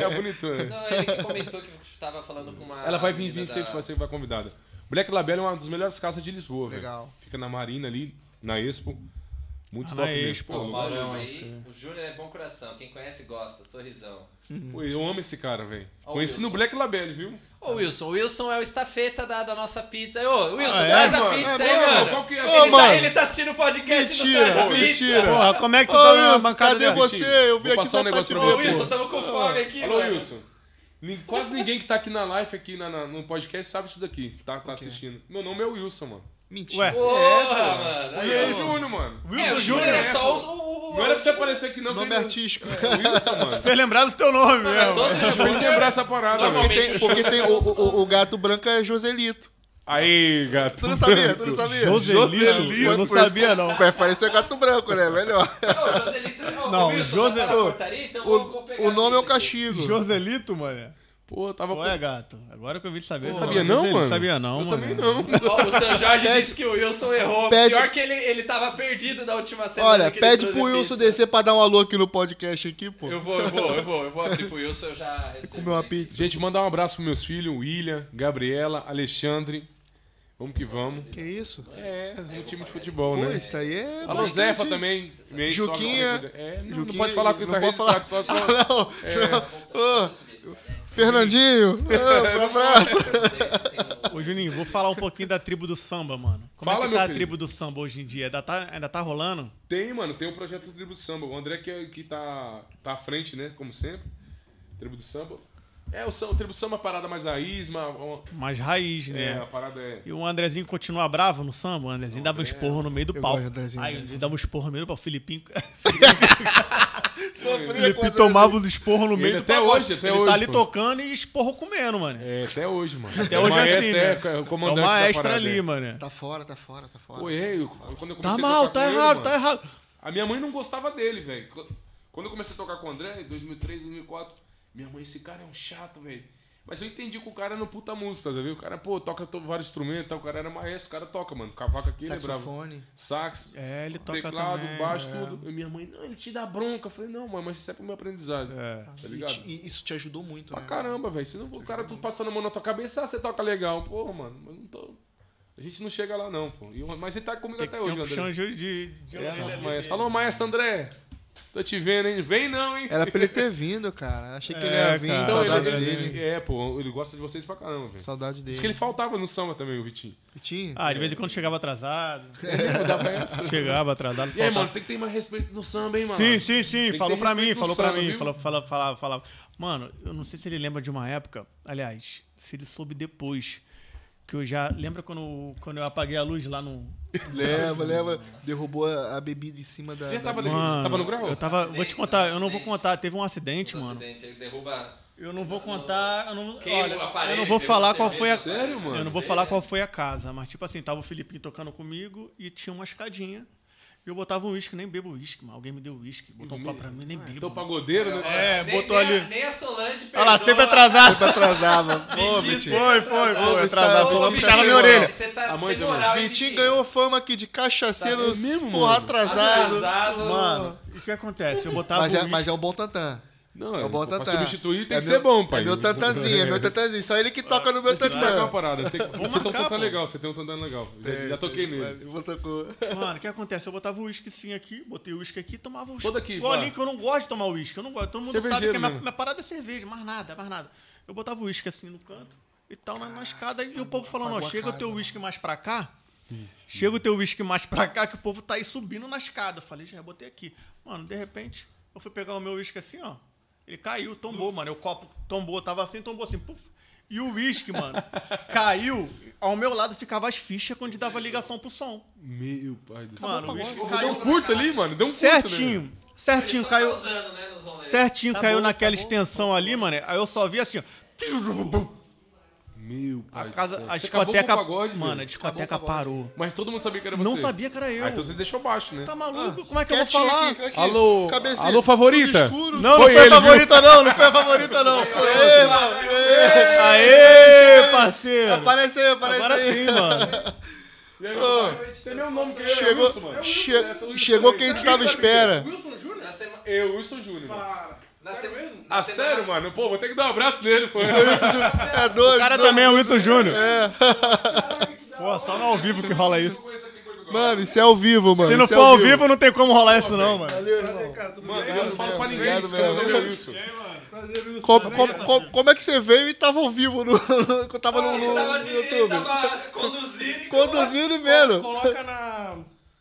É a bonitona. Não, ele que comentou que tava falando com uma. Ela vai vir, vir, menina se da- você vai convidada. Black Label é uma das melhores casas de Lisboa, velho. Legal. Fica na Marina ali, na Expo. Muito Ah, top na mesmo. Expo. Pô, Pô, o Maurão valeu, aí, o Júnior é bom coração, quem conhece gosta, sorrisão. Pô, eu amo esse cara, velho. Ó o Conheci no Wilson. Black Label, viu? Ô Wilson, o Wilson é o estafeta da, da nossa pizza. Ô, Wilson, Ah, é, traz a mano? pizza É aí, mesmo? mano. Qual que é? Ô, Ele, mano. tá, ele tá assistindo o podcast e não Mentira, traz a pizza. mentira. Porra, como é que tu Ô, tá na Wilson, bancada cadê dela? você? Eu vim Vou aqui passar só um negócio pra pra Ô te ver, você. pô. Wilson, tamo com fome aqui, Alô, mano. Wilson. Ni- Quase ninguém que tá aqui na live, aqui na, na- no podcast, sabe isso daqui. Tá, tá assistindo. Meu nome é Wilson, mano. Mentira. Ué. Porra, É, mano. Aí, Wilson ó. Júnior, mano. é, o Júnior é só o... o, é, o Não era pra você aparecer aqui, não. Nome que- artístico. É, Wilson, mano. Foi lembrado do teu nome, Mano, mesmo. todo Eu vou Júnior... lembrar essa parada, Porque velho. tem, Normalmente- porque tem o, o- o- o gato branco é Joselito. Aí, gato. Tu não sabia? Tu não sabia? Joselito? Eu não Por isso sabia, que- não. Prefere ser gato branco, né? Melhor. Ô, Joselito, ô, Não, Wilson, já José- tá na ô, portaria? Então vou- vou pegar O, o a nome é o pizza aqui. castigo. Joselito, mano. Pô, eu tava. Ué, gato, agora que eu vi saber. Você mano, sabia não, Joselito, mano? Sabia não, eu mano. também não. Ó, o seu Jorge Pede- disse que o Wilson errou. Pede- Pior que ele, ele tava perdido na última semana. Olha, que ele pede trouxe pro a Wilson pizza. descer pra dar um alô aqui no podcast aqui, pô. Eu vou, eu vou, eu vou, eu vou abrir pro Wilson, eu já recebi. Comer uma pizza. Gente, mandar um abraço pros meus filhos, William, Gabriela, Alexandre. Vamos que vamos. Que isso? É, um time de futebol, Pô, né? isso aí é... Alô, bastante- Zefa também. minha ex-sogra. Juquinha- É, não, não Juquinha- pode falar porque não tá pode falar. registrado. Só só- Não, senão- Ô, Fernandinho, ô, um pra praça. Ô, Juninho, vou falar um pouquinho da tribo do samba, mano. Como Fala, é que meu tá a querido. tribo do samba hoje em dia? Ainda tá, ainda tá rolando? Tem, mano, tem o projeto do Tribo do Samba. O André que, é- que tá, tá à frente, né? Como sempre. Tribo do Samba. É, o, samba, o Tribo do Samba é uma parada mais raiz, uma, uma- Mais raiz, é, É. né? a parada é. E o Andrezinho continua bravo no samba? O Andrezinho dava um esporro no meio do Eu palco. gosto do Andrezinho, né? Aí ele dava um esporro no meio do palco. O Filipinho, Sofria com a Felipe dor. tomava os esporros no Ele meio do até pagode. hoje, até ele hoje, tá ali pô. tocando e esporro comendo, mano. É, até hoje, mano. Até hoje o é maestro assim, é, né? o comandante é o maestro da parada, ali, é. mano. Tá fora, tá fora, tá fora. Pô, é, eu- quando eu comecei Tá a mal, tocar tá com ele, errado, mano, tá errado. A minha mãe não gostava dele, velho. Quando eu comecei a tocar com o André, em 2003, 2004, minha mãe, esse cara é um chato, velho. Mas eu entendi que o cara não puta música, tá vendo? O cara, pô, toca to- vários instrumentos, tá? o cara era maestro, o cara toca, mano. Cavaco aqui, ele é bravo. Saxofone. Sax, É, ele toca teclado, também, baixo, é. tudo. E minha mãe, não, ele te dá bronca. Eu falei, não, mãe, mas isso é pro meu aprendizado. É. Tá E ligado? te- E, isso te ajudou muito, Pra né? caramba, velho. Se não o cara tudo passando a mão na tua cabeça, ah, você toca legal. Pô, mano, eu não tô. A gente não chega lá, não, pô. E o- mas ele tá comigo Tem que até ter hoje, um puxão André. de, de, de É, orelha nosso ali maestro. dele. Alô, maestro André. Tô te vendo, hein? Vem não, hein? Era pra ele ter vindo, cara. Achei que ele É, ia vir, cara. Então, saudade ele- ele- dele. É, pô, ele gosta de vocês pra caramba, velho. Saudade dele. Diz que ele faltava no samba também, o Vitinho. Vitinho? Ah, de vez em quando chegava atrasado. Não dava essa. Chegava atrasado. É. E aí, faltava- mano, tem que ter mais respeito no samba, hein, mano? Sim, sim, Tem sim. que Falou ter pra mim, respeito falou do pra samba, mim. viu? Falou, falava, falava, falava. Mano, eu não sei se ele lembra de uma época. Aliás, se ele soube depois. Que eu já. Lembra quando, quando eu apaguei a luz lá no. Leva, leva. Derrubou a, a bebida em cima da. Você já da tava, mesa. Mano, tava no grau? Eu tava. Vou te contar, eu não vou contar. Teve um acidente, Um mano. acidente, ele derruba. Eu não vou contar. Eu não, Queima olha, o aparelho, eu não vou derruba falar qual foi a. cerveja. Sério, mano? Eu não vou Sério? falar qual foi a casa, mas tipo assim, tava o Felipinho tocando comigo e tinha uma escadinha. E eu botava um uísque, nem bebo uísque, mano. Alguém me deu uísque, botou um copo pra mim, nem bebo. Então, mano. pagodeiro, né? É, Nem- botou nem a- ali. Nem a Solange Olha lá, perdoa. sempre atrasado. Atrasava. Ô, Ô, Vitinho. Foi, foi, Ô, foi. Vitinho, Atrasado. ô, Falou, Vitinho, puxaram minha mano. orelha. Você tá A mãe sem também. moral, hein, Vitinho ganhou fama aqui de cachaceiro, Tá mesmo, porra, mano? atrasado. Atrasado. Mano, e o que acontece? Eu botava Tá Mas o é, uísque- mas é um bom tantã. Não, É é, um bom pra tantã. substituir tem É que meu- ser bom, pai. É meu tantanzinho, é meu tantanzinho. Só ele que toca no meu Você tem que marcar uma tantã. parada. Você tem, que- você tem um marcar, tantã pô. legal, você tem um tantã legal. Já, já toquei nele. Ele botou com- Mano, o que acontece? Eu botava o uísque sim aqui, botei o uísque aqui, tomava o Todo aqui, o olhinho vai. que eu não gosto de tomar uísque. Eu não gosto. Todo mundo sabe Cervejeiro que a minha, mesmo. minha parada é cerveja, mais nada, mais nada. Eu botava o uísque assim no canto e tal, na, na escada, e o povo falando, ó, apagou a chega o teu casa, uísque mais pra cá. Chega o teu uísque mais pra cá, que o povo tá aí subindo na escada. Eu falei, já botei aqui. Mano, de repente, eu fui pegar o meu uísque assim, ó. Ele caiu, tombou, mano. O copo tombou, tava assim, tombou assim, puf. E o uísque, mano, caiu. Ao meu lado ficava as fichas quando dava ligação pro som. Meu pai do céu. Mano, o uísque Deu um caiu curto ali, mano. Deu um curto. certinho. Certinho, Ele só tá caiu. usando, né, nos rolês. Certinho, caiu bom, naquela tá bom. extensão ali, mano. Aí eu só vi assim, ó. Né? Meu A pai. do casa, céu. a Você acabou com o discoteca. pagode, Mano, a velho. discoteca Acabou o pagode. parou. Mas todo mundo sabia que era você. Não sabia que era eu. Ah, então você deixou baixo, né? Tá maluco? Como é que eu vou Quietinho falar? aqui, aqui. Alô, Cabecinha. alô, favorita? Tudo escuro. Não, Foi não foi ele, viu? favorita, não. Não foi a favorita, não. Foi ele, mano. Aê, parceiro. Aparece aí, aparece Agora aí. sim, mano. E aí, meu pai, Ah, Tem meu nome que é Chegou, Wilson, mano. che- É o Wilson, né? chegou quem a gente tava à espera. Wilson Júnior? Na sema- Eu, Wilson Júnior. mano. na sema- na tá- semana- Ah, sério, mano? Pô, vou ter que dar um abraço nele, pô. É doido. O cara não. também é o Wilson Júnior. Pô, só no ao vivo que rola isso. Mano, isso é ao vivo, mano. Se não isso é for ao vivo, não tem como rolar isso, não, mano. Mano, eu não falo pra ninguém Obrigado isso, que eu não mesmo. dei o Wilson. Como, como- como- como é que você veio e tava ao vivo no, no- eu tava no, Ele no tava, de, ele YouTube? tava conduzindo. e- Conduzindo e vendo. Coloca na.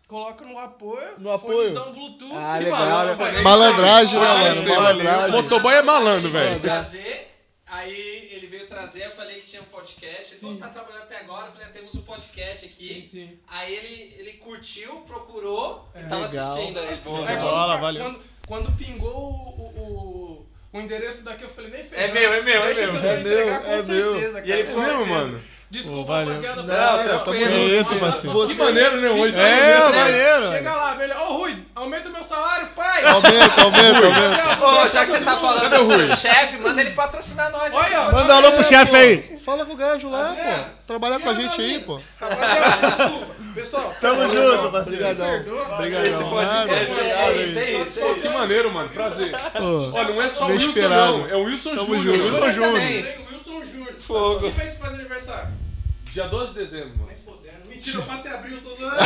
Coloca no apoio. No apoio? Fone Bluetooth. Ah, e legal. bala. né? mano. Malandragem, né, Ah, mano? esse é malandro. Malandragem. Motoboy é malandro, velho. Trazer, aí ele veio trazer, eu falei que tinha um podcast. Ele falou, tá trabalhando até agora. Eu falei, ah, temos um podcast aqui. Sim. Aí ele, ele curtiu, procurou e tava É. Legal. assistindo aí. Boa. Aí Bola, quando- valeu. Quando, quando pingou o, o, o- o endereço daqui, eu falei, nem ferrando. É meu, é meu, é Deixa que meu. eu vou É entregar meu, com é meu. certeza, cara. E ele ficou com é mesmo, certeza. mano. Desculpa, Pô, valeu. rapaziada. Não, pela- tá tamo pela- junto. pela- É Isso, parceiro. Que maneiro, né? Hoje tá É, assim, né? maneiro. Chega lá, velho. Ô, Rui, aumenta o meu salário, pai. Aumenta, aumenta, aumenta. Ô, já que você tá falando do Rui? seu chefe, manda ele patrocinar nós. aqui. Olha, ó. Manda um alô pro chefe aí. Fala com o gajo lá, É. pô. Trabalhar com a gente aí, pô. Rapaziada, desculpa. Pessoal, Tamo junto, parceiro. Obrigadão. perdoa. Obrigadão. podcast Nada, é obrigado isso aí. aí, isso aí. Que maneiro, mano. Prazer. Pô, Ó, não é só o Wilson, Inesperado. não. É o Wilson Tamo Júnior. junto. Wilson Júnior. também. Tem o Wilson Júnior. Fogo. Quem vai se fazer aniversário? Dia 12 de dezembro, mano. Nem fodendo. Mentira, eu passei abril todo ano.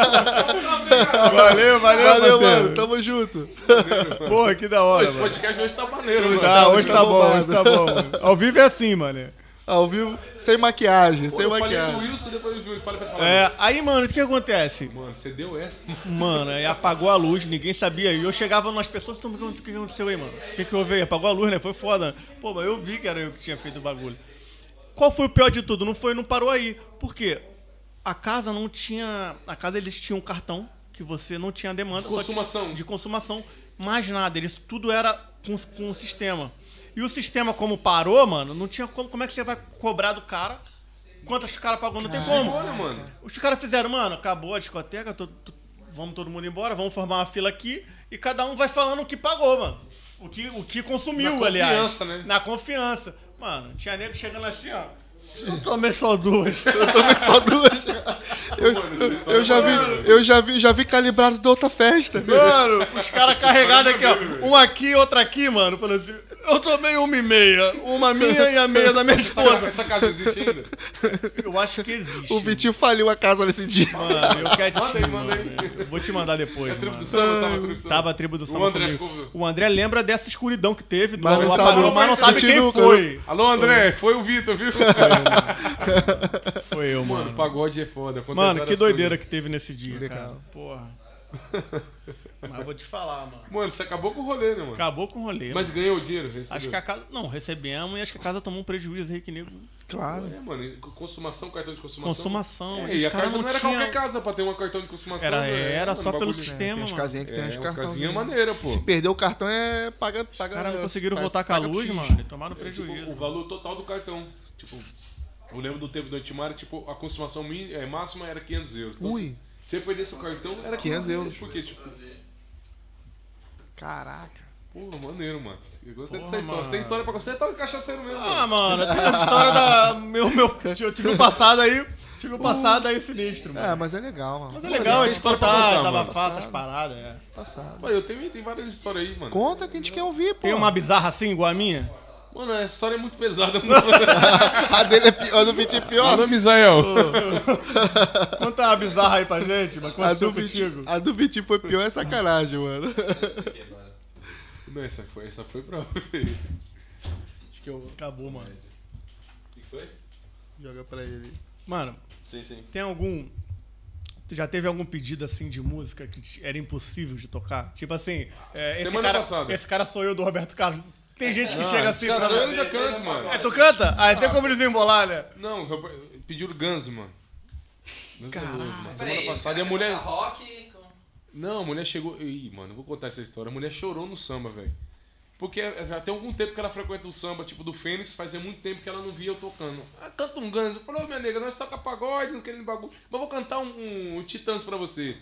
Abraço. Valeu, valeu, Valeu, parceiro. mano. Tamo junto. Porra, que da hora, Esse mano. podcast hoje tá maneiro, mano. Tá, hoje tá bom, bombado. hoje tá bom. mano. Ao vivo é assim, mano. Ao vivo, sem maquiagem, sem Eu falei pro maquiagem. Wilson, depois o Júnior. Falei pra ele falar. É, aí, mano, o que acontece? Mano, você deu essa? Mano, aí apagou a luz, ninguém sabia. E eu chegava nas pessoas e perguntando o que que aconteceu aí, mano. O que, que houve aí? Apagou a luz, né? Foi foda. Pô, mas eu vi que era eu que tinha feito o bagulho. Qual foi o pior de tudo? Não foi, não parou aí. Por quê? A casa não tinha. A casa eles tinham um cartão que você não tinha demanda. só tinha- consumação. de consumação, mais nada. Eles, tudo era com, com o sistema. E o sistema, como parou, mano, não tinha como. Como é que você vai cobrar do cara? Quantas o cara pagou? Não tem como. Olha, mano. Os caras fizeram, mano, acabou a discoteca, tô- tô- vamos todo mundo embora, vamos formar uma fila aqui e cada um vai falando o que pagou, mano. O que, o que consumiu, Na aliás. confiança, né? Na confiança. Mano, tinha nego chegando assim, ó. Eu tomei só duas. Eu tomei só duas. Eu, eu, eu já vi, eu já vi, já vi calibrado da outra festa. Mano, os caras carregados aqui, ó. Uma aqui, outra aqui, mano. Falando assim, eu tomei uma e meia. Uma minha e a meia da minha Essa, esposa. essa casa existe ainda? Eu acho que existe. O Vitinho faliu a casa nesse dia. Mano, eu quero Manda te aí, manda aí. mano. Eu Vou te mandar depois, tribo mano. do samba, tava a tribo do samba. Tava a tribo do samba André comigo. ficou- O André lembra dessa escuridão que teve, do Mas não sabe- apagão, mas não sabe quem Continua, foi. Alô, André, foi o Vitor, viu? Foi eu, Mano, mano. pagode é foda. acontece Mano, que várias doideira coisas. que teve nesse dia, cara. Legal. Porra. Mas eu vou te falar, mano. Mano, você acabou com o rolê, né, mano? Acabou com o rolê. Mas ganhou o dinheiro, recebeu. acho que a casa. Não, recebemos e acho que a casa tomou um prejuízo aí que nego. Claro. É, mano, e consumação, cartão de consumação. Consumação. É, os e a caras casa não, era tinham- qualquer casa pra ter um cartão de consumação. Era, né? era Mano, só bagulho- pelo Tem sistema, as mano. casinhas que tem É, os uns cartões. um casinha maneira, pô. Se perder o cartão é paga. paga Os caras né? não conseguiram parece- voltar com a paga luz, X. mano. E tomaram É, tipo, prejuízo. o valor total do cartão. Tipo, eu lembro do tempo do Antimar, tipo, a consumação mi- é, máxima era 500 euros. Então, Ui, Se você perdesse o cartão, era 500 euros. Porque, tipo, caraca. porra, maneiro, mano. Eu gostei dessa Porra, história. Você mano. tem história pra você tá cachaceiro mesmo. Ah, mano. mano, tem a história da. Meu, meu. Eu tive um passado aí. Tive um passado aí sinistro, mano. É, mas é legal, mano. Mas é legal a tem gente história pra contar, contar, tava mano. fácil as paradas. é. Passado. Mano, eu tenho, tem várias histórias aí, mano. Conta que a gente quer ouvir, pô. Tem uma bizarra assim igual a minha? Mano, a história é muito pesada, mano. A dele é pior, a do Vitinho é pior. Alô, Misael. Conta uma bizarra aí pra gente, mas A aconteceu do, Vitinho, contigo. a do Vitinho foi pior, é sacanagem, mano. Não, essa foi, essa foi pra... Acho que eu Acabou, mano. que foi? joga pra ele. Mano, Sim, sim. tem algum. tu Já teve algum pedido assim de música que te- era impossível de tocar? Tipo assim, é, esse, Semana cara, passada. É. esse cara sou eu do Roberto Carlos. Tem gente que chega assim. Cara, eu Pra... ainda canto, mano. É, tu canta? Ah, tem como desembolar, né? Não, eu- pediram Guns, mano. Guns N' Roses, mano. Semana Peraí, passada e a cara mulher... toca Rock. com- Não, a mulher chegou. Ih, mano, eu vou contar essa história. A mulher chorou no samba, velho. Porque é, já tem algum tempo que ela frequenta o samba, tipo, do Fênix, fazia muito tempo que ela não via eu tocando. Ah, canta um Guns. Eu falei, ô minha nega, nós toca pagode, não querendo bagulho. Mas vou cantar um, um Titãs pra você.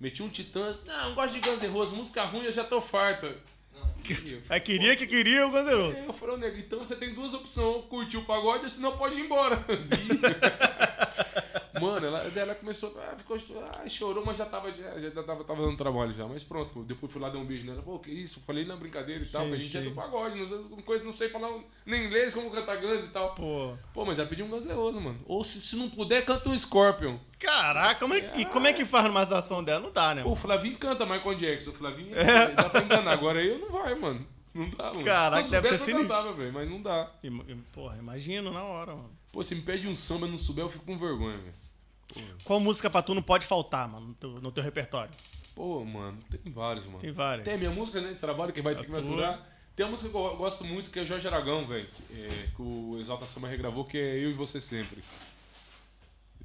Meti um Titãs. Não, eu gosto de Guns N' Roses, música ruim, eu já tô farta. Ih, É queria que queria o Ganderoso. eu falei, ô, nego, então você tem duas opções, ou curtir o pagode, ou senão pode ir embora. Mano, ela, daí ela começou, ah, ficou, ah, chorou, mas já tava, já, já tava, tava dando trabalho já. Mas pronto, depois fui lá dar um beijo nela, pô, que isso, falei na brincadeira e tal, Sim, que a gente é sim. do pagode, não sei, alguma coisa, não sei falar nem inglês, como cantar Guns e tal. Pô, Pô. mas ela pediu um Guns N' Roses, mano. Ou se, se não puder, canta um Scorpion. Caraca, como é, e como é que faz numa ação dela? Não dá, né? Pô, o Flavinho canta Michael Jackson, o Flavinho é. dá pra enganar, agora eu não vai, mano. Não dá, mano. Caraca, se eu deve soubesse, ser eu sinistro. cantava, velho, mas não dá. Ima- im- Porra, imagino na hora, mano. Pô, se me pede um samba e não souber, eu fico com vergonha, velho. Qual música pra tu não pode faltar, mano, no teu, no teu repertório? Pô, mano, tem vários, mano. Tem Tem, várias. a minha música, né, de trabalho, que vai ter que A me tua. aturar. Tem uma música que eu gosto muito, que é o Jorge Aragão, velho. que É, que o Exalta Samba regravou, que é Eu e Você Sempre.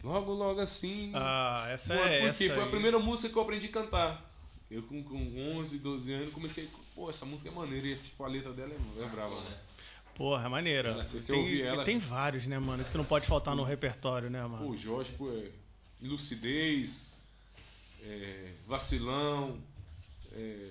Logo, logo assim... Ah, essa Pô, é. por essa quê? Foi aí. a primeira música que eu aprendi a cantar. Eu com, com 11, 12 anos comecei... Pô, essa música é maneira. E tipo, a letra dela é, é brava, mano. Porra, é maneira. Ela, se você tem, ouvir ela- tem vários, né, mano, que tu não pode faltar no repertório, né, Pô, mano? o Jorge, pô, é lucidez, é, vacilão, é,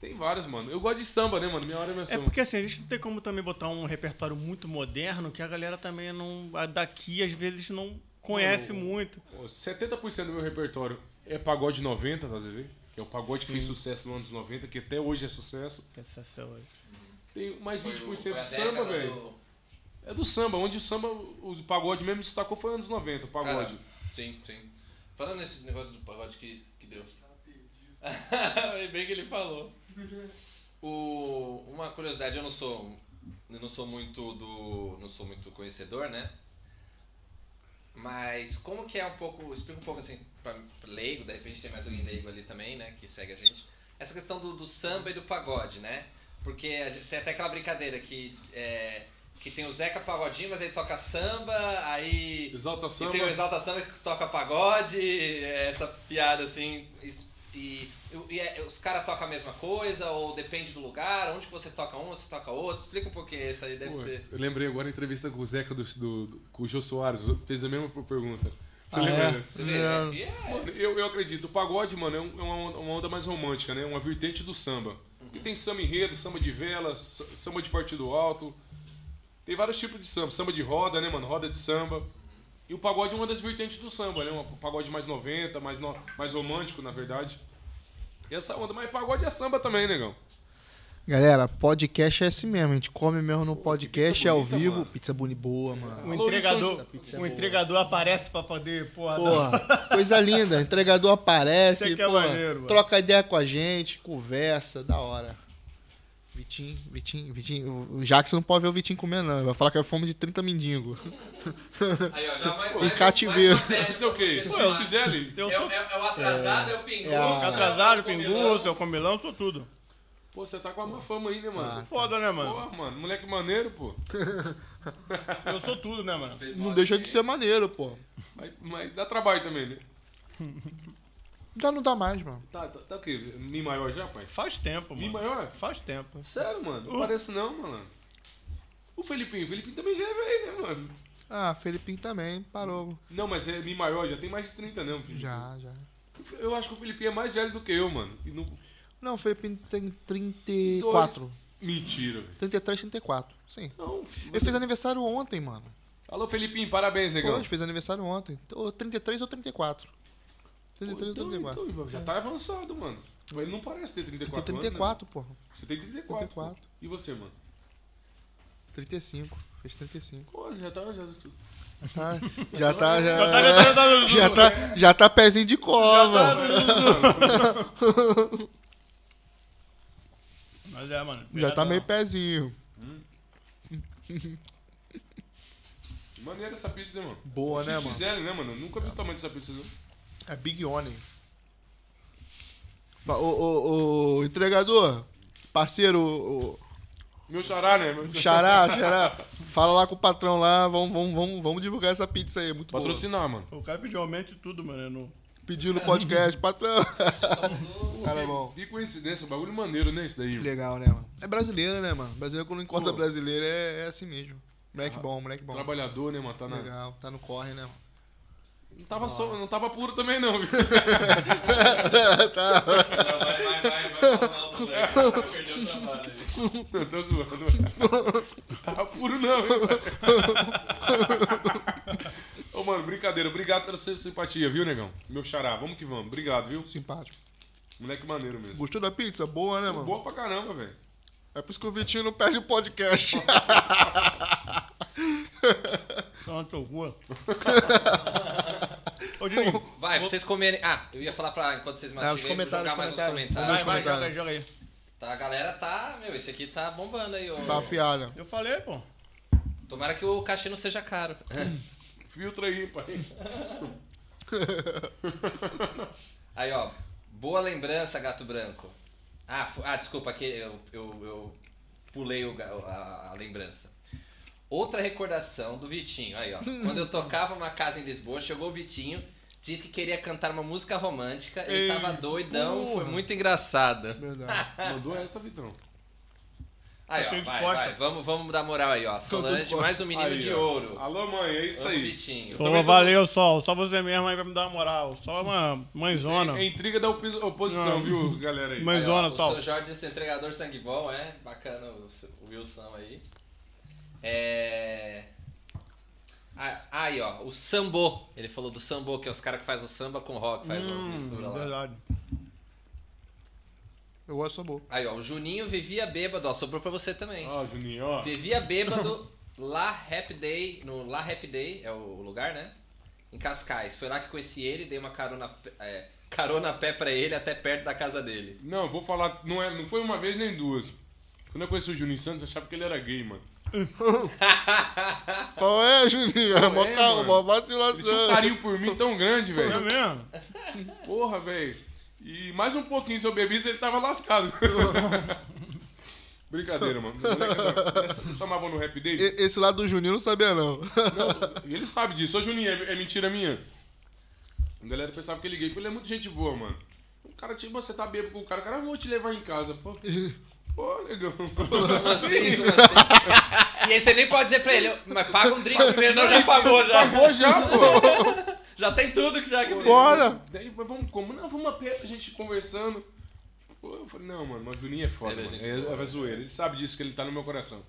tem vários, mano. Eu gosto de samba, né, mano? Minha hora é minha É samba. porque assim, a gente não tem como também botar um repertório muito moderno que a galera também não. a Daqui às vezes não conhece Não. muito. Pô, 70% do meu repertório é pagode 90, tá vendo? Que é o pagode que fez sucesso nos anos 90, que até hoje é sucesso. Essa- essa hoje. Tem mais Foi o- 20% foi a do samba, década velho. do- É do samba, onde o samba, o pagode mesmo destacou foi anos 90, o pagode. Cara, sim, sim. Falando nesse negócio do pagode que, que deu. é bem que ele falou. O, uma curiosidade, eu não sou. Eu não sou muito do. não sou muito conhecedor, né? Mas como que é um pouco. Explica um pouco assim, pra, pra leigo, de repente tem mais alguém leigo ali também, né? Que segue a gente. Essa questão do, do samba e do pagode, né? Porque a gente tem até aquela brincadeira que. é, que tem o Zeca Pagodinho, mas ele toca samba, aí. Exalta E samba. tem um o Exalta Samba que toca pagode, é, essa piada assim. es- E, e- e é- os caras tocam a mesma coisa, ou depende do lugar, onde que você toca um, onde você toca outro. Explica um pouquinho isso aí, deve Pô, ter. eu lembrei agora a entrevista com o Zeca do, do- do- com o Jô Soares, fez a mesma pergunta. Ah, é? lembra? Você vê, Não. aqui é- Mano, eu, eu acredito. O pagode, mano, é um- é uma, onda- uma onda mais romântica, né? Uma vertente do samba. Porque tem samba enredo, samba de vela, sa- samba de partido alto. Tem vários tipos de samba. Samba de roda, né, mano? Roda de samba. E o pagode é uma das vertentes do samba, né? Um pagode mais 90, mais, no- mais romântico, na verdade. E essa onda. Mas pagode é samba também, negão. Galera, podcast é assim mesmo. A gente come mesmo no podcast, pizza é ao bonita, vivo. mano. Pizza boni boa, mano. O Alô, entregador, Luciano, pizza é o boa. entregador aparece pra poder, porra, dar- Porra, coisa linda. Entregador Isso aparece, aqui é pô, maneiro, mano. troca ideia com a gente, conversa, da hora. Vitinho, Vitinho, Vitinho. O- O Jackson não pode ver o Vitinho comendo, não. Ele vai falar que é fome de 30 mendigos. Aí, ó, já vai. Em cativeiro. Isso é o quê? É, O Gisele? Eu o- sou é- é o atrasado, é o pinguço. É a- é o atrasado, comilão. pinguço, eu comilão, sou tudo. Pô, você tá com a má fama aí, né, mano? Foda, né, mano? Porra, mano. Moleque maneiro, pô. Eu sou tudo, né, mano? Fez Não mal deixa aqui. de ser maneiro, pô. Mas, mas dá trabalho também, né? Já não dá mais, mano. Tá, tá, tá o quê? Mi maior já, pai? Faz tempo, Mi mano. maior? Faz tempo. Sério, mano? Não Uh. parece não, mano. O Felipinho, o Felipinho também já é velho, né, mano? Ah, Felipinho também parou. Não, mas é Mi maior, já tem mais de 30 não, filho. Já, já. Eu acho que o Felipinho é mais velho do que eu, mano. E não- Não, o Felipinho tem 34. Mentira, velho. 33, 34. Sim. Não, Ele fez aniversário ontem, mano. Alô, Felipinho, parabéns, negão. Hoje fez aniversário ontem. Ou 33 ou 34. 33 ou 34. então, então, já tá avançado, mano. Ele não parece ter 34 Tem anos, né? 34, porra. Você tem 34. 34. E você, mano? 35. Fez 35. Pô, já tá... Já... Tá, já tá, já, Tá, já tá, já tá, já já tá, já tá pezinho de cova. tá. Mas é, mano. Já tá pegadão. meio pezinho. Que maneira essa pizza, né, mano? Boa, né, mano? Gisele, né, mano? Nunca vi o tamanho dessa pizza, não. É Big One. Ô, ô, ô, entregador, parceiro, ô, Meu xará, né? Meu ô, xará, xará, fala lá com o patrão lá, vamos, vamos, vamos, vamos divulgar essa pizza aí, é muito boa. Patrocinar, mano. O cara pediu aumento e tudo, mano. eu não- Pediu no podcast, patrão. Cara, é bom. Que coincidência, bagulho maneiro, né, esse daí? mano? Legal, né, mano? É brasileiro, né, mano? Brasileiro, quando encontra Pô. brasileiro, é, é assim mesmo. Moleque bom, moleque bom. Trabalhador, né, mano? Tá na- Legal, tá no corre, né, mano? Não tava, só, não tava puro também, não, viu? Não, vai, vai, vai, vai falar mal do moleque. Vai perder o trabalho. ali. Não, tô zoando. Não tava puro, não, viu? Ô, mano, brincadeira. Obrigado pela sua simpatia, viu, negão? Meu xará, vamos que vamos. Obrigado, viu? Simpático. Moleque maneiro mesmo. Gostou da pizza? Boa, né, mano? Boa pra caramba, velho. É por isso que o Vitinho não perde o podcast. Só na tua rua. Ô, Juninho. Vai, pra vocês comerem. Ah, eu ia falar pra enquanto vocês mastigam, os aí, vou comentários, jogar os mais comentários. uns comentários. Vai, vai, joga aí, joga aí. Tá, a galera tá. Meu, esse aqui tá bombando aí, ó. Tá afiada. Eu falei, pô. Tomara que o cachê não seja caro. Filtra aí, pai. Aí, ó. Boa lembrança, gato branco. Ah, fu- ah desculpa, aqui eu, eu, eu pulei o ga- a, a lembrança. Outra recordação do Vitinho. Aí, ó. Quando eu tocava uma casa em Lisboa, chegou o Vitinho, disse que queria cantar uma música romântica. Ele Ei, uh, tava doidão, foi muito engraçado. Verdade. Mandou essa, Vitão. Aí, Eu ó, tenho de vai, costa. vai. Vamos, vamos dar moral aí, ó. Solange, mais um menino Aí, de ó. ouro. Alô, mãe, é isso Amo o aí. Vitinho. Pô, também tô- valeu, Sol. Só você mesmo aí vai me dar uma moral. Só uma mãezona. É intriga da opi- oposição, Não. viu, galera aí? Aí, ó, Mãezona, o Sol. seu Jorge, esse entregador sangue bom, é? Bacana o, seu- o Wilson aí. É. Ah, Aí, ó, o Sambô. Ele falou do Sambô, que é os caras que faz o samba com rock, faz umas misturas lá. Verdade. Eu gosto só boa. Aí, ó, o Juninho vivia bêbado, ó, sobrou pra você também. Ó, Juninho, ó. Vivia bêbado lá Happy Day, no lá Happy Day, é o lugar, né? Em Cascais. Foi lá que conheci ele, dei uma carona, pe- é, carona a pé pra ele até perto da casa dele. Não, eu vou falar, não, é, não foi uma vez nem duas. Quando eu conheci o Juninho Santos, eu achava que ele era gay, mano. Qual é, Juninho? É mó é, calma, mano? mó Ele tinha um vacilação. carinho por mim tão grande, É velho. mesmo? Porra, velho. E mais um pouquinho se eu bebisse, ele tava lascado. Brincadeira, mano. Moleque, Essa que tomava no rap dele. E- Esse lado do Juninho eu não sabia, não. E ele sabe disso. Ô, Juninho, é, é mentira minha? A galera pensava que ele é gay, porque ele é muito gente boa, mano. O cara, tipo, você tá bêbado com o cara, o cara, eu vou te levar em casa, pô. Pô, negão. Como assim? Como assim? E aí você nem pode dizer pra ele, mas paga um drink primeiro, não, já pagou já. Pagou já, Tá pô. Já tem tudo que já que Bora! né? Daí mas vamos como? Não, vamos a pé, a gente conversando. Pô, eu falei, não, mano, mas o Juninho é foda, Ele é mano. gente É, boa, é zoeira. Ele sabe disso, que ele tá no meu coração.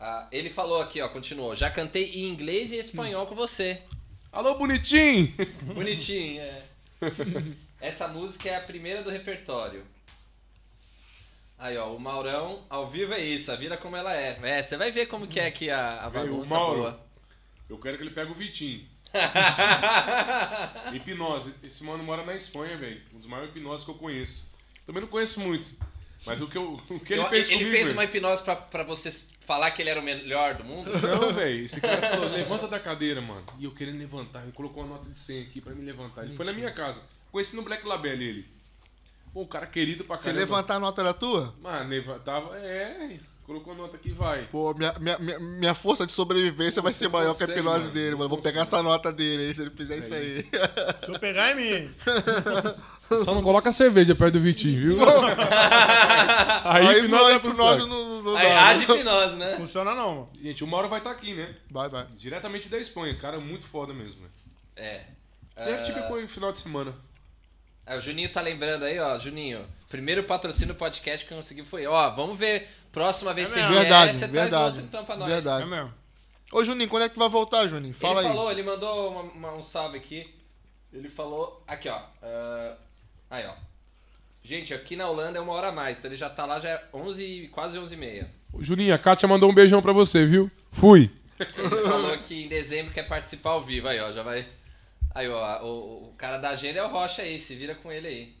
Ah, ele falou aqui, ó, continuou. Já cantei em inglês e espanhol com você. Alô, bonitinho! Bonitinho, é. Essa música é a primeira do repertório. Aí, ó, o Maurão, ao vivo é isso, a vida como ela é. É, você vai ver como que é aqui a, a Aí, o bagunça Mauro. boa. Eu quero que ele pegue o Vitinho. hipnose. Esse mano mora na Espanha, velho. Um dos maiores hipnoses que eu conheço. Também não conheço muito. Mas o que, eu, o que ele Eu- fez comigo... fez velho? uma hipnose pra, pra você falar que ele era o melhor do mundo? Não, velho. Esse cara falou, levanta da cadeira, mano. E eu querendo levantar. Ele colocou uma nota de 100 aqui pra me levantar. Ele foi na minha casa. Conheci no Black Label ele. Pô, o cara querido pra Você caramba. levantar a nota da tua? Mano, levantava... É, colocou a nota aqui, vai. Pô, minha, minha, minha- minha força de sobrevivência vai ser maior que a consegue, hipnose mano. dele, Não mano. Eu Vou consegue. pegar essa nota dele aí, se ele fizer isso aí. Se eu pegar em mim. Só não coloca cerveja perto do Vitinho, viu? Aí, Aí é hipnose hipnose, vai pro hipnose saco. não, não Aí, ah. dá. age hipnose, né? Funciona não. Gente, o Mauro vai estar aqui, né? Vai, vai. Diretamente da Espanha. Cara, muito foda mesmo, velho. É. Deve Ah, te ver no final de semana. É, o Juninho tá lembrando aí, ó. Juninho, primeiro patrocínio do podcast que eu consegui foi. Ó, vamos ver. Próxima vez É que você mesmo. vier, Verdade, você traz verdade. outro então pra nós. Verdade. É mesmo. Ô, Juninho, quando é que tu vai voltar, Juninho? Fala ele aí. falou, ele mandou uma- uma- um salve aqui. Ele falou. Aqui, ó. ah, aí, ó. Gente, aqui na Holanda é uma hora a mais, então ele já tá lá, já é 11, e- quase 11 e meia. Ô, Juninho, a Kátia mandou um beijão pra você, viu? Fui. Ele falou que em dezembro quer participar ao vivo, aí, ó, já vai. Aí, ó, o, o cara da agenda é o Rocha aí, se vira com ele aí.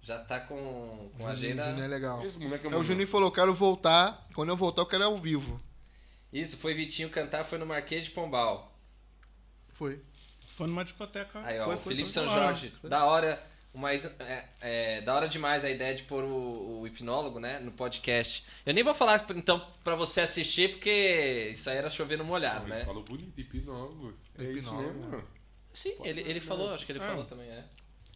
Já tá com, com a Juninho, Juninho é agenda. legal. Esse moleque é É, o Juninho falou, quero voltar. Quando eu voltar, eu quero ir ao vivo. Isso, foi Vitinho cantar, foi no Marquês de Pombal. Foi. Foi numa discoteca. Aí, ó, Foi, o foi, Felipe foi. São Ah, Jorge, da hora, o mais, é, é, da hora demais a ideia de pôr o, o hipnólogo, né, no podcast. Eu nem vou falar, então, pra você assistir, porque isso aí era chover no molhado, né? Falou bonito, hipnólogo. É Hipnólogo, isso mesmo, né? mano. Sim, ele, ele falou, acho que ele Ah. falou também, né?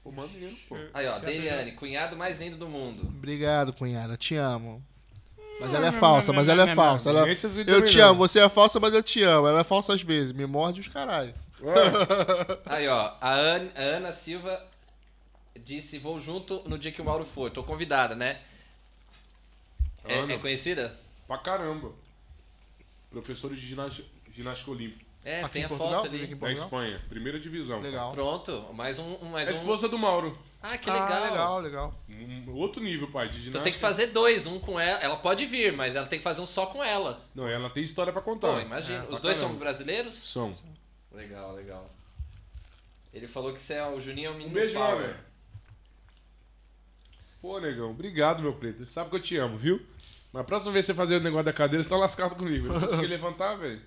Pô, maneiro, pô. É, Aí, ó, é- Deliane, cunhado mais lindo do mundo. Obrigado, cunhada. Te amo. Ah, Mas ela é falsa, mas ela é falsa. Ela... Gente, assim, Eu te dominando. amo, você é falsa, mas eu te amo. Ela é falsa às vezes, me morde os caralho. Aí, ó, a, An- a Ana Silva disse, vou junto no dia que o Mauro for, tô convidada, né? É, Ana, é conhecida? pra caramba. Professor de ginástica, ginástica olímpica. É, Aqui tem em a Portugal? foto Aqui em ali. Da Portugal? Espanha, primeira divisão. né? Legal. Pronto, mais um, um- mais É a um. esposa do Mauro. Ah, que Ah, legal. legal, legal. Um- outro nível, pai, de ginástica. Então tem que fazer dois, um com ela. Ela pode vir, mas ela tem que fazer um só com ela. Não, ela tem história pra contar. Pô, imagina. Os dois são caramba. brasileiros? São. Legal, legal. Ele falou que você é o Juninho é um Um menino beijo lá, power. velho. Pô, negão, obrigado, meu preto. Sabe que eu te amo, viu? Mas a próxima vez que você fazer o negócio da cadeira, você tá lascado comigo. Eu não consegui levantar, velho.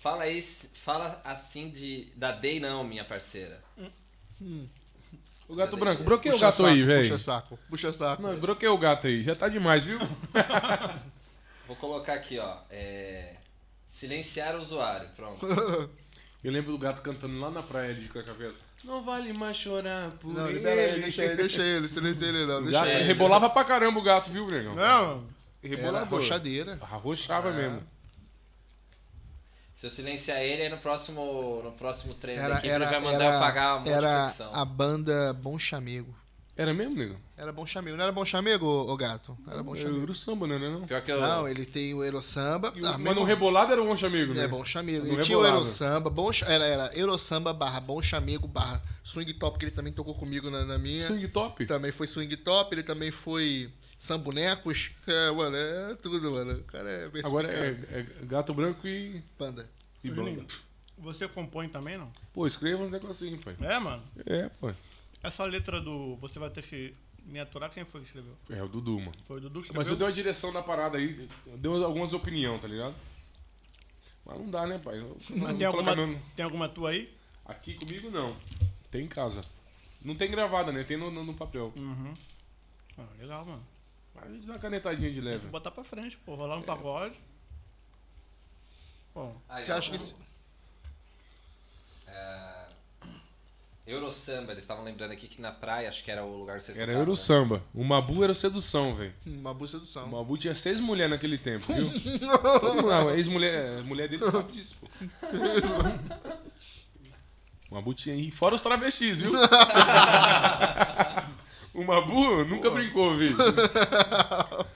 Fala aí, fala assim de da Day não, minha parceira. O gato Cadê? branco, broquei o Puxa gato saco, aí, velho. Puxa saco, puxa saco. Não, broquei o gato aí. Já tá demais, viu? Vou colocar aqui, ó. É... Silenciar o usuário, pronto. Eu lembro do gato cantando lá na praia de Cacavés. Não vale mais chorar por Não, ele. libera ele, deixa ele, deixa ele, silencia ele não, O deixa gato é ele. rebolava pra caramba o gato, viu, Bregão? Não. Era É. Rebolador. rochadeira. Arrochava mesmo. Se eu silenciar ele, aí no próximo, no próximo treino da Era, equipe ele era, vai mandar eu pagar era, um monte de era fricção. a banda Bom Chamego. Era mesmo, nego? Era Bom Chamego, não era Bom Chamego, ô, ô gato? Era Bom Era Chamego. o samba, né? Não, Pior que eu. Não, ele tem o Ero Samba. E o- ah, mas mesmo- no rebolado era um monte amigo, né? É, Bom Chamego. No Ele tinha o rebolado. Ero Samba, bom, Cha- era, era Ero Samba barra Bom Chamego barra Swing Top, que ele também tocou comigo na, na minha. Swing top? Também foi Swing Top, ele também foi Sambonecos. É, mano, é tudo, mano. O cara é Agora é, versificado. é gato branco e. Panda. e Juninho, branco. Você compõe também, não? Pô, escreva um negocinho, pai. É, mano. É, pô. Essa letra do Você vai ter que me aturar, quem foi que escreveu? É o Dudu, mano. Foi o Dudu que Mas eu escreveu? dei uma direção da parada aí, deu algumas opiniões, tá ligado? Mas não dá, né, pai? Eu- eu Mas tem vou colocar alguma, meu- tem alguma tua aí? Aqui comigo não. Tem em casa. Não tem gravada, né? Tem no, no- no papel. Uhum. Ah, legal, mano. Mas a gente dá uma canetadinha de Tem que leve. botar pra frente, pô. Rolar um pagode. Bom, Aí, Você ó, acha que o- esse- É, Eurosamba, eles estavam lembrando aqui que na praia, acho que era o lugar que vocês Era tocavam, né? Euro Samba. O Mabu era o sedução, velho. Hum, Uma bucha do O samba. Mabu tinha seis mulheres naquele tempo, viu? é, Todo mundo, a ex-mulher a mulher dele sabe disso, pô. Uma Bu tinha. E fora os travestis, viu? o Mabu nunca brincou, viu?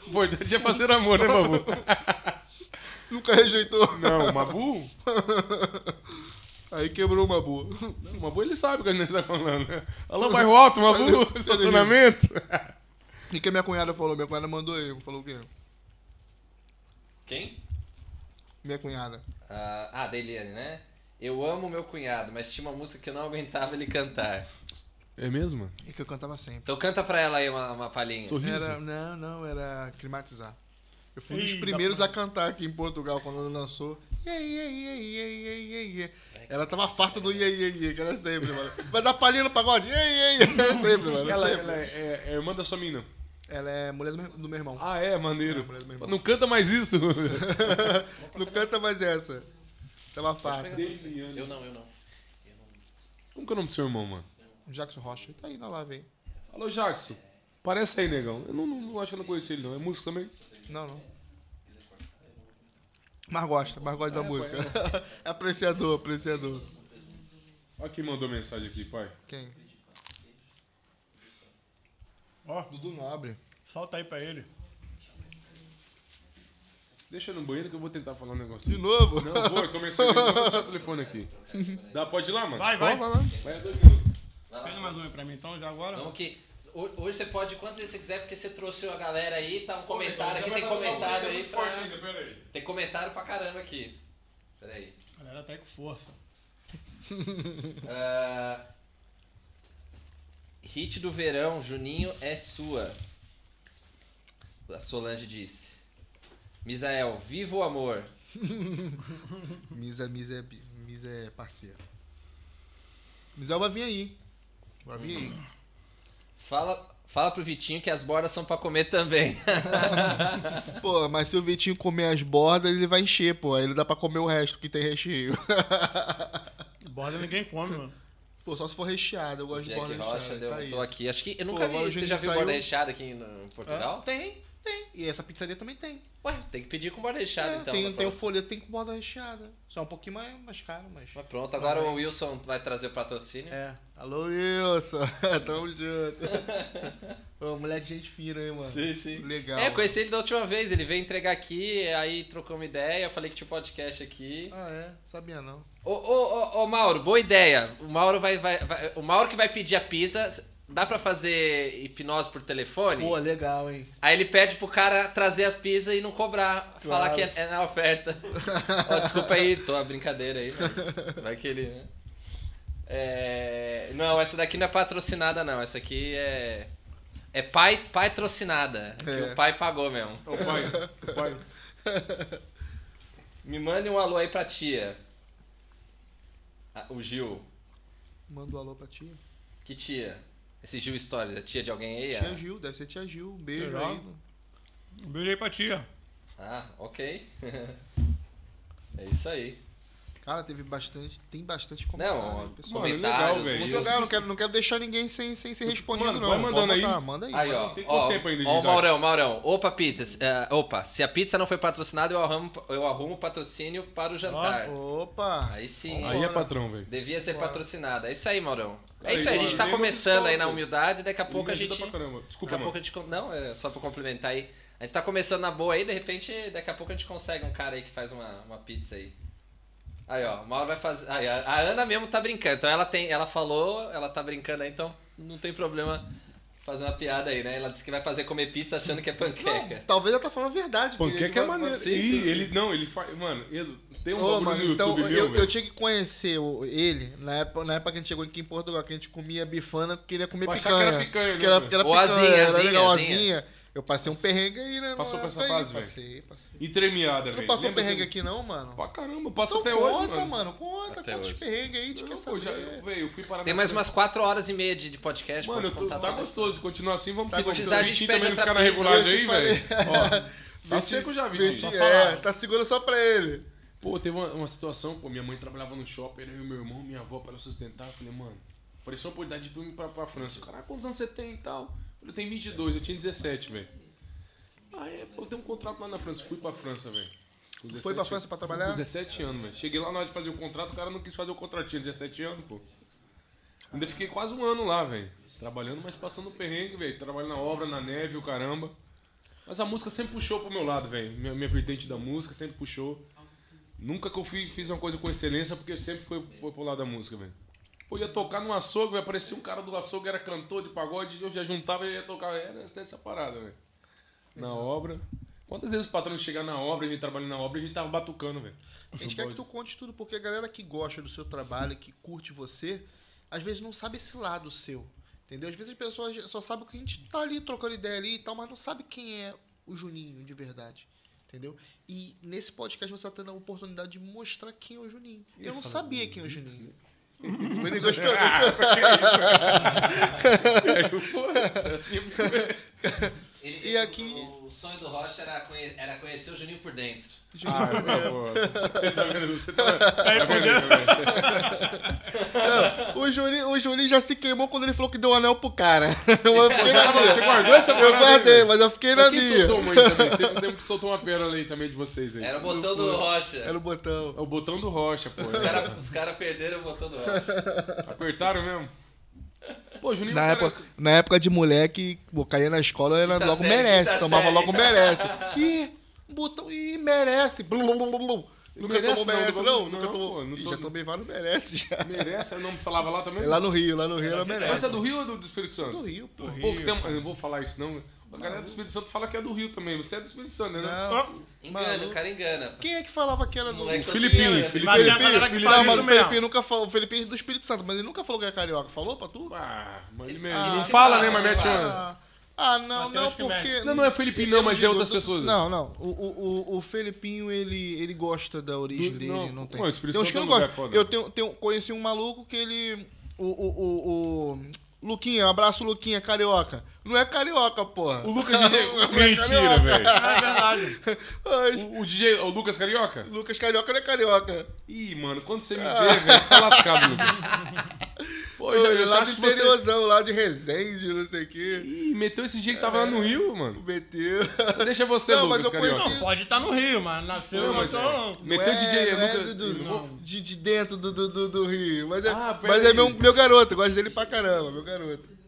O importante é fazer amor, né, Mabu? Nunca rejeitou. Não, o Mabu. Aí quebrou uma boa. Não, o Mabu ele sabe o que a gente tá falando, né? Alô, bairro alto, Mabu, estacionamento. E que a minha cunhada falou? Minha cunhada mandou eu. Falou o quê? Quem? Minha cunhada. Ah, ah, da Eliane, né? Eu amo meu cunhado, mas tinha uma música que eu não aguentava ele cantar. É mesmo? E que eu cantava sempre. Então canta pra ela aí uma, uma palhinha. Sorriso. Era, não, não, era climatizar. Eu fui um dos Ih, dá primeiros pra- a cantar aqui em Portugal quando ela lançou. Iê, iê, iê, iê, iê, iê, É iê. Ela tava farta né? do iê, iê, iê, que era sempre, mano. Vai dar palhinha no pagode? Iê, iê, iê, que era sempre, mano. Ela, Ela, ela é, é irmã da sua mina. ela é mulher do meu, do meu irmão. Ah, é, maneiro. É, mulher do meu irmão. não canta mais isso. Não canta mais essa. Tava farta. Eu não, eu não. Como que é o nome do seu irmão, mano? Jackson Rocha. Tá aí na live aí. Alô, Jackson. Parece aí, negão. Eu não, não- não acho que eu não conheci ele, não. É músico também? Não, não. Mas gosta, mas gosta da música. É apreciador, apreciador. Olha quem mandou mensagem aqui, pai. Quem? Ó, Dudu Nobre. solta aí pra ele. Deixa eu ir no banheiro que eu vou tentar falar um negócio. De novo? Não, eu vou, eu tô mensagem. Eu vou deixar o telefone aqui. Dá, pode ir lá, mano? Vai, vai. Vai, vai. Vai a dois minutos. Pega mais um aí pra mim então, já agora. Vamos que. ho- Hoje você pode ir quantas vezes você quiser, porque você trouxe a galera aí, tá um Então, comentário aqui, vai tem fazer uma comentário coisa aí muito pra... forte ainda, pera aí. Tem comentário pra caramba aqui. Pera aí. A galera tá aí com força. Ah, hit do verão, Juninho é sua. A Solange disse. Misael, viva o amor. Misa, Misa, é bi- Misa é parceiro. Misael vai vir aí. Vai vir aí. Fala, fala pro Vitinho que as bordas são pra comer também. Pô, mas se o Vitinho comer as bordas, ele vai encher, pô. Aí não dá pra comer o resto que tem recheio. Borda ninguém come, mano. Pô, só se for recheado. Eu gosto de Jack borda Rocha, recheada. deu, um Tá aí. tô aqui. Acho que eu Pô, nunca agora o vi. Você Juninho já viu saiu- borda recheada aqui no, em Portugal? Tem, tem. E essa pizzaria também tem. Ué, tem que pedir com borda recheada É, então. tem na tem o próxima. folheto, tem com borda recheada. Só um pouquinho mais, mais caro, mas... Mas pronto, agora o Wilson vai trazer o patrocínio. É. Alô, Wilson. Tamo junto. Ô, mulher de gente fina, hein, mano. Sim, sim. Legal. É, conheci ele da última vez, ele veio entregar aqui, aí trocou uma ideia, eu falei que tinha um podcast aqui. Ah, é? Sabia não. Ô, ô, ô, ô, Mauro, boa ideia. O Mauro vai, vai, vai- O Mauro que vai pedir a pizza. Dá pra fazer hipnose por telefone? Pô, legal, hein? Aí ele pede pro cara trazer as pizzas e não cobrar. Falar que é, é na oferta. Ó, desculpa aí, tô a brincadeira aí, mas vai que ele, né? É, Não, essa daqui não é patrocinada, não. Essa aqui é. É pai patrocinada. Que É. o pai pagou mesmo. Ô, pai. ô, pai. Me mande um alô aí pra tia. Ah, o Gil. Manda um alô pra tia. Que tia? Esse Gil Stories, é tia de alguém aí? Tia é? Gil, deve ser tia Gil. Um beijo Legal. aí. Um beijo aí pra tia. Ah, ok. é isso aí. Cara, teve bastante. Tem bastante comentário. Não, aí, pessoal. mano, comentários. é assim, legal, velho. Vou vídeos. jogar, eu não quero, não quero deixar ninguém sem, sem ser respondido, Mano, não. vai Pode mandando aí. botar, Manda aí. Aí, manda ó. Tem quanto Ó, tempo ainda de ó, o idade? Maurão, Maurão. Opa, pizzas. eh, opa, se a pizza não foi patrocinada, eu arrumo, eu arrumo patrocínio para o jantar. Opa! Aí sim. Aí é patrão, velho. Devia ser patrocinada. É isso aí, Maurão. É Aí, isso aí, a gente tá mano, começando aí na desculpa. humildade, daqui a Ele pouco me a ajuda gente. pra caramba. Desculpa, Daqui a mano. pouco a gente. con- Não, é só pra complementar aí. A gente tá começando na boa aí, de repente, daqui a pouco a gente consegue um cara aí que faz uma, uma pizza aí. Aí, ó, o Mauro vai fazer. Aí, a a Ana mesmo tá brincando. Então ela tem. Ela falou, ela tá brincando aí, então não tem problema fazer uma piada aí, né? Ela disse que vai fazer comer pizza achando que é panqueca. Talvez ela tá falando a verdade. que ele Panqueca é vai- vai- maneiro. sim, Ih, sim, sim. ele não, ele faz. Mano, ele tem um Ô, bagulho mano, no então YouTube meu, eu, eu velho. tinha que conhecer o- ele na época, na época que a gente chegou aqui em Portugal, que a gente comia bifana porque ele ia comer Pra achar picanha. que era picanha, né, porque era, velho? porque era Ou picanha, asinha, era asinha, legal, asinha. azinha. Eu passei um perrengue aí, né? Passou na por essa época aí, fase, velho? Passei, passei. E tremiada, velho. Não passou Lembra perrengue que- aqui não, mano? Pra caramba, passa Então até hoje. conta, mano. mano. Conta, Até conta os hoje. perrengues aí, a gente Não, quer pô, saber. já, eu, velho, eu fui parar Tem na- mais umas 4 horas e meia de, de podcast, Mano, pode eu tô- contar tá tudo. gostoso. Se continuar assim, vamos Tá parar. gostoso. O Precisar, a gente Vitinho pede também não outra ficar na pizza. regulagem aí, Eu te velho. Ó, tá seco já, Vitinho, Vitinho. é, tá segurando só pra ele. Pô, teve uma, uma situação, pô, minha mãe trabalhava no shopping, eu e meu irmão, minha avó para sustentar. Eu falei, mano, parecia uma oportunidade de ir pra, pra França. Caraca, quantos anos você tem e tal? Eu falei, eu tenho 22, eu tinha 17, velho. Aí, pô, eu tenho um contrato lá na França, fui pra França, velho. Com Foi pra 17 França pra fui com trabalhar? 17 anos, velho. Cheguei lá na hora de fazer o contrato, o cara não quis fazer o contratinho, 17 anos, pô. Ainda fiquei quase um ano lá, velho. Trabalhando, mas passando perrengue, velho. Trabalhando na obra, na neve, o caramba. Mas a música sempre puxou pro meu lado, velho. Minha, minha vertente da música sempre puxou. Nunca que eu fui- fiz uma coisa com excelência, porque sempre foi, foi pro lado da música, velho. Eu ia tocar no açougue, véio, aparecia um cara do açougue, era cantor de pagode, eu já juntava e ia tocar. Era essa parada, velho. Na obra. Quantas vezes o patrão chega na obra, a gente trabalha na obra, a gente tava batucando, velho. um A gente quer que tu conte tudo, porque a galera que gosta do seu trabalho, que curte você, às vezes não sabe esse lado seu. Entendeu? Às vezes as pessoas só sabem que a gente tá ali trocando ideia ali e tal, mas não sabe quem é o Juninho de verdade. Entendeu? E nesse podcast você tá tendo a oportunidade de mostrar quem é o Juninho. Eu não sabia quem é o Juninho. Ele gostou, gostou. Aí eu, pô, é assim, velho. Ele- E aqui- O sonho do Rocha era, conhe- era conhecer o Juninho por dentro. Ah, é pô, Você tá vendo? Você tá tá vendo? velho? O Juninho, o Juninho já se queimou quando ele falou que deu o anel pro cara. Eu fiquei na Você minha. guardou essa Eu parada aí, guardei, velho? mas eu fiquei na Mas Quem minha. soltou uma aí também? Teve um tempo que soltou uma pérola aí também de vocês aí. Era o botão do Rocha. Era o botão. É o botão do Rocha, pô. Os caras cara perderam o botão do Rocha. Apertaram mesmo. Pô, Juninho, Na o cara- época, na época de moleque, pô, caía na escola, era Quinta logo série, merece, quinta tomava série. logo merece. Ih, botão, ih, merece. Blum, blum, blum, blum. Nunca merece, tomou não, merece, não, não? não, Nunca tomou. pô, não Ih, sou- já tomei vários merece já. merece, eu não falava lá também. É Lá no Rio, lá no Rio era Mas merece. é do Rio ou do, do Espírito Santo? Do Rio, pô. Pô, que tem um- eu não vou falar isso não. A galera do Espírito Santo fala que é do Rio também. Você é do Espírito Santo, né? né? Não. Engana, Maluco. o cara engana. Quem é que falava que era do Moleque Rio? Filipinho, assim, Filipinho. Mas tem a Felipinho? galera que Não, faz mas isso o Felipinho mesmo. nunca falou. O Felipinho é do Espírito Santo, mas ele nunca falou que era carioca. Falou pra tu? Ah, mas ele ele mesmo. se fala, passa, né, mas se mete passa. uma... Ah, ah, não, Mateus não, que mexe. porque. Não, não é Felipinho um não, mas é outras pessoas. Não, não. O, o, o- o Felipinho, ele, ele gosta da origem Do- dele, não, não, pô, tem. o Espírito tem uns Santo que é um não lugar gostam. foda. Eu tenho, tenho- conheci um maluco que ele. O. o, o, o Luquinha, um abraço Luquinha, carioca. Não é carioca, porra. O Lucas DJ... é Mentira, velho. É verdade. Ai, O, o DJ, o Lucas Carioca? Lucas Carioca não é carioca. Ih, mano, quando você me vê, velho, você tá lascado, Lucas. Pô, eu, já- Ah. Ele é eu lá do acho que você... interiorzão, lá de Resende, não sei o quê. Ih, meteu esse dia que tava lá no Rio, mano. Meteu. Deixa você, É. Não, mas Lucas eu Carioca. conheci- Não, pode estar no Rio, mas então. nasceu Não, não, mas é. Meteu Não o DJ não é Lucas... do- do- Não vou- de, de dentro do, do, do- do Rio. Mas é, Ah, mas peraí. é meu, meu garoto, eu gosto dele pra caramba, meu garoto.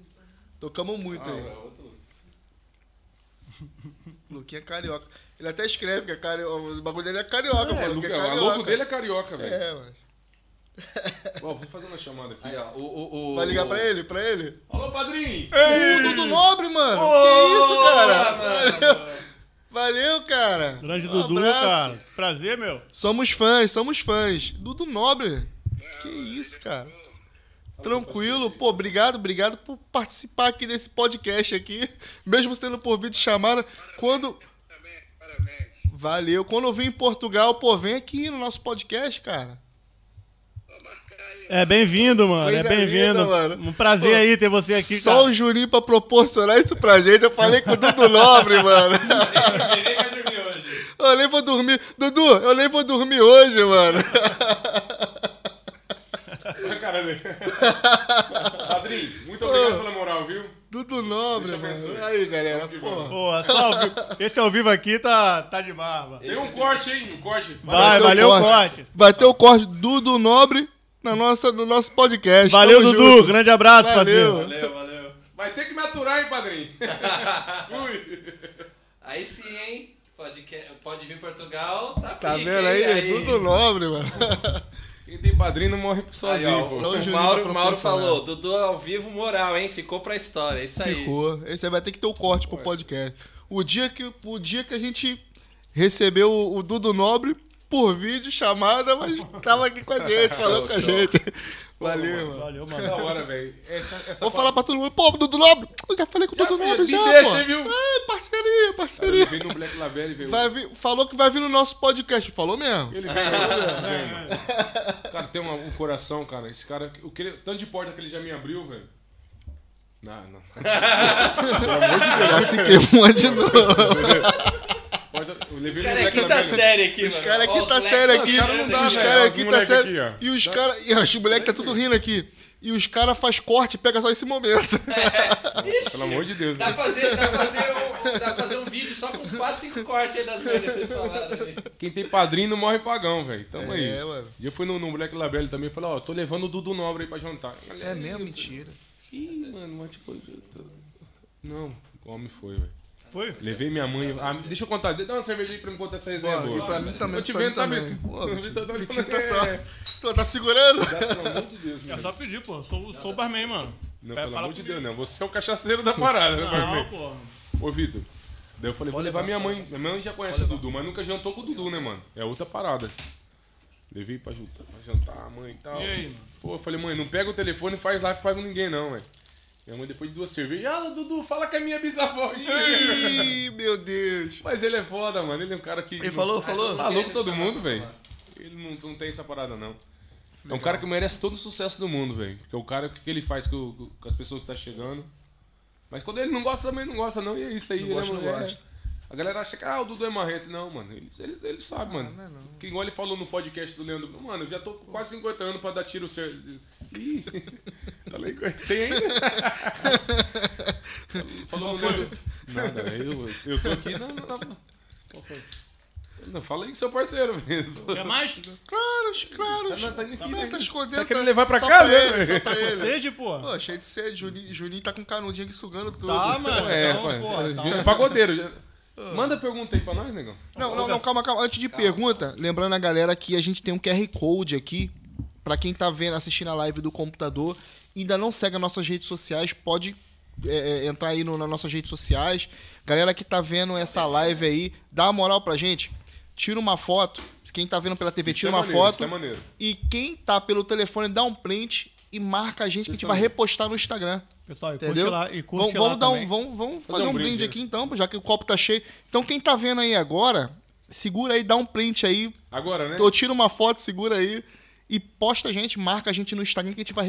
Tocamos muito aí. Luquinha é carioca. Ele até escreve que é carioca. O bagulho dele é carioca, É, pô. Luca, Luquinha é a carioca. logo dele é carioca, velho. É, mano. Ó, vou fazer uma chamada aqui. Aí, ó, o, o, o- Vai ligar pra ele? Pra ele? Alô, padrinho! O Dudu Nobre, mano! que isso, cara? Valeu, Valeu, cara! Grande Um Dudu, abraço. cara. Prazer, meu. Somos fãs, somos fãs. Dudu Nobre. Que isso, cara. Tranquilo, pô, obrigado, obrigado por participar aqui desse podcast aqui. Mesmo sendo por vídeo chamada, quando Parabéns, parabéns. valeu, quando eu vim em Portugal, pô, vem aqui no nosso podcast, cara. Vou marcar aí. É bem-vindo, mano. Coisa é bem-vindo. linda, mano. Um prazer Pô, aí ter você aqui, Só cara. o Juninho pra proporcionar isso pra gente. Eu falei com o Dudu Nobre, mano. Ninguém vai dormir hoje. Eu nem vou dormir. Dudu, eu nem vou dormir hoje, mano. Olha a cara dele. padrinho, muito obrigado pela moral, viu? Dudu Nobre, Deixa eu mano. pensar. Aí, galera, Que pô. bom. Pô, só ao vivo. Esse ao vivo aqui tá, tá de barba. Tem um corte, hein? Um corte. Vai, ter o valeu o corte. Vai ter o corte Dudu Nobre na nossa, no nosso podcast. Valeu, Tamo Dudu. junto. Grande abraço, Valeu. parceiro. Valeu, valeu. Vai ter que me aturar, hein, padrinho? Fui. Aí sim, hein? Pode, que- pode vir Portugal, tá Tá pique, vendo hein? é aí? Dudu Nobre, mano. Quem tem padrinho não morre Aí, sozinho, ó, Só o pô. o Juninho Mauro, pra Mauro proporcionar. falou, Dudu é ao vivo moral, hein? Ficou pra história, é isso aí. Ficou. Esse aí vai ter que ter o corte pro podcast. O dia que, o dia que a gente recebeu o, o Dudu Nobre por vídeo, chamada, mas tava aqui com a gente, falando com a gente. Valeu, mano. Valeu, mano. Da hora, velho. Essa, essa Vou falar pra todo mundo, pô, Dudu Nobre, eu já falei com o Já, Dudu filho, Nobre me já, deixa, pô. viu? É, parceria, Ele parceria. veio no Black Label e veio. Vai vir- falou que vai vir no nosso podcast, falou mesmo. Ele veio, ele veio, mano. Cara, tem uma- um coração, cara. Esse cara, o que ele- tanto de porta que ele já me abriu, velho. Não, não. Já se queimou de novo. Porta, eu levei Os no é caras Black aqui tá Label. série aqui, Os mano. caras Ó, aqui os tá moleque- sério Não, os aqui. cara não dá, Os velho. caras Os aqui tá moleque sério. aqui, ó. E os caras. Os moleques tá tudo rindo aqui. e os caras faz corte e pega só esse momento. Ixi, Pelo amor de Deus. Dá Tá. né? pra fazer, dá pra fazer, um, dá pra fazer um vídeo só com uns 4, 5 cortes aí das merdas que vocês falaram ali. Quem tem padrinho não morre pagão, velho. Tamo aí. É, mano. Um dia eu fui no, no Black Label também e falei, ó, tô levando o Dudu Nobre aí pra jantar. É mesmo? Mentira. Ih, mano, mas tipo... eu tô- Não, como foi, velho. Foi? Levei minha mãe. Ah, deixa eu contar, dá uma cerveja aí pra me contar essa resenha Pô, boa. e pra mim também. Eu te pra vendo, mim tá também. vendo? Pô, Eu Vitinho, tô- tô- Vitinho tá é. só. Tô, tá segurando? Pelo amor de Deus, É velho. só pedir, pô. Sou, sou barman, mano. Não, Vai pelo falar amor de comigo. Deus, não. Você é o cachaceiro da parada, né, Não, Barman? pô. Ô, Vitor. Daí eu falei, vou levar minha mãe. Minha mãe já conhece o Dudu, mas nunca jantou com o Dudu, né, mano? É outra parada. Levei pra jantar, pra jantar mãe e tal. E aí, mano? Pô, eu falei, mãe, não pega o telefone e faz live faz com ninguém, não, velho. Minha mãe, depois de duas cervejas, ah, Dudu, fala que é minha bisavó. Ih, meu Deus. Mas ele é foda, mano. Ele é um cara que. Ele falou, falou? Tá louco todo mundo, velho. Ele não, não tem essa parada, não. É um cara que merece todo o sucesso do mundo, velho. Porque o cara, o que que ele faz com, com- com as pessoas que tá chegando. Mas quando ele não gosta, também não gosta, não. E é isso aí. Não ele gosta, é, não é- gosta. A galera acha que, ah, o Dudu é marrento. Não, mano. Ele, ele, ele sabe, mano. não é não. Que igual ele falou no podcast do Leandro. Mano, eu já tô com quase 50 anos pra dar tiro certo. Ih, tá legal. Tem ainda? falou no Leandro. Nada, eu, eu tô aqui na... na, na... Qual foi? Não, fala aí que seu parceiro mesmo. Quer mais? Claro, claro. Tá, tá, tá, Tá escondendo. Tá querendo levar pra só casa, pra ele, né? só pra ele. Sede, pô. Pô, cheio de sede. Juninho, Juninho tá com canudinho aqui sugando tudo. Tá, mano. É, então, pai. pô, tá Ju- Pagodeiro. já- Ah. Manda pergunta aí pra nós, negão. Não, não, não, calma, calma. Antes de pergunta, lembrando a galera que a gente tem um QR Code aqui. Pra quem tá vendo, assistindo a live do computador, ainda não segue as nossas redes sociais, pode é, é, entrar aí no- nas nossas redes sociais. Galera que tá vendo essa live aí, dá uma moral pra gente. Tira uma foto. Quem tá vendo pela TV, Isso tira é uma maneiro, foto. Isso é maneiro. E quem tá pelo telefone, dá um print e marca a gente que a gente vai repostar no Instagram. Pessoal, e curte Entendeu? lá. E vamos, curte lá vamos dar também. um, vamos, vamos fazer, um, brinde, brinde. aqui então, já que o copo tá cheio. Então quem tá vendo aí agora, segura aí, dá um print aí, Agora, né? ou tira uma foto, segura aí e posta a gente, marca a gente no Instagram que a gente vai